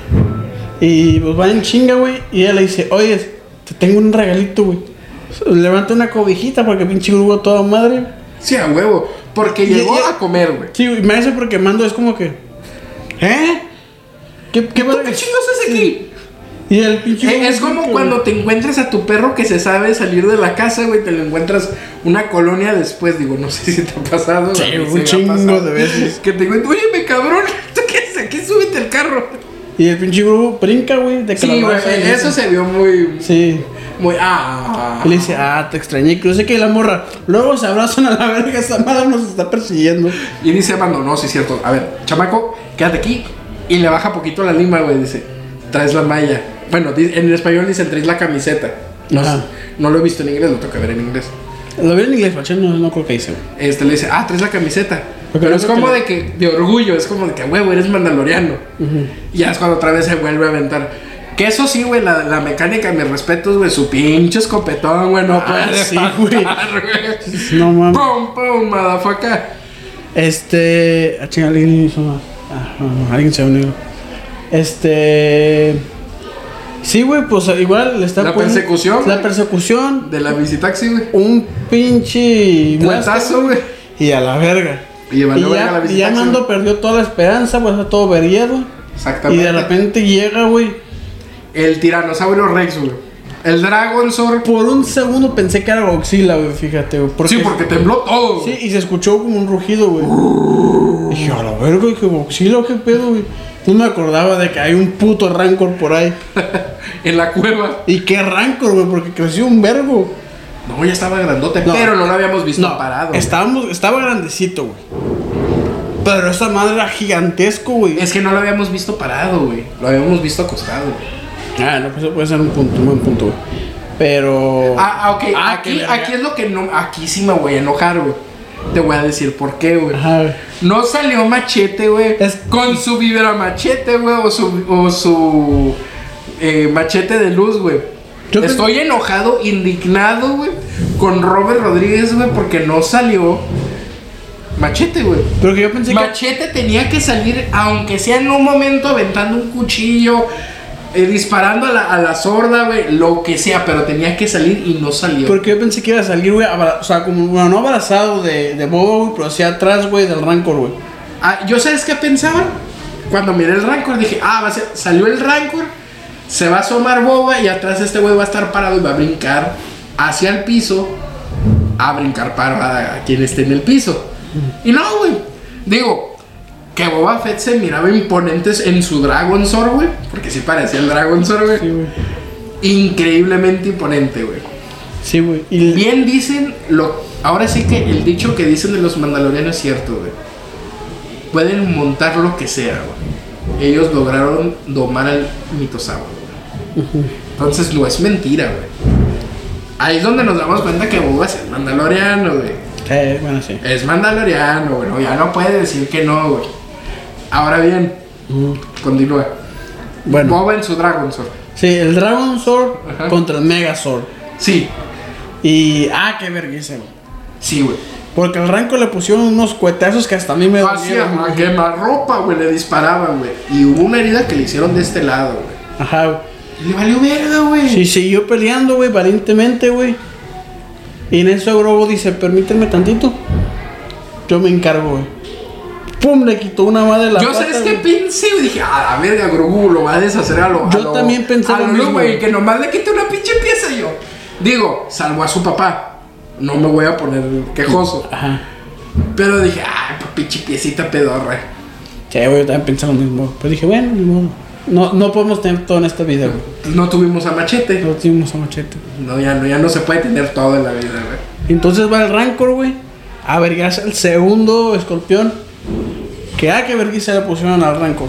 B: Y pues va en chinga, güey. Y ella le dice, oye, te tengo un regalito, güey. Levanta una cobijita porque pinche grupo toda madre.
A: Sí, a huevo. Porque
B: Y-
A: llegó
B: y-
A: a comer, güey.
B: Sí, güey, me hace porque mando es como que. ¿Eh? ¿Qué, qué,
A: ¿Tú qué chingos haces aquí?
B: Y el pinche
A: Eh,
B: grupo
A: es como
B: que-
A: cuando te encuentras a tu perro que se sabe salir de la casa, güey. Te lo encuentras una colonia después. Digo, no sé si te ha pasado.
B: Sí,
A: a mí se
B: un
A: me ha
B: chingo
A: pasado.
B: de veces.
A: Que te encuentras, oye, me cabrón. ¿Tú qué haces aquí? Súbete el carro.
B: Y el pinche grupo brinca, güey. De que
A: Sí,
B: lo
A: güey,
B: abraza y le
A: eso
B: dice-
A: se vio muy.
B: Sí.
A: Muy. Ah.
B: Y le dice, ah, te extrañé. Que yo sé que la morra. Luego se abrazan a la verga. Esa madre nos está persiguiendo.
A: Y dice Mando, no, sí es cierto. A ver, chamaco, quédate aquí. Y le baja poquito la lima, güey. Dice, traes la malla. Bueno, di- en español dicen, traes la camiseta. No,
B: Ajá.
A: sé, no lo he visto en inglés, lo tengo que ver en inglés.
B: Lo vi en inglés, macho. No, no creo que hice, güey.
A: Este le dice, ah, traes la camiseta.
B: Porque
A: Pero
B: no
A: es
B: creo
A: como
B: que
A: de que, de orgullo, es como de que, huevo, eres mandaloriano. Y ya es cuando otra vez se vuelve a aventar. Que eso sí, güey, la, la mecánica, mis respetos, güey, su pinche escopetón, güey, no
B: Ah,
A: puede
B: sí,
A: faltar,
B: güey.
A: güey.
B: No mames.
A: Pum, pum, motherfucker.
B: Este. Ah, chinga, alguien hizo más. Ah, no, no, alguien se unió. Este. Sí, güey, pues igual le está
A: La
B: poniendo-
A: persecución,
B: La
A: güey.
B: persecución.
A: De la visitaxi, güey.
B: Un pinche. blaster,
A: Guantazo, güey.
B: Y a la verga.
A: Y
B: Y
A: llevando a la
B: ya, y
A: visitaxi.
B: ya Mando perdió toda la esperanza, pues está todo averiado. Y
A: Exactamente.
B: de repente llega, güey.
A: El tiranosaurio Rex, güey. El Dragon Sword.
B: Por un segundo pensé que era Godzilla, güey, fíjate, güey. Porque,
A: Sí, porque tembló todo.
B: Sí, y se escuchó como un rugido, güey. Dije, a la verga, que Godzilla, qué pedo, güey. No me acordaba de que hay un puto Rancor por ahí.
A: En la cueva.
B: Y qué Rancor, güey, porque creció un vergo.
A: No, ya estaba grandote,
B: No.
A: pero no lo habíamos visto parado. güey.
B: estábamos, estaba grandecito, güey. Pero esa madre era gigantesco, güey.
A: Es que no lo habíamos visto parado, güey. Lo habíamos visto acostado.
B: Ah, no, pues eso puede ser un punto, un buen punto, güey. Pero.
A: Ah, ah, ok.
B: Ah,
A: aquí,
B: que la-
A: aquí es lo que no. Aquí sí me voy a enojar, güey. Te voy a decir por qué, güey.
B: Ajá, güey.
A: No salió machete, güey.
B: Es-
A: Con su vibra machete, güey. O su, o su eh, machete de luz, güey.
B: Yo creo-
A: Estoy enojado, indignado, güey. Con Robert Rodríguez, güey. Porque no salió machete, güey.
B: Pero que yo pensé que.
A: Machete tenía que salir, aunque sea en un momento, aventando un cuchillo, eh, disparando a la, a la sorda, güey, lo que sea, pero tenía que salir y no salió.
B: Porque yo pensé que iba a salir, güey, abra- o sea, como, bueno, no abrazado de, de Boba, güey, pero hacia atrás, güey, del Rancor, güey.
A: Ah, Yo sabes qué pensaba cuando miré el Rancor, dije, ah, va a ser, salió el Rancor, se va a asomar boba y atrás este güey va a estar parado y va a brincar hacia el piso, a brincar para a quien esté en el piso. Y no, güey, digo, que Boba Fett se miraba imponente en su Dragon Sword, güey, porque sí parecía el Dragon Sword, güey.
B: Sí, güey.
A: Increíblemente imponente, güey.
B: Sí, güey. Y
A: Bien dicen lo. Ahora sí que el dicho que dicen de los mandalorianos es cierto, güey. Pueden montar lo que sea, güey. Ellos lograron domar al mitosauro, güey. Entonces no es mentira, güey. Ahí es donde nos damos cuenta que Boba es el mandaloriano, güey.
B: Eh, bueno, sí.
A: Es mandaloriano, güey. no, Ya no puede decir que no, güey. Ahora bien, continúa.
B: Bueno.
A: Boba en su Dragon Sword.
B: Sí, el Dragon Sword
A: Ajá.
B: contra el Mega Sword.
A: Sí,
B: Y, ah, qué vergüenza, güey.
A: sí, güey.
B: Porque al Rancor le pusieron unos cuetazos que hasta a mí me
A: Hacía
B: dolieron, güey.
A: a ropa, güey, le disparaban, güey. Y hubo una herida que le hicieron de este lado, güey.
B: Ajá, güey.
A: Y Le valió verga, güey.
B: Sí, siguió peleando, güey, valientemente, güey. Y en eso Grobo dice, permíteme tantito. Yo me encargo, güey. Pum, le quitó una madre de la
A: Yo
B: pata,
A: sabes qué
B: güey.
A: pensé, y dije, a la verga, Grogu, lo va a deshacer a lo.
B: Yo
A: a lo-
B: también pensé
A: a
B: lo mismo,
A: güey,
B: güey.
A: que nomás le quite una pinche pieza yo. Digo, salvó a su papá. No me voy a poner quejoso.
B: Ajá.
A: Pero dije, ay, pa- pinche piecita pedorra.
B: Sí, güey, yo también pensaba lo mismo. Pero dije, bueno, ni modo. No, no podemos tener todo en esta vida, güey.
A: Pues No tuvimos a Machete.
B: No tuvimos a machete.
A: No, ya no, ya no se puede tener todo en la vida, güey.
B: Entonces va el Rancor, güey. A vergas el segundo escorpión. Que a que vergüenza le pusieron al Rancor.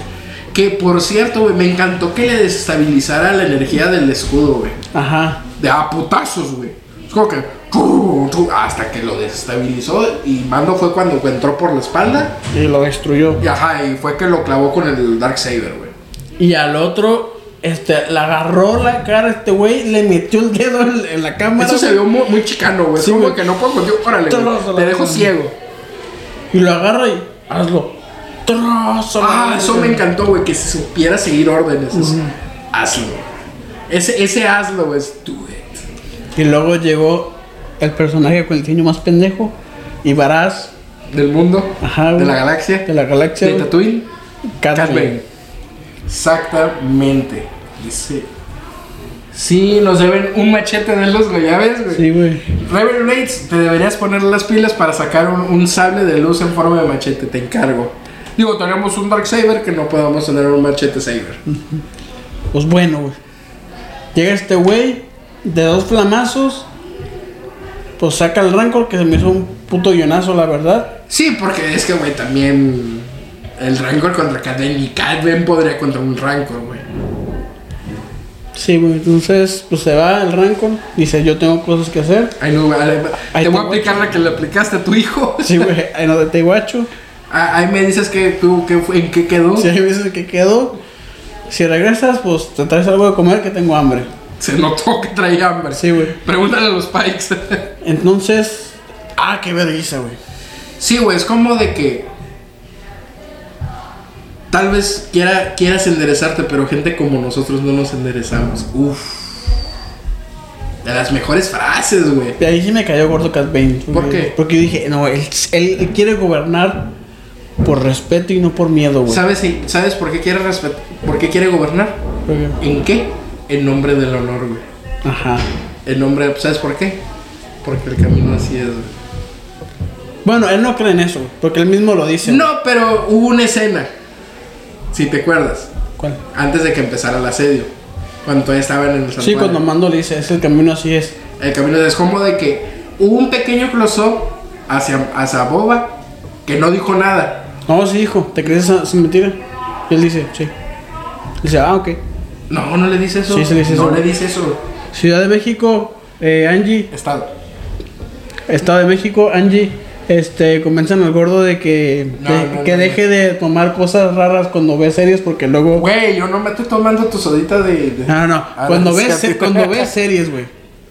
A: Que por cierto, güey, me encantó que le desestabilizara la energía del escudo, güey.
B: Ajá.
A: de a putazos, güey. Es como que tru, tru, hasta que lo desestabilizó y Mando fue cuando entró por la espalda
B: Y lo destruyó.
A: y ajá, y fue que lo clavó con el Dark Saber, güey.
B: Y al otro, este, le agarró la cara a este güey, le metió el dedo en, en la cámara.
A: Eso se
B: güey,
A: vio mu- muy, chicano, güey. Es
B: Sí,
A: como
B: güey.
A: que no puedo contigo, órale, güey,
B: Trozo,
A: te
B: la
A: dejo
B: verdad.
A: ciego.
B: Y lo agarra y hazlo. Trozo.
A: Ah,
B: la
A: eso
B: verga.
A: me encantó, güey, que se supiera seguir órdenes. eso. Hazlo. Ese, ese hazlo, güey, es do it.
B: Y luego llegó el personaje con el diseño más pendejo. Y Baraz
A: Del mundo,
B: Ajá,
A: de
B: güey.
A: la galaxia,
B: de la galaxia.
A: de
B: güey,
A: Tatooine,
B: Cat
A: Catbane.
B: Bane.
A: Exactamente. Dice. Sí, nos deben un machete de luz, güey. Ya ves, güey.
B: Sí, güey.
A: Rebel Raids, te deberías poner las pilas para sacar un, un sable de luz en forma de machete, te encargo. Digo, tenemos un Dark Saber que no podemos tener un machete Saber.
B: Pues bueno, güey. Llega este güey, de dos flamazos. Pues saca el Rancor, que se me hizo un puto guionazo, la verdad.
A: Sí, porque es que, güey, también el Rancor contra Cadden y Cadden podría contra un Rancor, güey.
B: Sí, güey. Entonces, pues se va el Rancor. Dice, yo tengo cosas que hacer.
A: Ay, no, güey, ale- te voy a
B: Ahí te voy.
A: aplicar la que le aplicaste a tu hijo.
B: Sí, güey, en lo de Tehuacho.
A: Ah, Ahí me dices que tú, que, fue- en qué quedó.
B: Si hay veces que quedo, si regresas, pues te traes algo de comer que tengo hambre.
A: Se notó que traía hambre.
B: Sí, güey.
A: Pregúntale a los Pikes.
B: Entonces, ah, qué vergüenza, güey.
A: Sí, güey, es como de que. Tal vez quiera, quieras enderezarte, pero gente como nosotros no nos enderezamos. Uf. De las mejores frases, güey.
B: De ahí sí me cayó gordo Cat Bane.
A: ¿Por
B: güey.
A: qué?
B: Porque yo dije, no, él, él- él quiere gobernar por respeto y no por miedo, güey.
A: ¿Sabes, si- ¿Sabes por qué quiere respet- por qué quiere gobernar?
B: Porque-
A: ¿En qué? En nombre del honor, güey.
B: Ajá.
A: El nombre, ¿sabes por qué? Porque el camino así es. güey.
B: Bueno, él no cree en eso, güey, porque él mismo lo dice.
A: No, pero hubo una escena. Si te acuerdas.
B: ¿Cuál?
A: Antes de que empezara el asedio. Cuando todavía estaban en el
B: Sí,
A: santuario.
B: cuando Mando le dice, es el camino así es.
A: El camino es como de que hubo un pequeño close-up hacia, hacia Boba que no dijo nada.
B: No, sí, hijo, ¿te crees esa, esa mentira? Y él dice, sí. Dice, ah, ok.
A: No, no le dice eso.
B: Sí, se le dice
A: no
B: eso.
A: le dice eso.
B: Ciudad de México, eh, Angie,
A: Estado.
B: Estado de México, Angie, este, convencen al gordo de que,
A: No,
B: de-
A: no,
B: que
A: no,
B: deje de tomar cosas raras cuando ve series porque luego...
A: Güey, yo no me estoy tomando tu sodita de. de-
B: No, no, no,
A: Ah,
B: cuando
A: no,
B: ve,
A: sí,
B: se- cuando ve series, güey.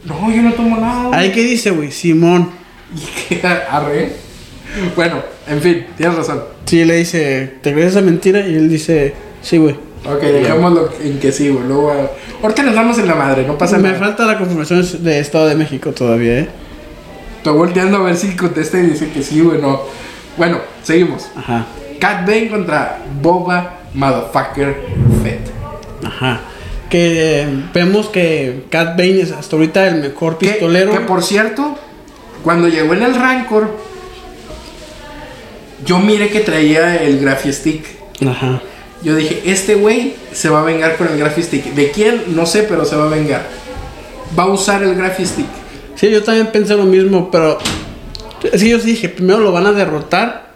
A: No, yo no tomo nada.
B: Ahí que dice, güey, Simón.
A: Y que arre. Bueno, en fin, tienes razón.
B: Sí, le dice, ¿te crees esa mentira? Y él dice, sí, güey.
A: Ok, dejémoslo en que sí, güey. Luego. ah, Ahorita nos damos en la madre, no pasa
B: Me
A: nada.
B: falta la confirmación de Estado de México todavía, ¿eh?
A: Estoy volteando a ver si contesta y dice que sí, güey, no. Bueno, seguimos.
B: Ajá,
A: Cat Bane contra Boba Motherfucker Fett.
B: ajá. Que eh, vemos que Cat Bane es hasta ahorita el mejor
A: Que-
B: pistolero.
A: Que, por cierto, cuando llegó en el Rancor, yo miré que traía el Graphy Stick.
B: Ajá.
A: Yo dije, este güey se va a vengar con el Graphy Stick. ¿De quién? No sé, pero se va a vengar. Va a usar el Graphy Stick.
B: Sí, yo también pensé lo mismo, pero... Es que yo sí dije, primero lo van a derrotar.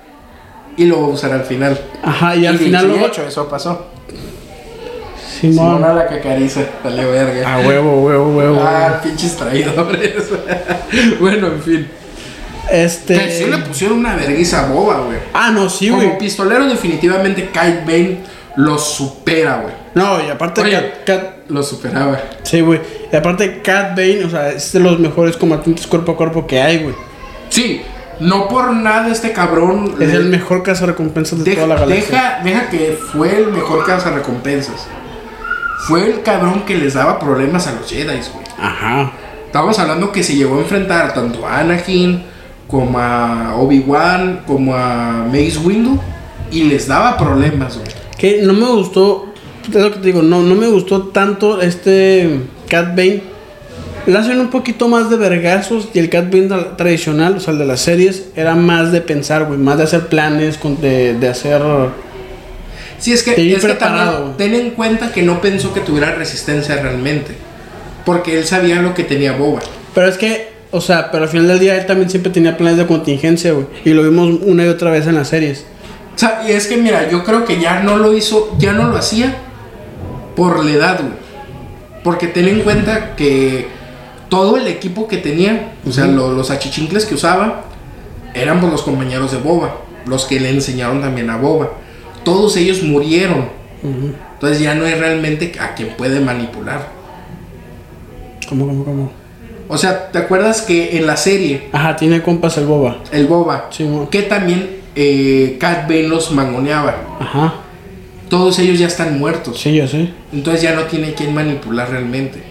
A: Y lo va a usar al final.
B: Ajá, y al
A: de
B: final lo...
A: hecho, eso pasó.
B: Simón.
A: Simona la cacariza, dale verga.
B: A Ah, huevo, huevo, huevo.
A: Ah, pinches traidores. bueno, en fin. Que sí le
B: Este...
A: pusieron una verguiza a boba, güey.
B: Ah, no, sí,
A: Como
B: güey.
A: pistolero, definitivamente Kyle Bane lo supera, güey.
B: No, y aparte
A: Oye.
B: Cat- Cat,
A: Lo superaba.
B: Sí, güey. Y aparte, Cat Bane, o sea, es de los mejores combatientes cuerpo a cuerpo que hay, güey.
A: Sí, no por nada este cabrón.
B: Es
A: le-
B: el mejor cazarrecompensas de
A: deja,
B: toda la galaxia.
A: deja, deja que fue el mejor recompensas. Fue el cabrón que les daba problemas a los Jedi, güey.
B: Ajá.
A: Estábamos hablando que se llegó a enfrentar tanto a Anakin, como a Obi-Wan, como a Mace Windu. Y les daba problemas, güey.
B: Que no me gustó, es lo que te digo, no, no me gustó tanto este Cat Bane. Le hacen un poquito más de vergazos y el Cat Bane tra- tradicional, o sea, el de las series, era más de pensar, güey, más de hacer planes, con- de, de hacer...
A: Sí, es que,
B: Te vi
A: es que
B: preparado,
A: también
B: güey.
A: ten en cuenta que no pensó que tuviera resistencia realmente. Porque él sabía lo que tenía Boba.
B: Pero es que, o sea, pero al final del día él también siempre tenía planes de contingencia, güey. Y lo vimos una y otra vez en las series.
A: O sea, y es que mira, yo creo que ya no lo hizo, ya no lo hacía por la edad, güey. Porque ten en cuenta que todo el equipo que tenía, o sea, lo- los achichincles que usaba, eran por los compañeros de Boba, los que le enseñaron también a Boba. Todos ellos murieron. Entonces ya no es realmente a quien puede manipular.
B: ¿Cómo, cómo, cómo?
A: O sea, ¿te acuerdas que en la serie,
B: Ajá, tiene compas el boba.
A: el Boba,
B: Sí, mo-
A: que también eh, Cat Bane los mangoneaba?
B: Ajá,
A: Todos ellos ya están muertos.
B: sí, yo sé.
A: Entonces ya no tiene quien manipular realmente.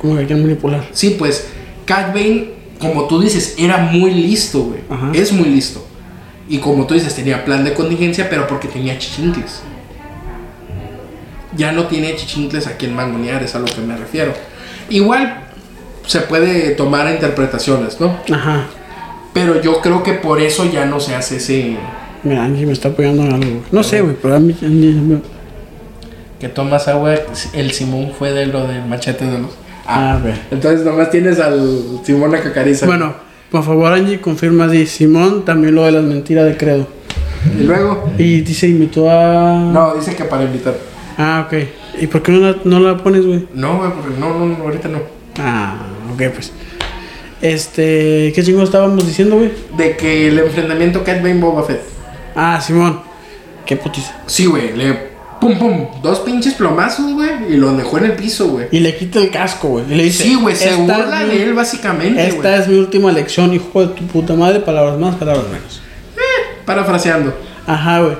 B: Como que quieren manipular.
A: Sí, pues Cat Bane, como tú dices, era muy listo, güey.
B: Ajá.
A: Es muy listo. Y como tú dices, tenía plan de contingencia, pero porque tenía chichincles. Ya no tiene chichincles a quien mangonear, es a lo que me refiero. Igual se puede tomar a interpretaciones, ¿no?
B: Ajá.
A: Pero yo creo que por eso ya no se hace ese...
B: Mira, Angie me está apoyando en algo. güey. No sé, güey, pero a mí. a mí- a mí-
E: Que tomas agua, el Simón fue de lo del machete de los...
B: Ah, güey.
A: Entonces nomás tienes al Simón la cacariza.
B: Bueno, por favor, Angie, confirma de Simón también lo de las mentiras de Credo.
A: Y luego...
B: Y dice, imitó a.
A: No, dice que para invitar.
B: Ah, ok. ¿Y por qué no la, no la pones, güey?
A: No, güey, porque no, no, no, ahorita no.
B: Ah, ok, pues. Este. ¿Qué chingo estábamos diciendo, güey?
A: De que el enfrentamiento Cat Bane Boba Fett.
B: Ah, Simón. Qué putiza.
A: Sí, güey, le pum pum, dos pinches plomazos, güey, y lo dejó en el piso, güey.
B: Y le quita el casco, güey. Y le dice.
A: Sí, güey, se
B: "Esta es
A: burla
B: mi-
A: de él básicamente,
B: Esta
A: güey.
B: es mi última lección, hijo de tu puta madre. Palabras más, palabras menos.
A: Parafraseando.
B: Ajá, güey.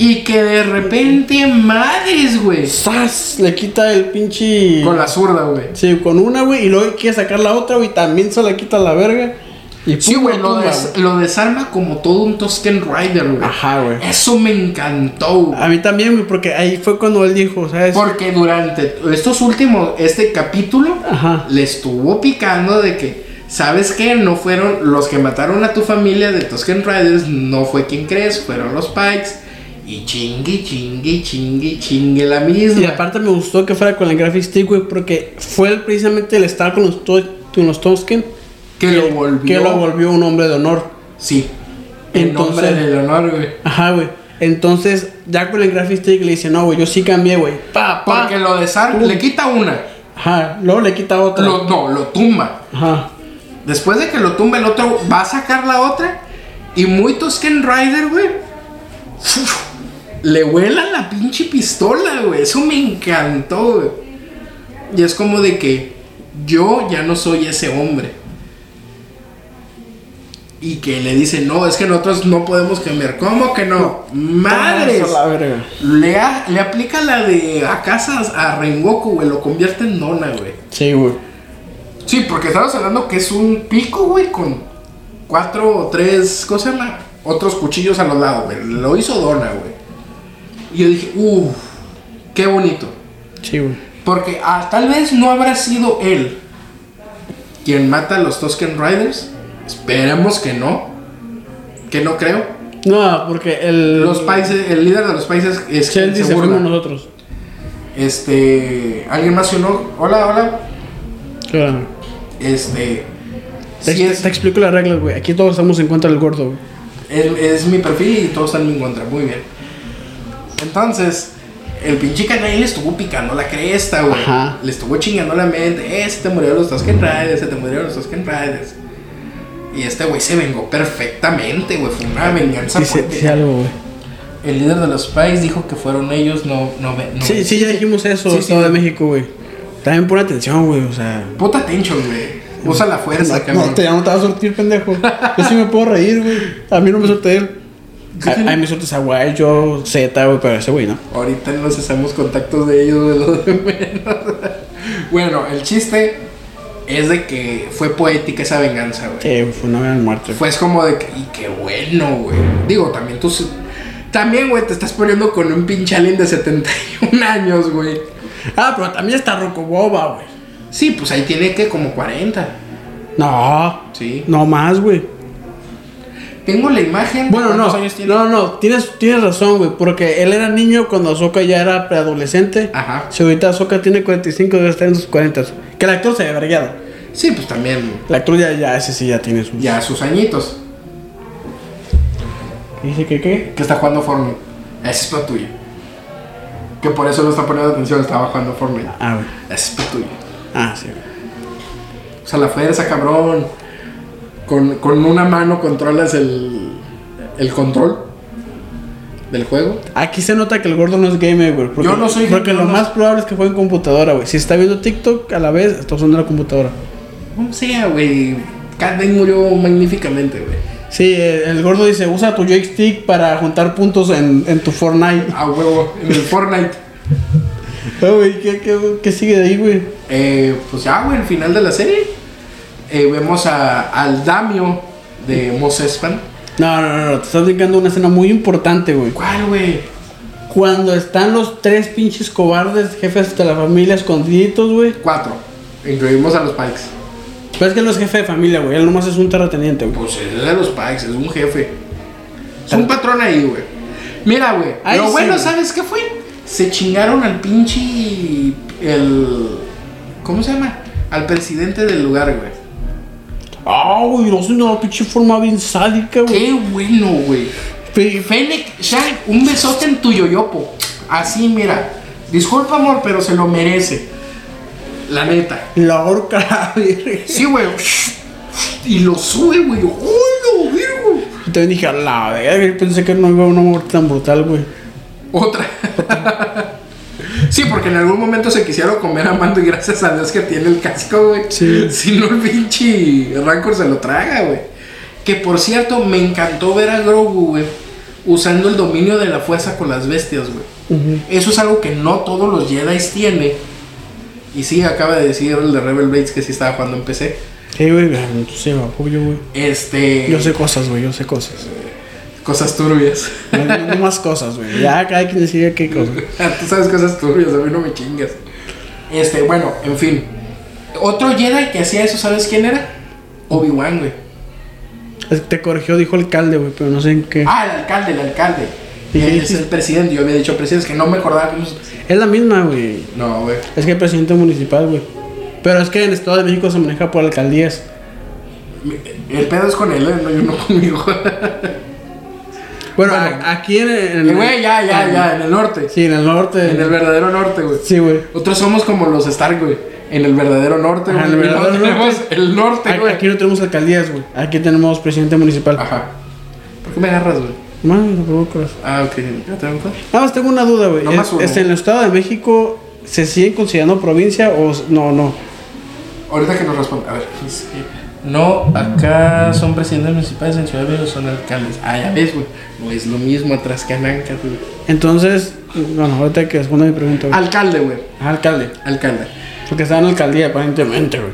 A: Y que de repente, madres, güey.
B: ¡Sas! Le quita el pinche.
A: Con la zurda, güey.
B: Sí, con una, güey. Y luego quiere sacar la otra, güey. También se la quita la verga.
F: Y
A: Sí,
F: pum,
A: güey, lo,
F: pum,
A: des- lo desarma como todo un Tusken Rider, güey.
F: Ajá, güey.
A: Eso me encantó, güey.
B: A mí también, güey, porque ahí fue cuando él dijo, ¿sabes?
A: Porque durante estos últimos, este capítulo,
B: Ajá.
A: le estuvo picando de que, ¿sabes qué? No fueron los que mataron a tu familia de Tusken Riders, no fue quien crees, fueron los Pikes. Y chingue, chingue, chingue, chingue la misma.
B: Y aparte me gustó que fuera con la Graphic Stick, güey, porque fue el- precisamente el estar con los, to- con los Tosken
A: que lo volvió.
B: que lo volvió un hombre de honor.
A: Sí.
G: En nombre
B: Entonces-
G: del honor, güey.
B: Ajá, güey. Entonces, ya con el Graphic Stick le dice, no, güey, yo sí cambié, güey. Pa, pa.
A: Porque lo desarma, le quita una.
B: Ajá, luego le quita otra.
A: Lo- no, lo tumba.
B: Ajá.
A: Después de que lo tumba el otro, va a sacar la otra. Y muy Tusken Rider, güey. ¡fuf! Le vuela la pinche pistola, güey. Eso me encantó, güey. Y es como de que yo ya no soy ese hombre. Y que le dice, no, es que nosotros no podemos cambiar. ¿Cómo que no? ¡Madres!
B: A la verga.
A: Le, a- le aplica la de a casas a Rengoku, güey. Lo convierte en nona, güey.
B: Sí, güey.
A: Sí, porque estamos hablando que es un pico, güey, con cuatro o tres, ¿cómo se llama? Otros cuchillos a los lados, güey. Lo hizo Donna, güey. Y yo dije, uff, qué bonito.
B: Sí, güey.
A: Porque ah, tal vez no habrá sido él quien mata a los Tusken Riders. Esperemos que no. Que no creo.
B: No, porque el...
A: Los países, el líder de los países es
B: Sí, él
A: quien se
B: dice,
A: burla.
B: fuimos nosotros.
A: Este, alguien más se unió. Hola, hola.
B: Claro.
A: Este,
B: Te,
A: sí es-
B: te explico las reglas, güey. Aquí todos estamos en contra del gordo, güey.
A: Es, es mi perfil y todos están en contra. Muy bien. Entonces, el pinche canal le estuvo picando la cresta, güey.
B: Ajá.
A: Le estuvo chingando la mente. Eh, se te murieron los Tusken Riders, se te murieron los Tusken Riders. Y este güey se vengó perfectamente, güey. Fue una venganza
B: Dice,
A: fuerte.
B: dice algo, güey.
G: El líder de los Pais dijo que fueron ellos, no, no, ve- no.
B: Sí, sí, ya dijimos eso,
A: Sí,
B: Estado
A: sí.
B: de México, güey. También pon atención, güey, o sea.
A: Puta tension, güey. Usa la fuerza,
B: No,
A: cabrón.
B: te, ya no te vas a sortir, pendejo. Yo sí me puedo reír, güey. A mí no me sorte él. A, a mí me sorte esa guay, yo Z, güey, pero ese güey no.
A: Ahorita nos hacemos contactos de ellos, de los de menos. bueno, el chiste es de que fue poética esa venganza, güey.
B: Sí, güey, fue una gran muerte.
A: Pues como de que, y qué bueno, güey. Digo, también tú. se- También, güey, te estás poniendo con un pinche alien de 71 años, güey.
B: Ah, pero también está Rocoboba, güey.
A: Sí, pues ahí tiene que como 40.
B: No,
A: Sí.
B: no más, güey.
A: Tengo la imagen.
B: Bueno, no,
A: ¿Cuántos años tiene?
B: no, no, tienes, tienes razón, güey, porque él era niño cuando Azoka ya era preadolescente.
A: Ajá.
B: Si ahorita Azoka tiene 45, debe estar en sus 40. Que el actor se ve vergueado.
A: Sí, pues también.
B: El actor ya, ya, ese sí ya tiene su.
A: Ya sus añitos.
B: Dice que qué.
A: Que está jugando Fortnite. Esa es para tuya. Que por eso no está poniendo atención, estaba jugando Fortnite.
B: Ah, güey.
A: Esa es para tuya.
B: Ah, sí, güey.
A: O sea, la fuerza, cabrón. Con, con una mano controlas el. el control del juego.
B: Aquí se nota que el gordo no es gamer, güey. porque-
A: Yo no soy
B: Porque
A: gamer,
B: lo
A: no.
B: más probable es que juegue en computadora, güey. Si está viendo TikTok a la vez, está usando la computadora.
A: Como sea, güey. Cadden murió magníficamente, güey.
B: Sí, eh, el gordo dice, usa tu joystick para juntar puntos en, en tu Fortnite.
A: A huevo, en el Fortnite.
B: Ah, güey, ¿qué, qué, qué sigue de ahí, güey?
A: Eh, pues ya, güey, el final de la serie. eh, vemos a, al Damio de Mos Espan.
B: No, no, no, no, te estás dedicando una escena muy importante, güey.
A: ¿Cuál, güey?
B: Cuando están los tres pinches cobardes jefes de la familia escondiditos, güey.
A: Cuatro. Incluimos a los Pikes.
B: Pero es que él no es jefe de familia, güey. Él nomás es un terrateniente, güey.
A: Pues es de los Pikes, es un jefe. Es un patrón ahí, güey. Mira, güey.
B: Ahí
A: Lo
B: sí,
A: bueno,
B: güey.
A: ¿sabes qué fue? Se chingaron al pinche. El. ¿Cómo se llama? Al presidente del lugar, güey.
B: Ah, güey, no sé, una pinche forma bien sádica, güey.
A: Qué bueno, güey.
B: Fe-
A: Fennec, Shang, un besote en tu yoyopo. Así, mira. Disculpa, amor, pero se lo merece. La neta.
B: La horca, la verga.
A: Sí, güey. Y lo sube, güey. ¡Hola, virgo!
B: Y también dije, a la verga, yo pensé que no iba a una muerte tan brutal, güey.
A: Otra. Sí, porque en algún momento se quisieron comer a Mando y gracias a Dios que tiene el casco, güey.
B: Sí.
A: Si no, el pinche Rancor se lo traga, güey. Que por cierto, me encantó ver a Grogu, güey, usando el dominio de la fuerza con las bestias, güey. Eso es algo que no todos los Jedi tienen. Y sí, acaba de decir el de Rebel Blades que sí estaba jugando en PC.
B: Sí, güey, sí, güey, obvio, güey.
A: Este.
B: Yo sé cosas, güey, yo sé cosas.
A: Cosas turbias.
B: No, no más cosas, güey. Ya cada quien decide qué cosa.
A: Ah, Tú sabes cosas turbias, a mí no me chingas. Este, bueno, en fin. Otro Jedi que hacía eso, ¿sabes quién era? Obi-Wan, güey.
B: Es que Te corrigió, dijo el alcalde, güey, pero no sé en qué.
A: Ah, el alcalde, el alcalde.
B: Sí,
A: Él
B: sí,
A: es
B: sí.
A: el presidente, yo había dicho presidente, es que no me acordaba cómo se...
B: Es la misma, güey.
A: No, güey.
B: Es que el presidente municipal, güey. Pero es que en el Estado de México se maneja por alcaldías.
A: El pedo es con él, eh, no, yo no conmigo.
B: Bueno,
A: Bueno.
B: a- aquí en el. en
A: Eh,
B: el-
A: Güey, ya, ya,
B: en-
A: ya, en el norte.
B: Sí, en el norte.
A: En el verdadero norte, güey.
B: Sí, güey.
A: Nosotros somos como los Stark, güey. En el verdadero norte,
B: Ajá,
A: güey.
B: en el
A: Y no
B: verdadero
A: tenemos el norte,
B: A-
A: güey.
B: Aquí no tenemos alcaldías, güey. Aquí tenemos presidente municipal.
A: Ajá. ¿Por qué me agarras, güey?
B: Mami, no provocas.
A: Ah, ok. ¿Ya te voy a contar?
B: Nada más tengo una duda, güey.
A: Nomás
B: Es-
A: uno.
B: este, ¿En el Estado de México se sigue considerando provincia o s- no, no?
A: Ahorita que nos responda. A ver.
H: No, acá son presidentes municipales en Ciudad de México, son alcaldes.
A: Ah, ya ves, güey. No es lo mismo atrás que Anancas, güey.
B: Entonces, bueno, ahorita que responda mi pregunta, güey.
A: Alcalde, güey.
B: Ajá, alcalde.
A: Alcalde.
B: Porque está en la alcaldía, aparentemente, güey.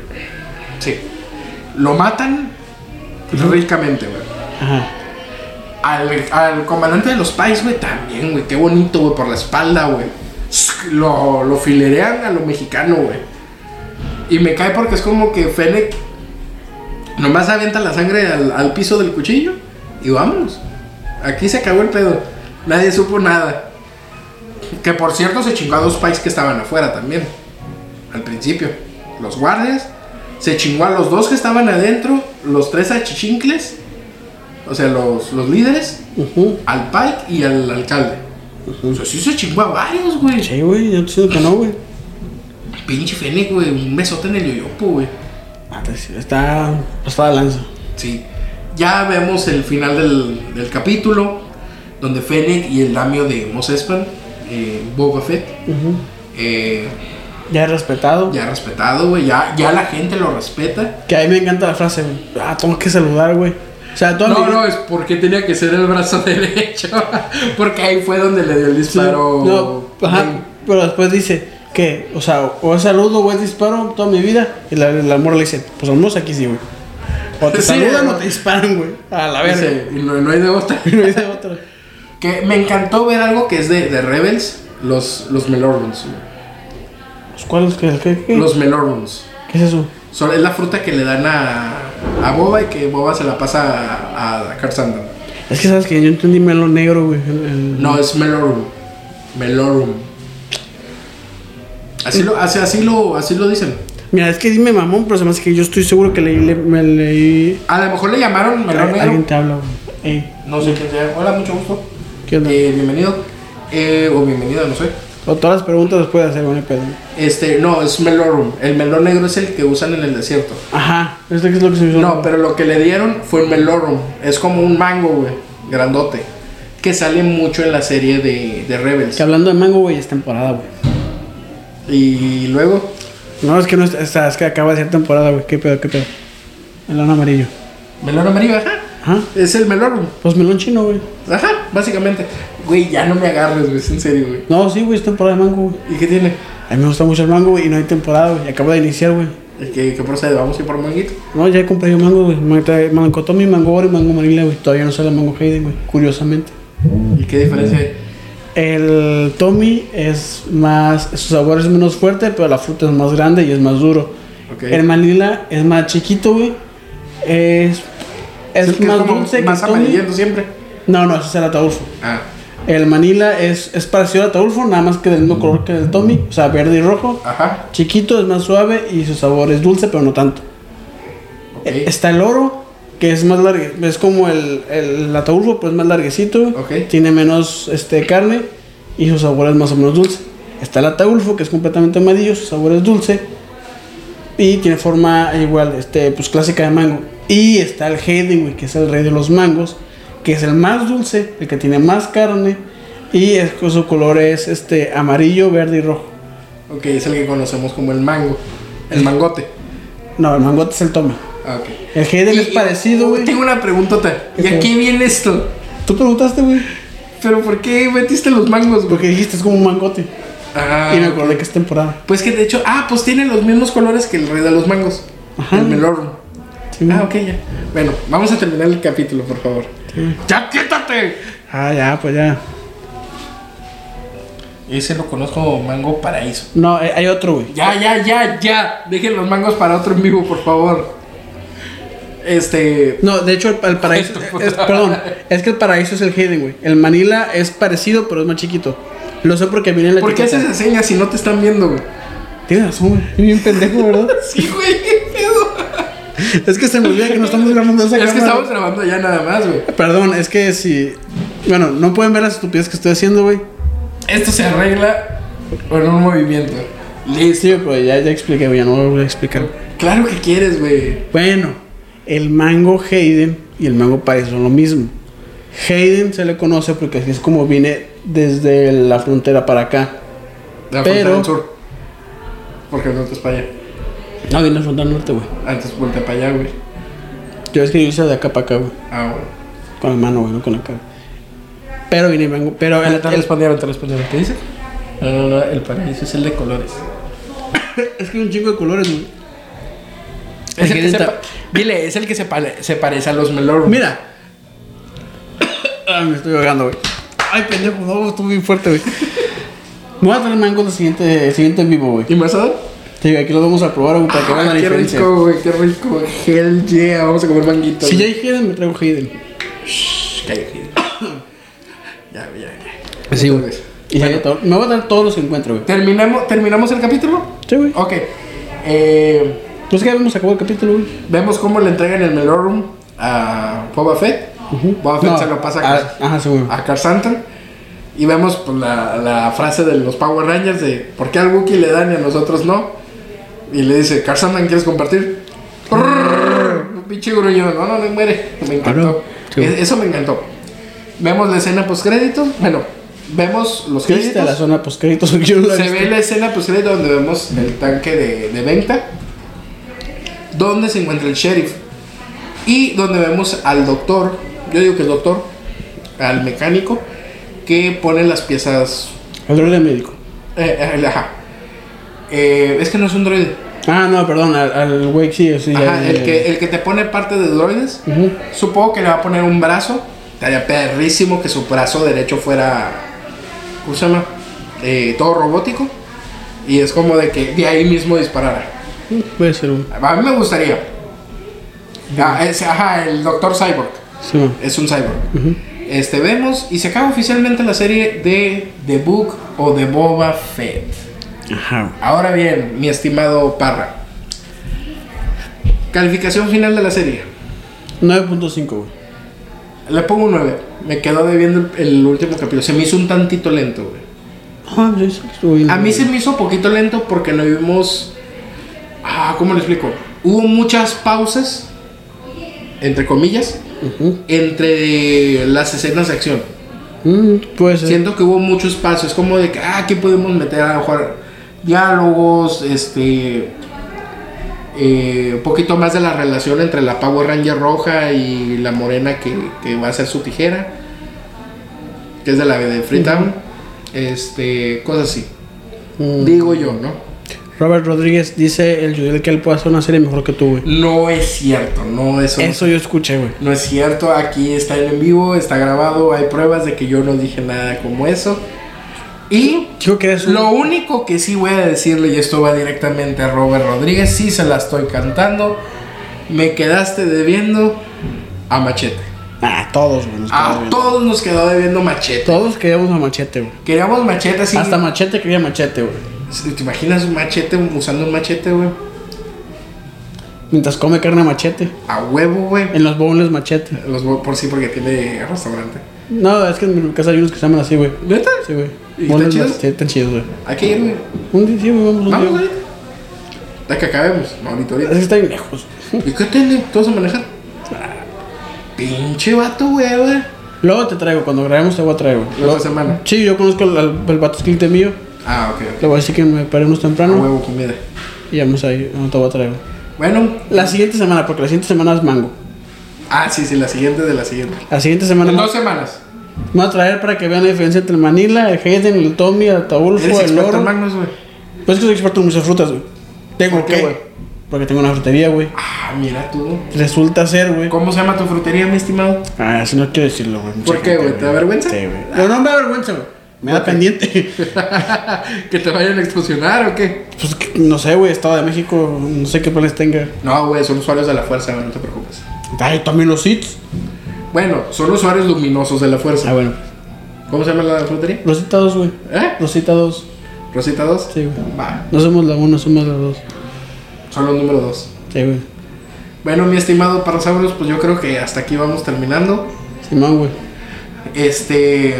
A: Sí. Lo matan ricamente, güey.
B: Ajá.
A: Al, al comandante de los pais, güey, también, güey. Qué bonito, güey, por la espalda, güey. Lo, lo filerean a lo mexicano, güey. Y me cae porque es como que Fennec nomás avienta la sangre al, al piso del cuchillo y vámonos. Aquí se acabó el pedo. Nadie supo nada. Que por cierto se chingó a dos pais que estaban afuera también. Al principio. Los guardias. Se chingó a los dos que estaban adentro. Los tres achichincles. O sea, los, los líderes.
B: Ujú.
A: Al Pike y al alcalde. O sea, sí se chingó a varios, güey.
B: Sí, güey, yo te digo que no, güey.
A: Pinche Fennec, güey. Un besote en el yoyopo, güey.
B: Ah, pues sí, Está pasada de lanza.
A: Sí. Ya vemos el final del, del capítulo. Donde Fennec y el damio de Mos Espan. eh, Boba Fett.
B: Ujú.
A: eh,
B: Ya respetado.
A: ya respetado, güey. Ya, ya la gente lo respeta.
B: Que a mí me encanta la frase, güey. Ah, tengo que saludar, güey. O sea, toda
A: No,
B: mi-
A: no, es porque tenía que ser el brazo derecho. porque ahí fue donde le dio el
B: Sí,
A: disparo.
B: no, ajá, pero después dice que, o sea, o es saludo o es disparo toda mi vida. Y la, la morra le dice, pues al menos aquí sí, güey. O te
A: Sí,
B: saludan
A: eh,
B: o te disparan, güey. A la verga.
A: Dice, y no, no hay de otra.
B: Y no dice otra.
A: que me encantó ver algo que es de, de Rebels, los, los Melorons. güey.
B: Pues, ¿Cuál es? ¿Qué, qué, qué?
A: Los Melorons.
B: ¿Qué es eso?
A: Son- es la fruta que le dan a, a Boba y que Boba se la pasa a, a Carl Sandman.
B: Es que sabes que yo entendí melón negro, güey. el- el-
A: No, es Melorum. Melorum. Así lo, así, así lo, así lo dicen.
B: Mira, es que dime mamón, pero se me hace que yo estoy seguro que leí. le- me leí...
A: A lo mejor le llamaron Melón
B: Alguien
A: Negro.
B: te habla, güey. Ey,
A: No sé quién sea. Hola, mucho gusto.
B: ¿qué onda?
A: Eh, bienvenido. Eh, o bienvenido, no sé.
B: O todas las preguntas las puedes hacer, güey, no hay pedo.
A: Este, no, es Melorum. El melón negro es el que usan en el desierto.
B: Ajá, esto que es lo que se me hizo.
A: No, pero lo que le dieron fue un Melorum. Es como un mango, güey. Grandote. Que sale mucho en la serie de, de Rebels.
B: Que hablando de mango, güey, es temporada, güey.
A: Y luego,
B: No, es que no está, está- es que acaba de ser temporada, güey. ¿Qué pedo, qué pedo? Melón amarillo.
A: melón amarillo, ajá.
B: Ajá.
A: Es el Melorum.
B: Pues melón chino, güey.
A: Ajá, básicamente. Güey, ya no me agarres, güey. Es en serio, güey.
B: No, sí, güey, es temporada de mango, güey.
A: ¿Y qué tiene?
B: A mí me gusta mucho el mango, güey, y no hay temporada, güey. Acabo de iniciar, güey.
A: ¿Y ¿Qué, qué procede? ¿Vamos a ir por manguito?
B: No, ya he comprado mango, güey. Man- trae- Mango Tommy, mango oro y mango marila, güey. Todavía no sale el mango Hayden, güey. Curiosamente.
A: ¿Y qué diferencia hay?
B: El Tommy es más. Su sabor es menos fuerte, pero la fruta es más grande y es más duro.
A: Ok.
B: El manila es más chiquito, güey. Es. Es,
A: Sí, que
B: más
A: como
B: dulce que
A: Más
B: el Tommy.
A: amarillento siempre.
B: No, no, ese es el ataulfo.
A: Ah,
B: El Manila es, es parecido a Taulfo, nada más que del mismo color que el Tommy, o sea, verde y rojo.
A: ajá.
B: Chiquito, es más suave y su sabor es dulce, pero no tanto.
A: Ok.
B: Eh, Está el oro, que es más largo, es como el, el Ataulfo, pero es más larguecito.
A: Ok.
B: Tiene menos este, carne y su sabor es más o menos dulce. Está el Ataulfo, que es completamente amarillo, su sabor es dulce. Y tiene forma igual, este, pues clásica de mango. Y está el Hayden, güey, que es el rey de los mangos, que es el más dulce, el que tiene más carne. Y es, que su color es este, amarillo, verde y rojo.
A: Ok, es el que conocemos como el mango. El mangote.
B: No, el mangote es el tome.
A: Ah, ok.
B: El Hayden
A: Y-
B: es parecido, güey.
A: Tengo una preguntota. ¿Y a
B: Ok.
A: qué viene esto?
B: Tú preguntaste, güey.
A: ¿Pero por qué metiste los mangos, güey?
B: Porque dijiste es como un mangote.
A: Ah,
B: y me acordé que es temporada.
A: Pues que de hecho, ah, pues tiene los mismos colores que el rey de los mangos.
B: Ajá.
A: El melón. Ah, ok, ya. Bueno, vamos a terminar el capítulo, por favor. ¡Ya quítate!
B: Ah, ya, pues ya.
G: Ese lo conozco como Mango Paraíso.
B: No, eh, hay otro, güey.
A: Ya, ya, ya, ya. Dejen los mangos para otro en vivo, por favor. Este.
B: No, de hecho, el, el paraíso.
A: Esto,
B: es- perdón, es que el paraíso es el Hayden, güey. El Manila es parecido, pero es más chiquito. Lo sé porque viene en la
A: ¿Por qué
B: etiqueta.
A: haces esas señas si no te están viendo, güey?
B: Tienes razón, güey. Soy Bien pendejo, ¿verdad?
A: Sí, güey, qué pedo.
B: es que se me olvida que no estamos grabando esa
A: Es que
B: cámara.
A: estamos grabando ya nada más, güey.
B: Perdón, es que si. Bueno, no pueden ver las estupidez que estoy haciendo, güey.
A: Esto se arregla con un movimiento.
B: Sí, güey, pero ya, ya expliqué, güey. Ya no lo voy a explicar.
A: Claro que quieres, güey.
B: Bueno, el mango Hayden y el mango país son lo mismo. Hayden se le conoce porque así es como viene desde la frontera para acá.
A: La
B: Pero-
A: frontera del sur. Porque no te es para allá.
B: No, viene la frontera norte, güey.
A: Antes vuelta para allá, güey.
B: Yo es que yo hice de acá para acá, güey.
A: Ah, bueno.
B: Con la mano, güey, no con la cara. Pero viene el mango. Pero el,
G: Te
B: el-
G: respondieron, te respondieron. ¿Te dice? No, no, no, el paraíso es el de colores.
B: es que hay un chingo de colores, güey.
A: Es el que
B: Hayden
A: se
B: ta-
A: pa- Dile, es el que se, pare- se parece a los melón.
B: Mira. Ay, me estoy ahogando, güey. Ay, pendejo, no, estuvo bien fuerte, güey. Me voy a traer mango el siguiente, el siguiente en vivo, güey.
A: ¿Y más algo?
B: Sí, aquí lo vamos a probar, güey, para que vean la
A: Ah, qué
B: diferencia.
A: rico, güey, qué rico. Hell yeah, vamos a comer manguitos.
B: Si ya
A: güey.
B: hay Hayden, me traigo Hayden.
A: Shh, calla, Hayden. ya, ya, ya.
B: Pues Sí, güey.
A: Entonces,
B: Y ya hay todo- me voy a traer todos los que encuentro, güey.
A: ¿terminamos, ¿Terminamos el capítulo?
B: Sí, güey.
A: Ok. Eh,
B: Pues que habíamos acabado el capítulo, güey.
A: vemos cómo le entregan el Melorum a Boba Fett. Boba Fett
B: No,
A: se lo pasa Ah,
B: a-
A: a,
B: Ajá, sí, güey.
A: a Car Santan. Y vemos pues, la, la frase de los Power Rangers de ¿por qué al Wookiee le dan y a nosotros no? Y le dice, Car Santan, ¿quieres compartir? Un pinche gruñón, no, no, no muere. Me encantó.
B: Ah, no. Sí.
A: E- Eso me encantó. Vemos la escena post créditos. Bueno, vemos los
B: Pues Viste la
A: créditos.
B: zona post créditos, yo no la
A: Se
B: viste.
A: ve la escena post crédito donde vemos el tanque de, de venta. Donde se encuentra el sheriff. Y donde vemos al doctor. Yo digo que el doctor. Al mecánico. Que pone las piezas.
B: El droide médico.
A: eh, eh, el- ajá. Eh, es que no es un droide.
B: Ah, no, perdón, al, al güey sí, sí.
A: Ajá,
B: ya-
A: el, que, el que te pone parte de droides.
B: Ujú.
A: Supongo que le va a poner un brazo. Estaría perrísimo que su brazo derecho fuera. ¿Cómo se llama? Eh, todo robótico. Y es como de que de ahí mismo disparara.
B: Mm, Puede ser un...
A: A mí me gustaría. Ah, ese, ajá, el Doctor Cyborg.
B: Sí, güey.
A: Es un cyborg. Este, vemos y se acaba oficialmente la serie de The Book o de Boba Fett.
B: Ajá, güey.
A: Ahora bien, mi estimado Parra. Calificación final de la serie.
B: 9.5, güey.
A: Le pongo un 9. Me quedó debiendo el, el último capítulo. Se me hizo un tantito lento, güey.
B: Ah, yo sé que estuvo bien.
A: A mí se me hizo poquito lento porque no vimos. Ah, ¿cómo le explico? Hubo muchas pausas, entre comillas,
B: Ujú.
A: entre las escenas de acción.
B: Mm, puede ser.
A: Siento que hubo mucho espacio. Es como de que, ah, aquí podemos meter a lo mejor diálogos, este. eh, un poquito más de la relación entre la Power Ranger roja y la morena que, que va a ser su tijera, que es de la de Freetown. Este, cosas así.
B: Mm.
A: Digo yo, ¿no?
B: Robert Rodríguez dice el Judel que él puede hacer una serie mejor que tú, güey.
A: No es cierto, no eso. no-
B: Eso yo escuché, güey.
A: No es cierto, aquí está en vivo, está grabado, hay pruebas de que yo no dije nada como eso. Y
B: Digo que es un...
A: lo único que sí voy a decirle, y esto va directamente a Robert Rodríguez, sí se la estoy cantando, me quedaste debiendo a Machete.
B: Ah, todos, güey. nos quedamos
A: A
B: bien.
A: todos nos quedó debiendo Machete.
B: Todos queríamos a Machete, güey.
A: Queríamos Machete así.
B: Hasta Machete quería Machete, güey.
A: ¿Te imaginas un Machete usando un machete, güey?
B: Mientras come carne Machete.
A: A huevo, güey.
B: En los bowls Machete.
A: Los voy por sí porque tiene restaurante.
B: No, es que en mi casa hay unos que se llaman así, güey.
A: ¿Neta?
B: Sí, güey.
A: ¿Y
B: Bowls
A: están chidos?
B: Machete, están chidos, güey.
A: Hay que ir, güey.
B: Un día, sí, güey, vamos un día.
A: Vamos,
B: güey.
A: güey. Ya que acabemos, no, ahorita,
B: Es Ah. que
A: ahorita.
B: está bien lejos.
A: ¿Y qué tiene? ¿Todos a manejar? Pinche vato, güey, güey.
B: Luego te traigo, cuando grabemos te voy a traer, güey.
A: La otra semana.
B: Sí, yo conozco al, al, al vato cliente mío.
A: Ah, ok, ok.
B: Le voy a decir que me paremos
A: A
B: temprano.
A: huevo, comida.
B: Y vamos a ir, no te voy a traer.
A: Bueno,
B: La siguiente semana, porque la siguiente semana es mango.
A: ah, sí, sí, la siguiente de la siguiente.
B: La siguiente semana
A: En
B: me
A: dos semanas.
B: me voy a traer para que vean la diferencia entre el Manila, el Hayden, el Tommy, el
A: Eres
B: Ataulfo, el
A: experto en
B: Oro.
A: Magnus, güey.
B: Pues es que soy experto en muchas frutas, güey. ¿Tengo
A: ¿Por qué,
B: qué,
A: güey?
B: güey? Porque tengo una frutería, güey.
A: Ah, Ah, mira tú.
B: Resulta ser, güey.
A: ¿Cómo se llama tu frutería, mi estimado?
B: Ah, eso no quiero decirlo, güey. Mucha
A: ¿Por qué,
B: gente,
A: güey? ¿Te da vergüenza?
B: Sí, güey. No, no me da vergüenza, güey. Me da pendiente.
A: ¿Que te vayan a expulsionar o qué?
B: Pues que- no sé, güey, Estado de México, no sé qué planes tenga.
A: No, güey, son usuarios de la fuerza, güey, no te preocupes.
B: Ay, también los hits.
A: Bueno, son usuarios luminosos de la
B: Ah,
A: fuerza.
B: bueno.
A: ¿Cómo se llama la frutería?
B: Rosita 2, güey.
A: ¿Eh?
B: Rosita 2.
A: ¿Rosita 2?
B: Sí, güey.
A: Va,
B: No somos la 1, somos la 2.
A: son los número 2.
B: Sí, güey.
A: Bueno, mi estimado Parasaurus, pues yo creo que hasta aquí vamos terminando.
B: Simón, güey.
A: Este,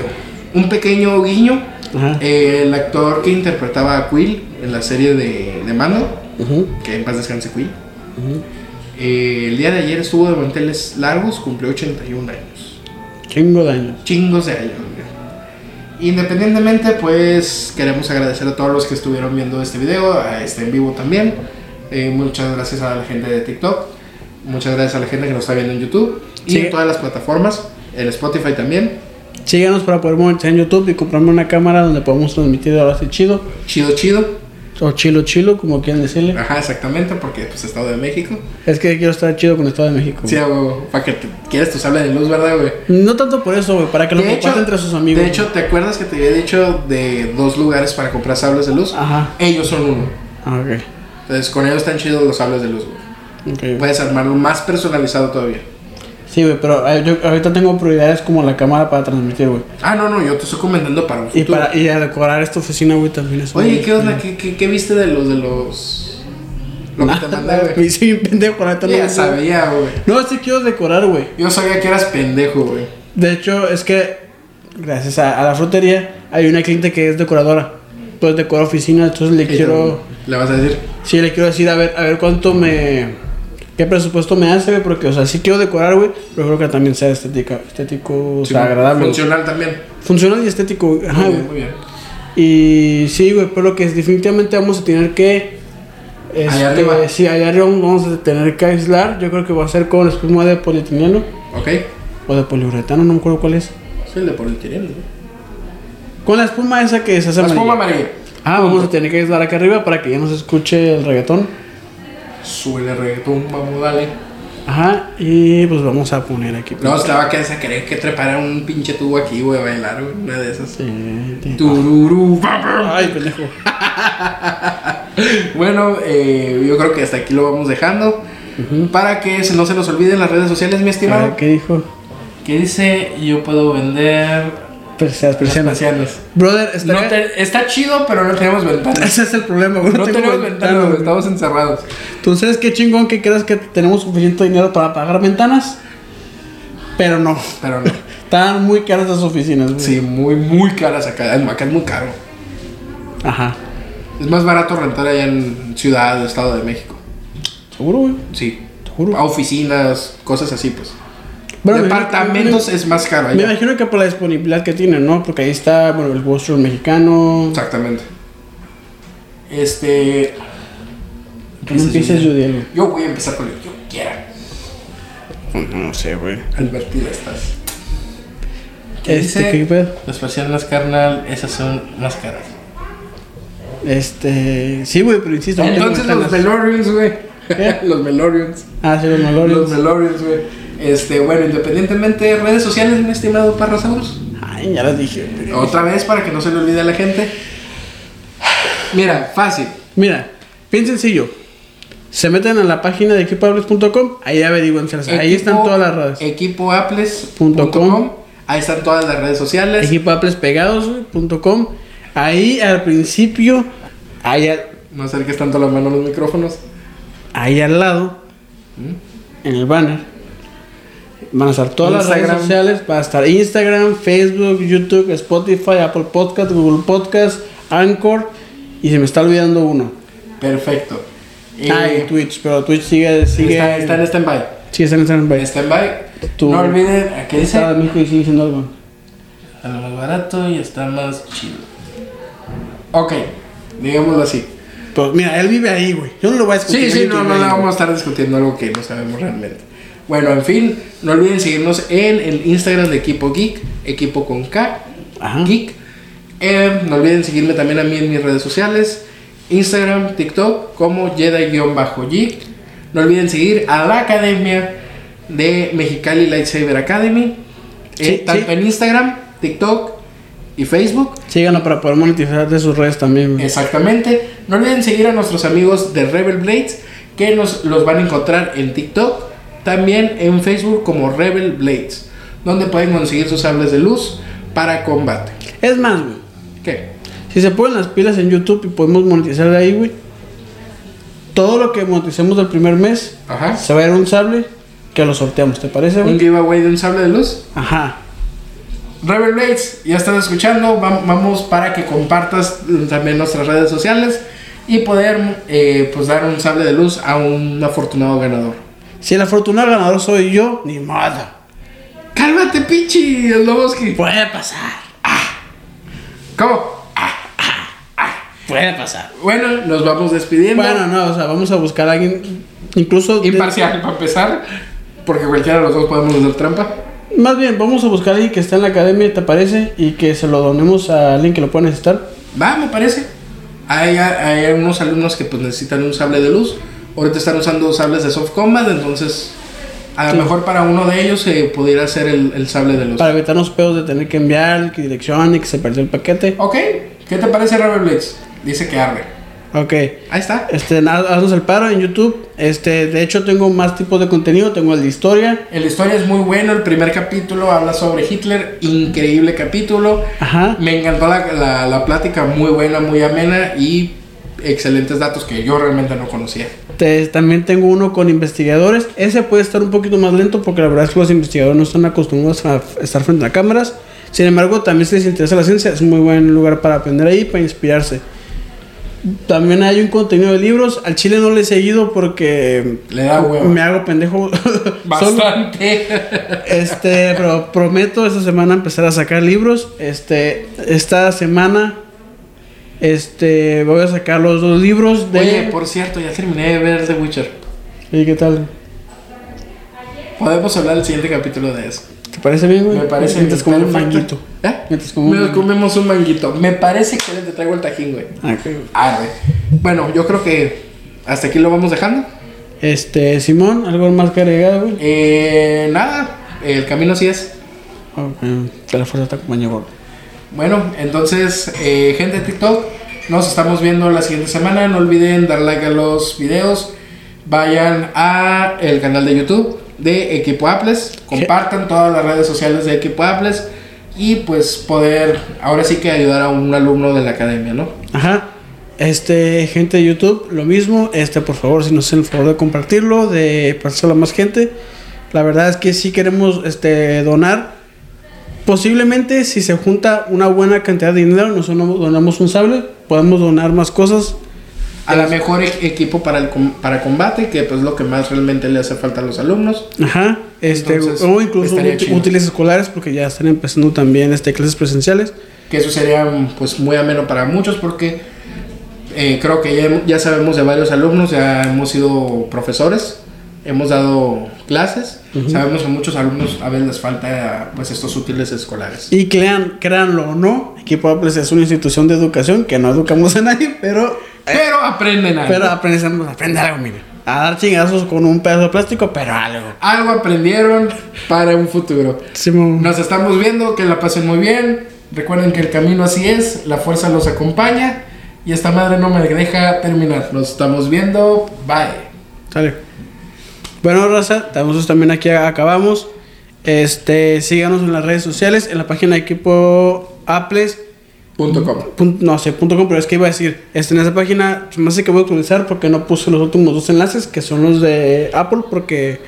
A: un pequeño guiño.
B: Ajá.
A: Eh, el actor que interpretaba a Quill en la serie de, de Mando,
B: Ujú.
A: que en paz descanse Quill, eh, el día de ayer estuvo de manteles largos, cumplió 81 años.
B: Chingo de años.
A: Chingos de años. güey. Independientemente, pues queremos agradecer a todos los que estuvieron viendo este video, a este en vivo también. Eh, muchas gracias a la gente de TikTok, muchas gracias a la gente que nos está viendo en YouTube y
B: Sí.
A: en todas las plataformas, en Spotify también.
B: Síganos para poder monetizar en YouTube y comprarme una cámara donde podamos transmitir ahora sí chido.
A: Chido, chido.
B: O chilo chilo, como quieran decirle.
A: Ajá, exactamente, porque pues Estado de México.
B: Es que quiero estar chido con el Estado de México.
A: Pues Sí, para que te- quieres tu sable de luz, ¿verdad, güey?
B: güey. No tanto por eso, güey, para que lo
A: De
B: compartan entre sus amigos.
A: de hecho, ¿te acuerdas que te había dicho de dos lugares para comprar sables de luz?
B: Ajá.
A: Ellos son uno.
B: Ah, ok.
A: Entonces, con ellos están chidos los sables de luz, güey.
B: Ok, güey.
A: Puedes armarlo más personalizado todavía.
B: Sí, güey, pero eh, yo ahorita tengo prioridades como la cámara para transmitir, güey.
A: Ah, no, no, yo te estoy comentando para un
B: Y,
A: futuro.
B: para, y a decorar esta oficina, güey, también es
A: Oye, ¿qué onda? ¿Qué, qué, qué viste de los de los. Lo
B: Ah,
A: que te mandé,
B: Me
A: güey?
B: hice bien pendejo, la neta, no
A: Ya
B: me-
A: sabía, güey.
B: No, sí quiero decorar, güey.
A: Yo sabía que eras pendejo, güey.
B: De hecho, es que gracias a, a la frutería hay una cliente que es decoradora. Pues decora oficina, entonces le quiero...
A: Le vas a decir.
B: Sí, le quiero decir, a ver, a ver cuánto me... ¿Qué presupuesto me hace, güey? Porque, o sea, sí quiero decorar, güey, pero creo que también sea estética, estético, o sea, agradable. güey.
A: Funcional también.
B: Funcional y estético, güey.
A: muy
B: Ajá, güey.
A: bien, muy bien.
B: Y sí, güey, pero que definitivamente vamos a tener que. este,
A: Allá arriba.
B: Sí, allá arriba vamos a tener que aislar. Yo creo que va a ser con espuma de polietileno
A: Ok.
B: o de poliuretano, no me acuerdo cuál es.
A: Es el de polietileno, ¿no?
B: Con la espuma esa que se hace
A: La espuma
B: amarilla.
A: amarilla.
B: Ah, vamos a tener que aislar acá arriba para que ya no se escuche el reggaetón.
A: Suele reggaetón, vamos, dale.
B: Ajá, y pues vamos a poner aquí.
A: No, estaba que a querer que trepara un pinche tubo aquí, güey, a bailar, güey. Una de esas.
B: Eh, eh.
A: Tururú, pam, pam.
B: Ay, pendejo.
A: Bueno, eh, yo creo que hasta aquí lo vamos dejando. Para que se- no se nos olviden las redes sociales, mi
B: A ver,
A: estimado.
B: ¿Qué dijo?
I: ¿Qué dice? Yo puedo vender.
B: Perseas, persianas.
A: Persianas.
B: Brother, está,
I: No te- está chido, pero no tenemos ventanas.
B: ese es el problema, güey.
A: No
B: tengo
A: tenemos
B: ventana,
A: ventanas, güey,
B: güey.
A: estamos encerrados.
B: Entonces, qué chingón que creas que tenemos suficiente dinero para pagar ventanas. Pero no.
A: Pero no.
B: Están muy caras las oficinas, güey.
A: Sí, muy, muy caras acá. Ah, no, Acá es muy caro.
B: Ajá.
A: Es más barato rentar allá en Ciudad o Estado de México.
B: Seguro, güey.
A: Sí.
B: Seguro.
A: A oficinas, cosas así, pues.
B: Bueno, me
A: Departamentos
B: imagino-
A: es más caro
B: Me
A: allá.
B: imagino que por la disponibilidad que tienen, ¿no? Porque ahí está, bueno, el Wall Street mexicano.
A: Exactamente. Este.
B: No empieces yo, Diego.
A: Yo voy a empezar con lo que yo quiera.
B: No sé, güey.
A: Advertida estás.
I: ¿Qué
B: Este,
I: dice?
B: ¿qué pedo?
I: Las persianas, carnal, esas son más caras.
B: Este. Sí, güey, pero insisto. no tengo
A: Entonces los
B: ventanas.
A: Melorians, güey.
B: ¿Qué?
A: los Melorians.
B: Ah, sí, los
A: Los
B: melores.
A: Melorians, güey. Este, bueno, independientemente, redes sociales, mi estimado Parrasaurus.
B: Ay, ya las dije. güey.
A: Otra vez para que no se le olvide a la gente. Mira, fácil.
B: Mira, bien sencillo. Se meten a la página de equipables.com, ahí averigüense. las- Ahí están
A: Equipo-
B: todas las redes.
A: Equipoapples.com. Ahí están todas las redes sociales.
B: Equipablespegados.com. Ahí al principio, ahí al,
A: No acerques tanto la mano a los micrófonos.
B: ahí al lado, en el banner, van a estar todas las
A: ¿Mm? Instagram.
B: redes sociales. Va a estar Instagram, Facebook, YouTube, Spotify, Apple Podcast, Google Podcast, Anchor. Y se me está olvidando uno.
A: Perfecto. Eh,
B: ah, y Twitch, pero Twitch sigue. sigue
A: está,
B: Pues,
A: está en stand-by.
B: Sí, está en
A: En
B: Instagram.
A: stand-by.
B: Tu-
I: No olviden, ¿a qué dice?
B: Estaba
I: A
B: en México y sigue diciendo algo.
I: lo más barato y está más chido.
A: Ok, digámoslo así.
B: Pues mira, él vive ahí, güey. Yo no lo voy a
A: Sí,
B: escuchar.
A: sí, no, no, no, vamos a estar discutiendo algo que no sabemos realmente. Bueno, en fin, no olviden seguirnos en el Instagram de Equipo Geek, Equipo con K,
B: Ajá.
A: Geek. Eh, no olviden seguirme también a mí en mis redes sociales, Instagram, TikTok, como Jedi-Geek. No olviden seguir a la Academia de Mexicali Lightsaber Academy. eh,
B: Sí,
A: tanto
B: sí.
A: en Instagram, TikTok y Facebook.
B: Síganlo para poder monetizar de sus redes también, güey.
A: Exactamente. No olviden seguir a nuestros amigos de Rebel Blades, que nos, los van a encontrar en TikTok, también en Facebook como Rebel Blades, donde pueden conseguir sus sables de luz para combate.
B: Es más, güey.
A: ¿Qué?
B: Si se ponen las pilas en YouTube y podemos monetizar de ahí, güey. Todo lo que moneticemos del primer mes
A: Ajá.
B: se va a ir a un sable que lo sorteamos, ¿te parece,
A: Un
B: güey?
A: giveaway de un sable de luz.
B: Ajá.
A: Rebel Blades, ya estás escuchando. vam- Vamos para que compartas mm, también nuestras redes sociales y poder eh, pues dar un sable de luz a un afortunado ganador.
B: Si el afortunado ganador soy yo, ni modo.
A: Cálmate, pichi, el Loboski.
B: Puede pasar,
A: ¿Cómo?
B: puede pasar.
A: Bueno, nos vamos despidiendo.
B: Bueno, no, o sea, vamos a buscar a alguien, incluso... de-
A: Imparcial para empezar, porque cualquiera de los dos podemos hacer trampa.
B: más bien, vamos a buscar a alguien que está en la academia, ¿te parece? Y que se lo donemos a alguien que lo pueda necesitar.
A: Va, me parece. Hay, hay unos alumnos que pues necesitan un sable de luz. Ahorita están usando sables de soft combat, entonces a lo mejor para uno de ellos se pudiera hacer el, el sable de luz.
B: Para evitar los pedos de tener que enviar, que dirección y que se perdió el paquete.
A: Ok, ¿qué te parece Rebel Blitz? Dice que arde.
B: Ok.
A: Ahí está.
B: Este, na- haznos el paro en YouTube. Este, de hecho tengo más tipos de contenido, tengo el de historia.
A: El historia es muy bueno, el primer capítulo habla sobre Hitler, increíble capítulo.
B: Ajá.
A: Me encantó la, la- la plática, muy buena, muy amena y excelentes datos que yo realmente no conocía.
B: Te- también tengo uno con investigadores. Ese puede estar un poquito más lento porque la verdad es que los investigadores no están acostumbrados a f- estar frente a cámaras. Sin embargo, también si les interesa la ciencia, es un muy buen lugar para aprender ahí, para inspirarse. También hay un contenido de libros. Al chile no le he seguido porque
A: Le da huevo.
B: me hago pendejo. Solo-
A: Bastante.
B: Este, pero prometo esta semana empezar a sacar libros. Este, esta semana, este, voy a sacar los dos libros de.
A: Oye, por cierto, ya terminé de ver The Witcher.
B: ¿Y qué tal?
A: Podemos hablar el siguiente capítulo de eso.
B: ¿Te parece bien, güey?
A: Me parece.
B: Mientras como un
A: perfecto.
B: manguito.
A: ¿Eh?
B: Mientras como un
A: Nos
B: manguito.
A: comemos un manguito. Me parece que te traigo el tajín, güey.
B: Ah, ok, güey.
A: Arre. Bueno, yo creo que hasta aquí lo vamos dejando.
B: Este, Simón, algo más que agregar, güey.
A: Eh, nada, el camino sí es.
B: Ok, Que Oh, la fuerza te acompañe, gordo.
A: Bueno, entonces, eh, gente de TikTok, nos estamos viendo la siguiente semana. No olviden dar like a los videos. Vayan a el canal de YouTube de Equipo Apples. Compartan todas las redes sociales de Equipo Apples. Y pues poder, ahora sí que ayudar a un alumno de la academia, ¿no?
B: Ajá. Este, gente de YouTube, lo mismo. Este, por favor, si nos hacen el favor de compartirlo, de pasárselo a más gente. La verdad es que sí queremos este, donar. Posiblemente, si se junta una buena cantidad de dinero, nosotros donamos un sable, podemos donar más cosas.
A: A lo mejor e- equipo para, el com- para combate, que pues es lo que más realmente le hace falta a los alumnos.
B: Ajá. Este,
A: Entonces,
B: o incluso
A: estaría
B: út-
A: chido.
B: útiles escolares, porque ya están empezando también este, clases presenciales.
A: Que eso sería pues muy ameno para muchos porque eh, creo que ya, hem- ya sabemos de varios alumnos, ya hemos sido profesores, hemos dado clases, sabemos que a muchos alumnos a veces les falta pues estos útiles escolares.
B: Y crean, créanlo o no, Equipo Apples es una institución de educación que no educamos a nadie, pero
A: Pero aprenden algo.
B: Pero aprendemos, aprende algo, mira. A dar chingazos con un pedazo de plástico, pero algo.
A: Algo aprendieron para un futuro. Nos estamos viendo, que la pasen muy bien. Recuerden que el camino así es, la fuerza los acompaña y esta madre no me deja terminar. Nos estamos viendo, bye.
B: Sale. Bueno, raza, estamos también aquí, acabamos. Este, síganos en las redes sociales, en la página de equipo Apples.
A: Punto com.
B: pun- no sé, punto com, pero es que iba a decir, este, en esa página, se me hace que voy a actualizar porque no puse los últimos dos enlaces, que son los de Apple, porque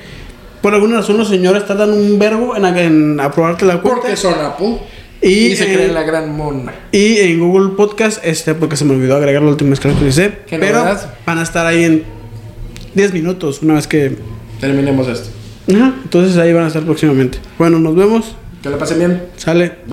B: por alguna razón los señores tardan un verbo en, en aprobarte la cuenta.
A: Porque son Apu
B: Y,
A: y, se
B: eh,
A: cree la gran mona.
B: Y en Google Podcast, este, porque se me olvidó agregar la última vez que lo utilicé.
A: ¿Qué
B: Pero
A: novedad?
B: van a estar ahí en 10 minutos, una vez que.
A: Terminemos esto.
B: Ajá, entonces ahí van a estar próximamente. Bueno, nos vemos.
A: Que la pasen bien.
B: Sale.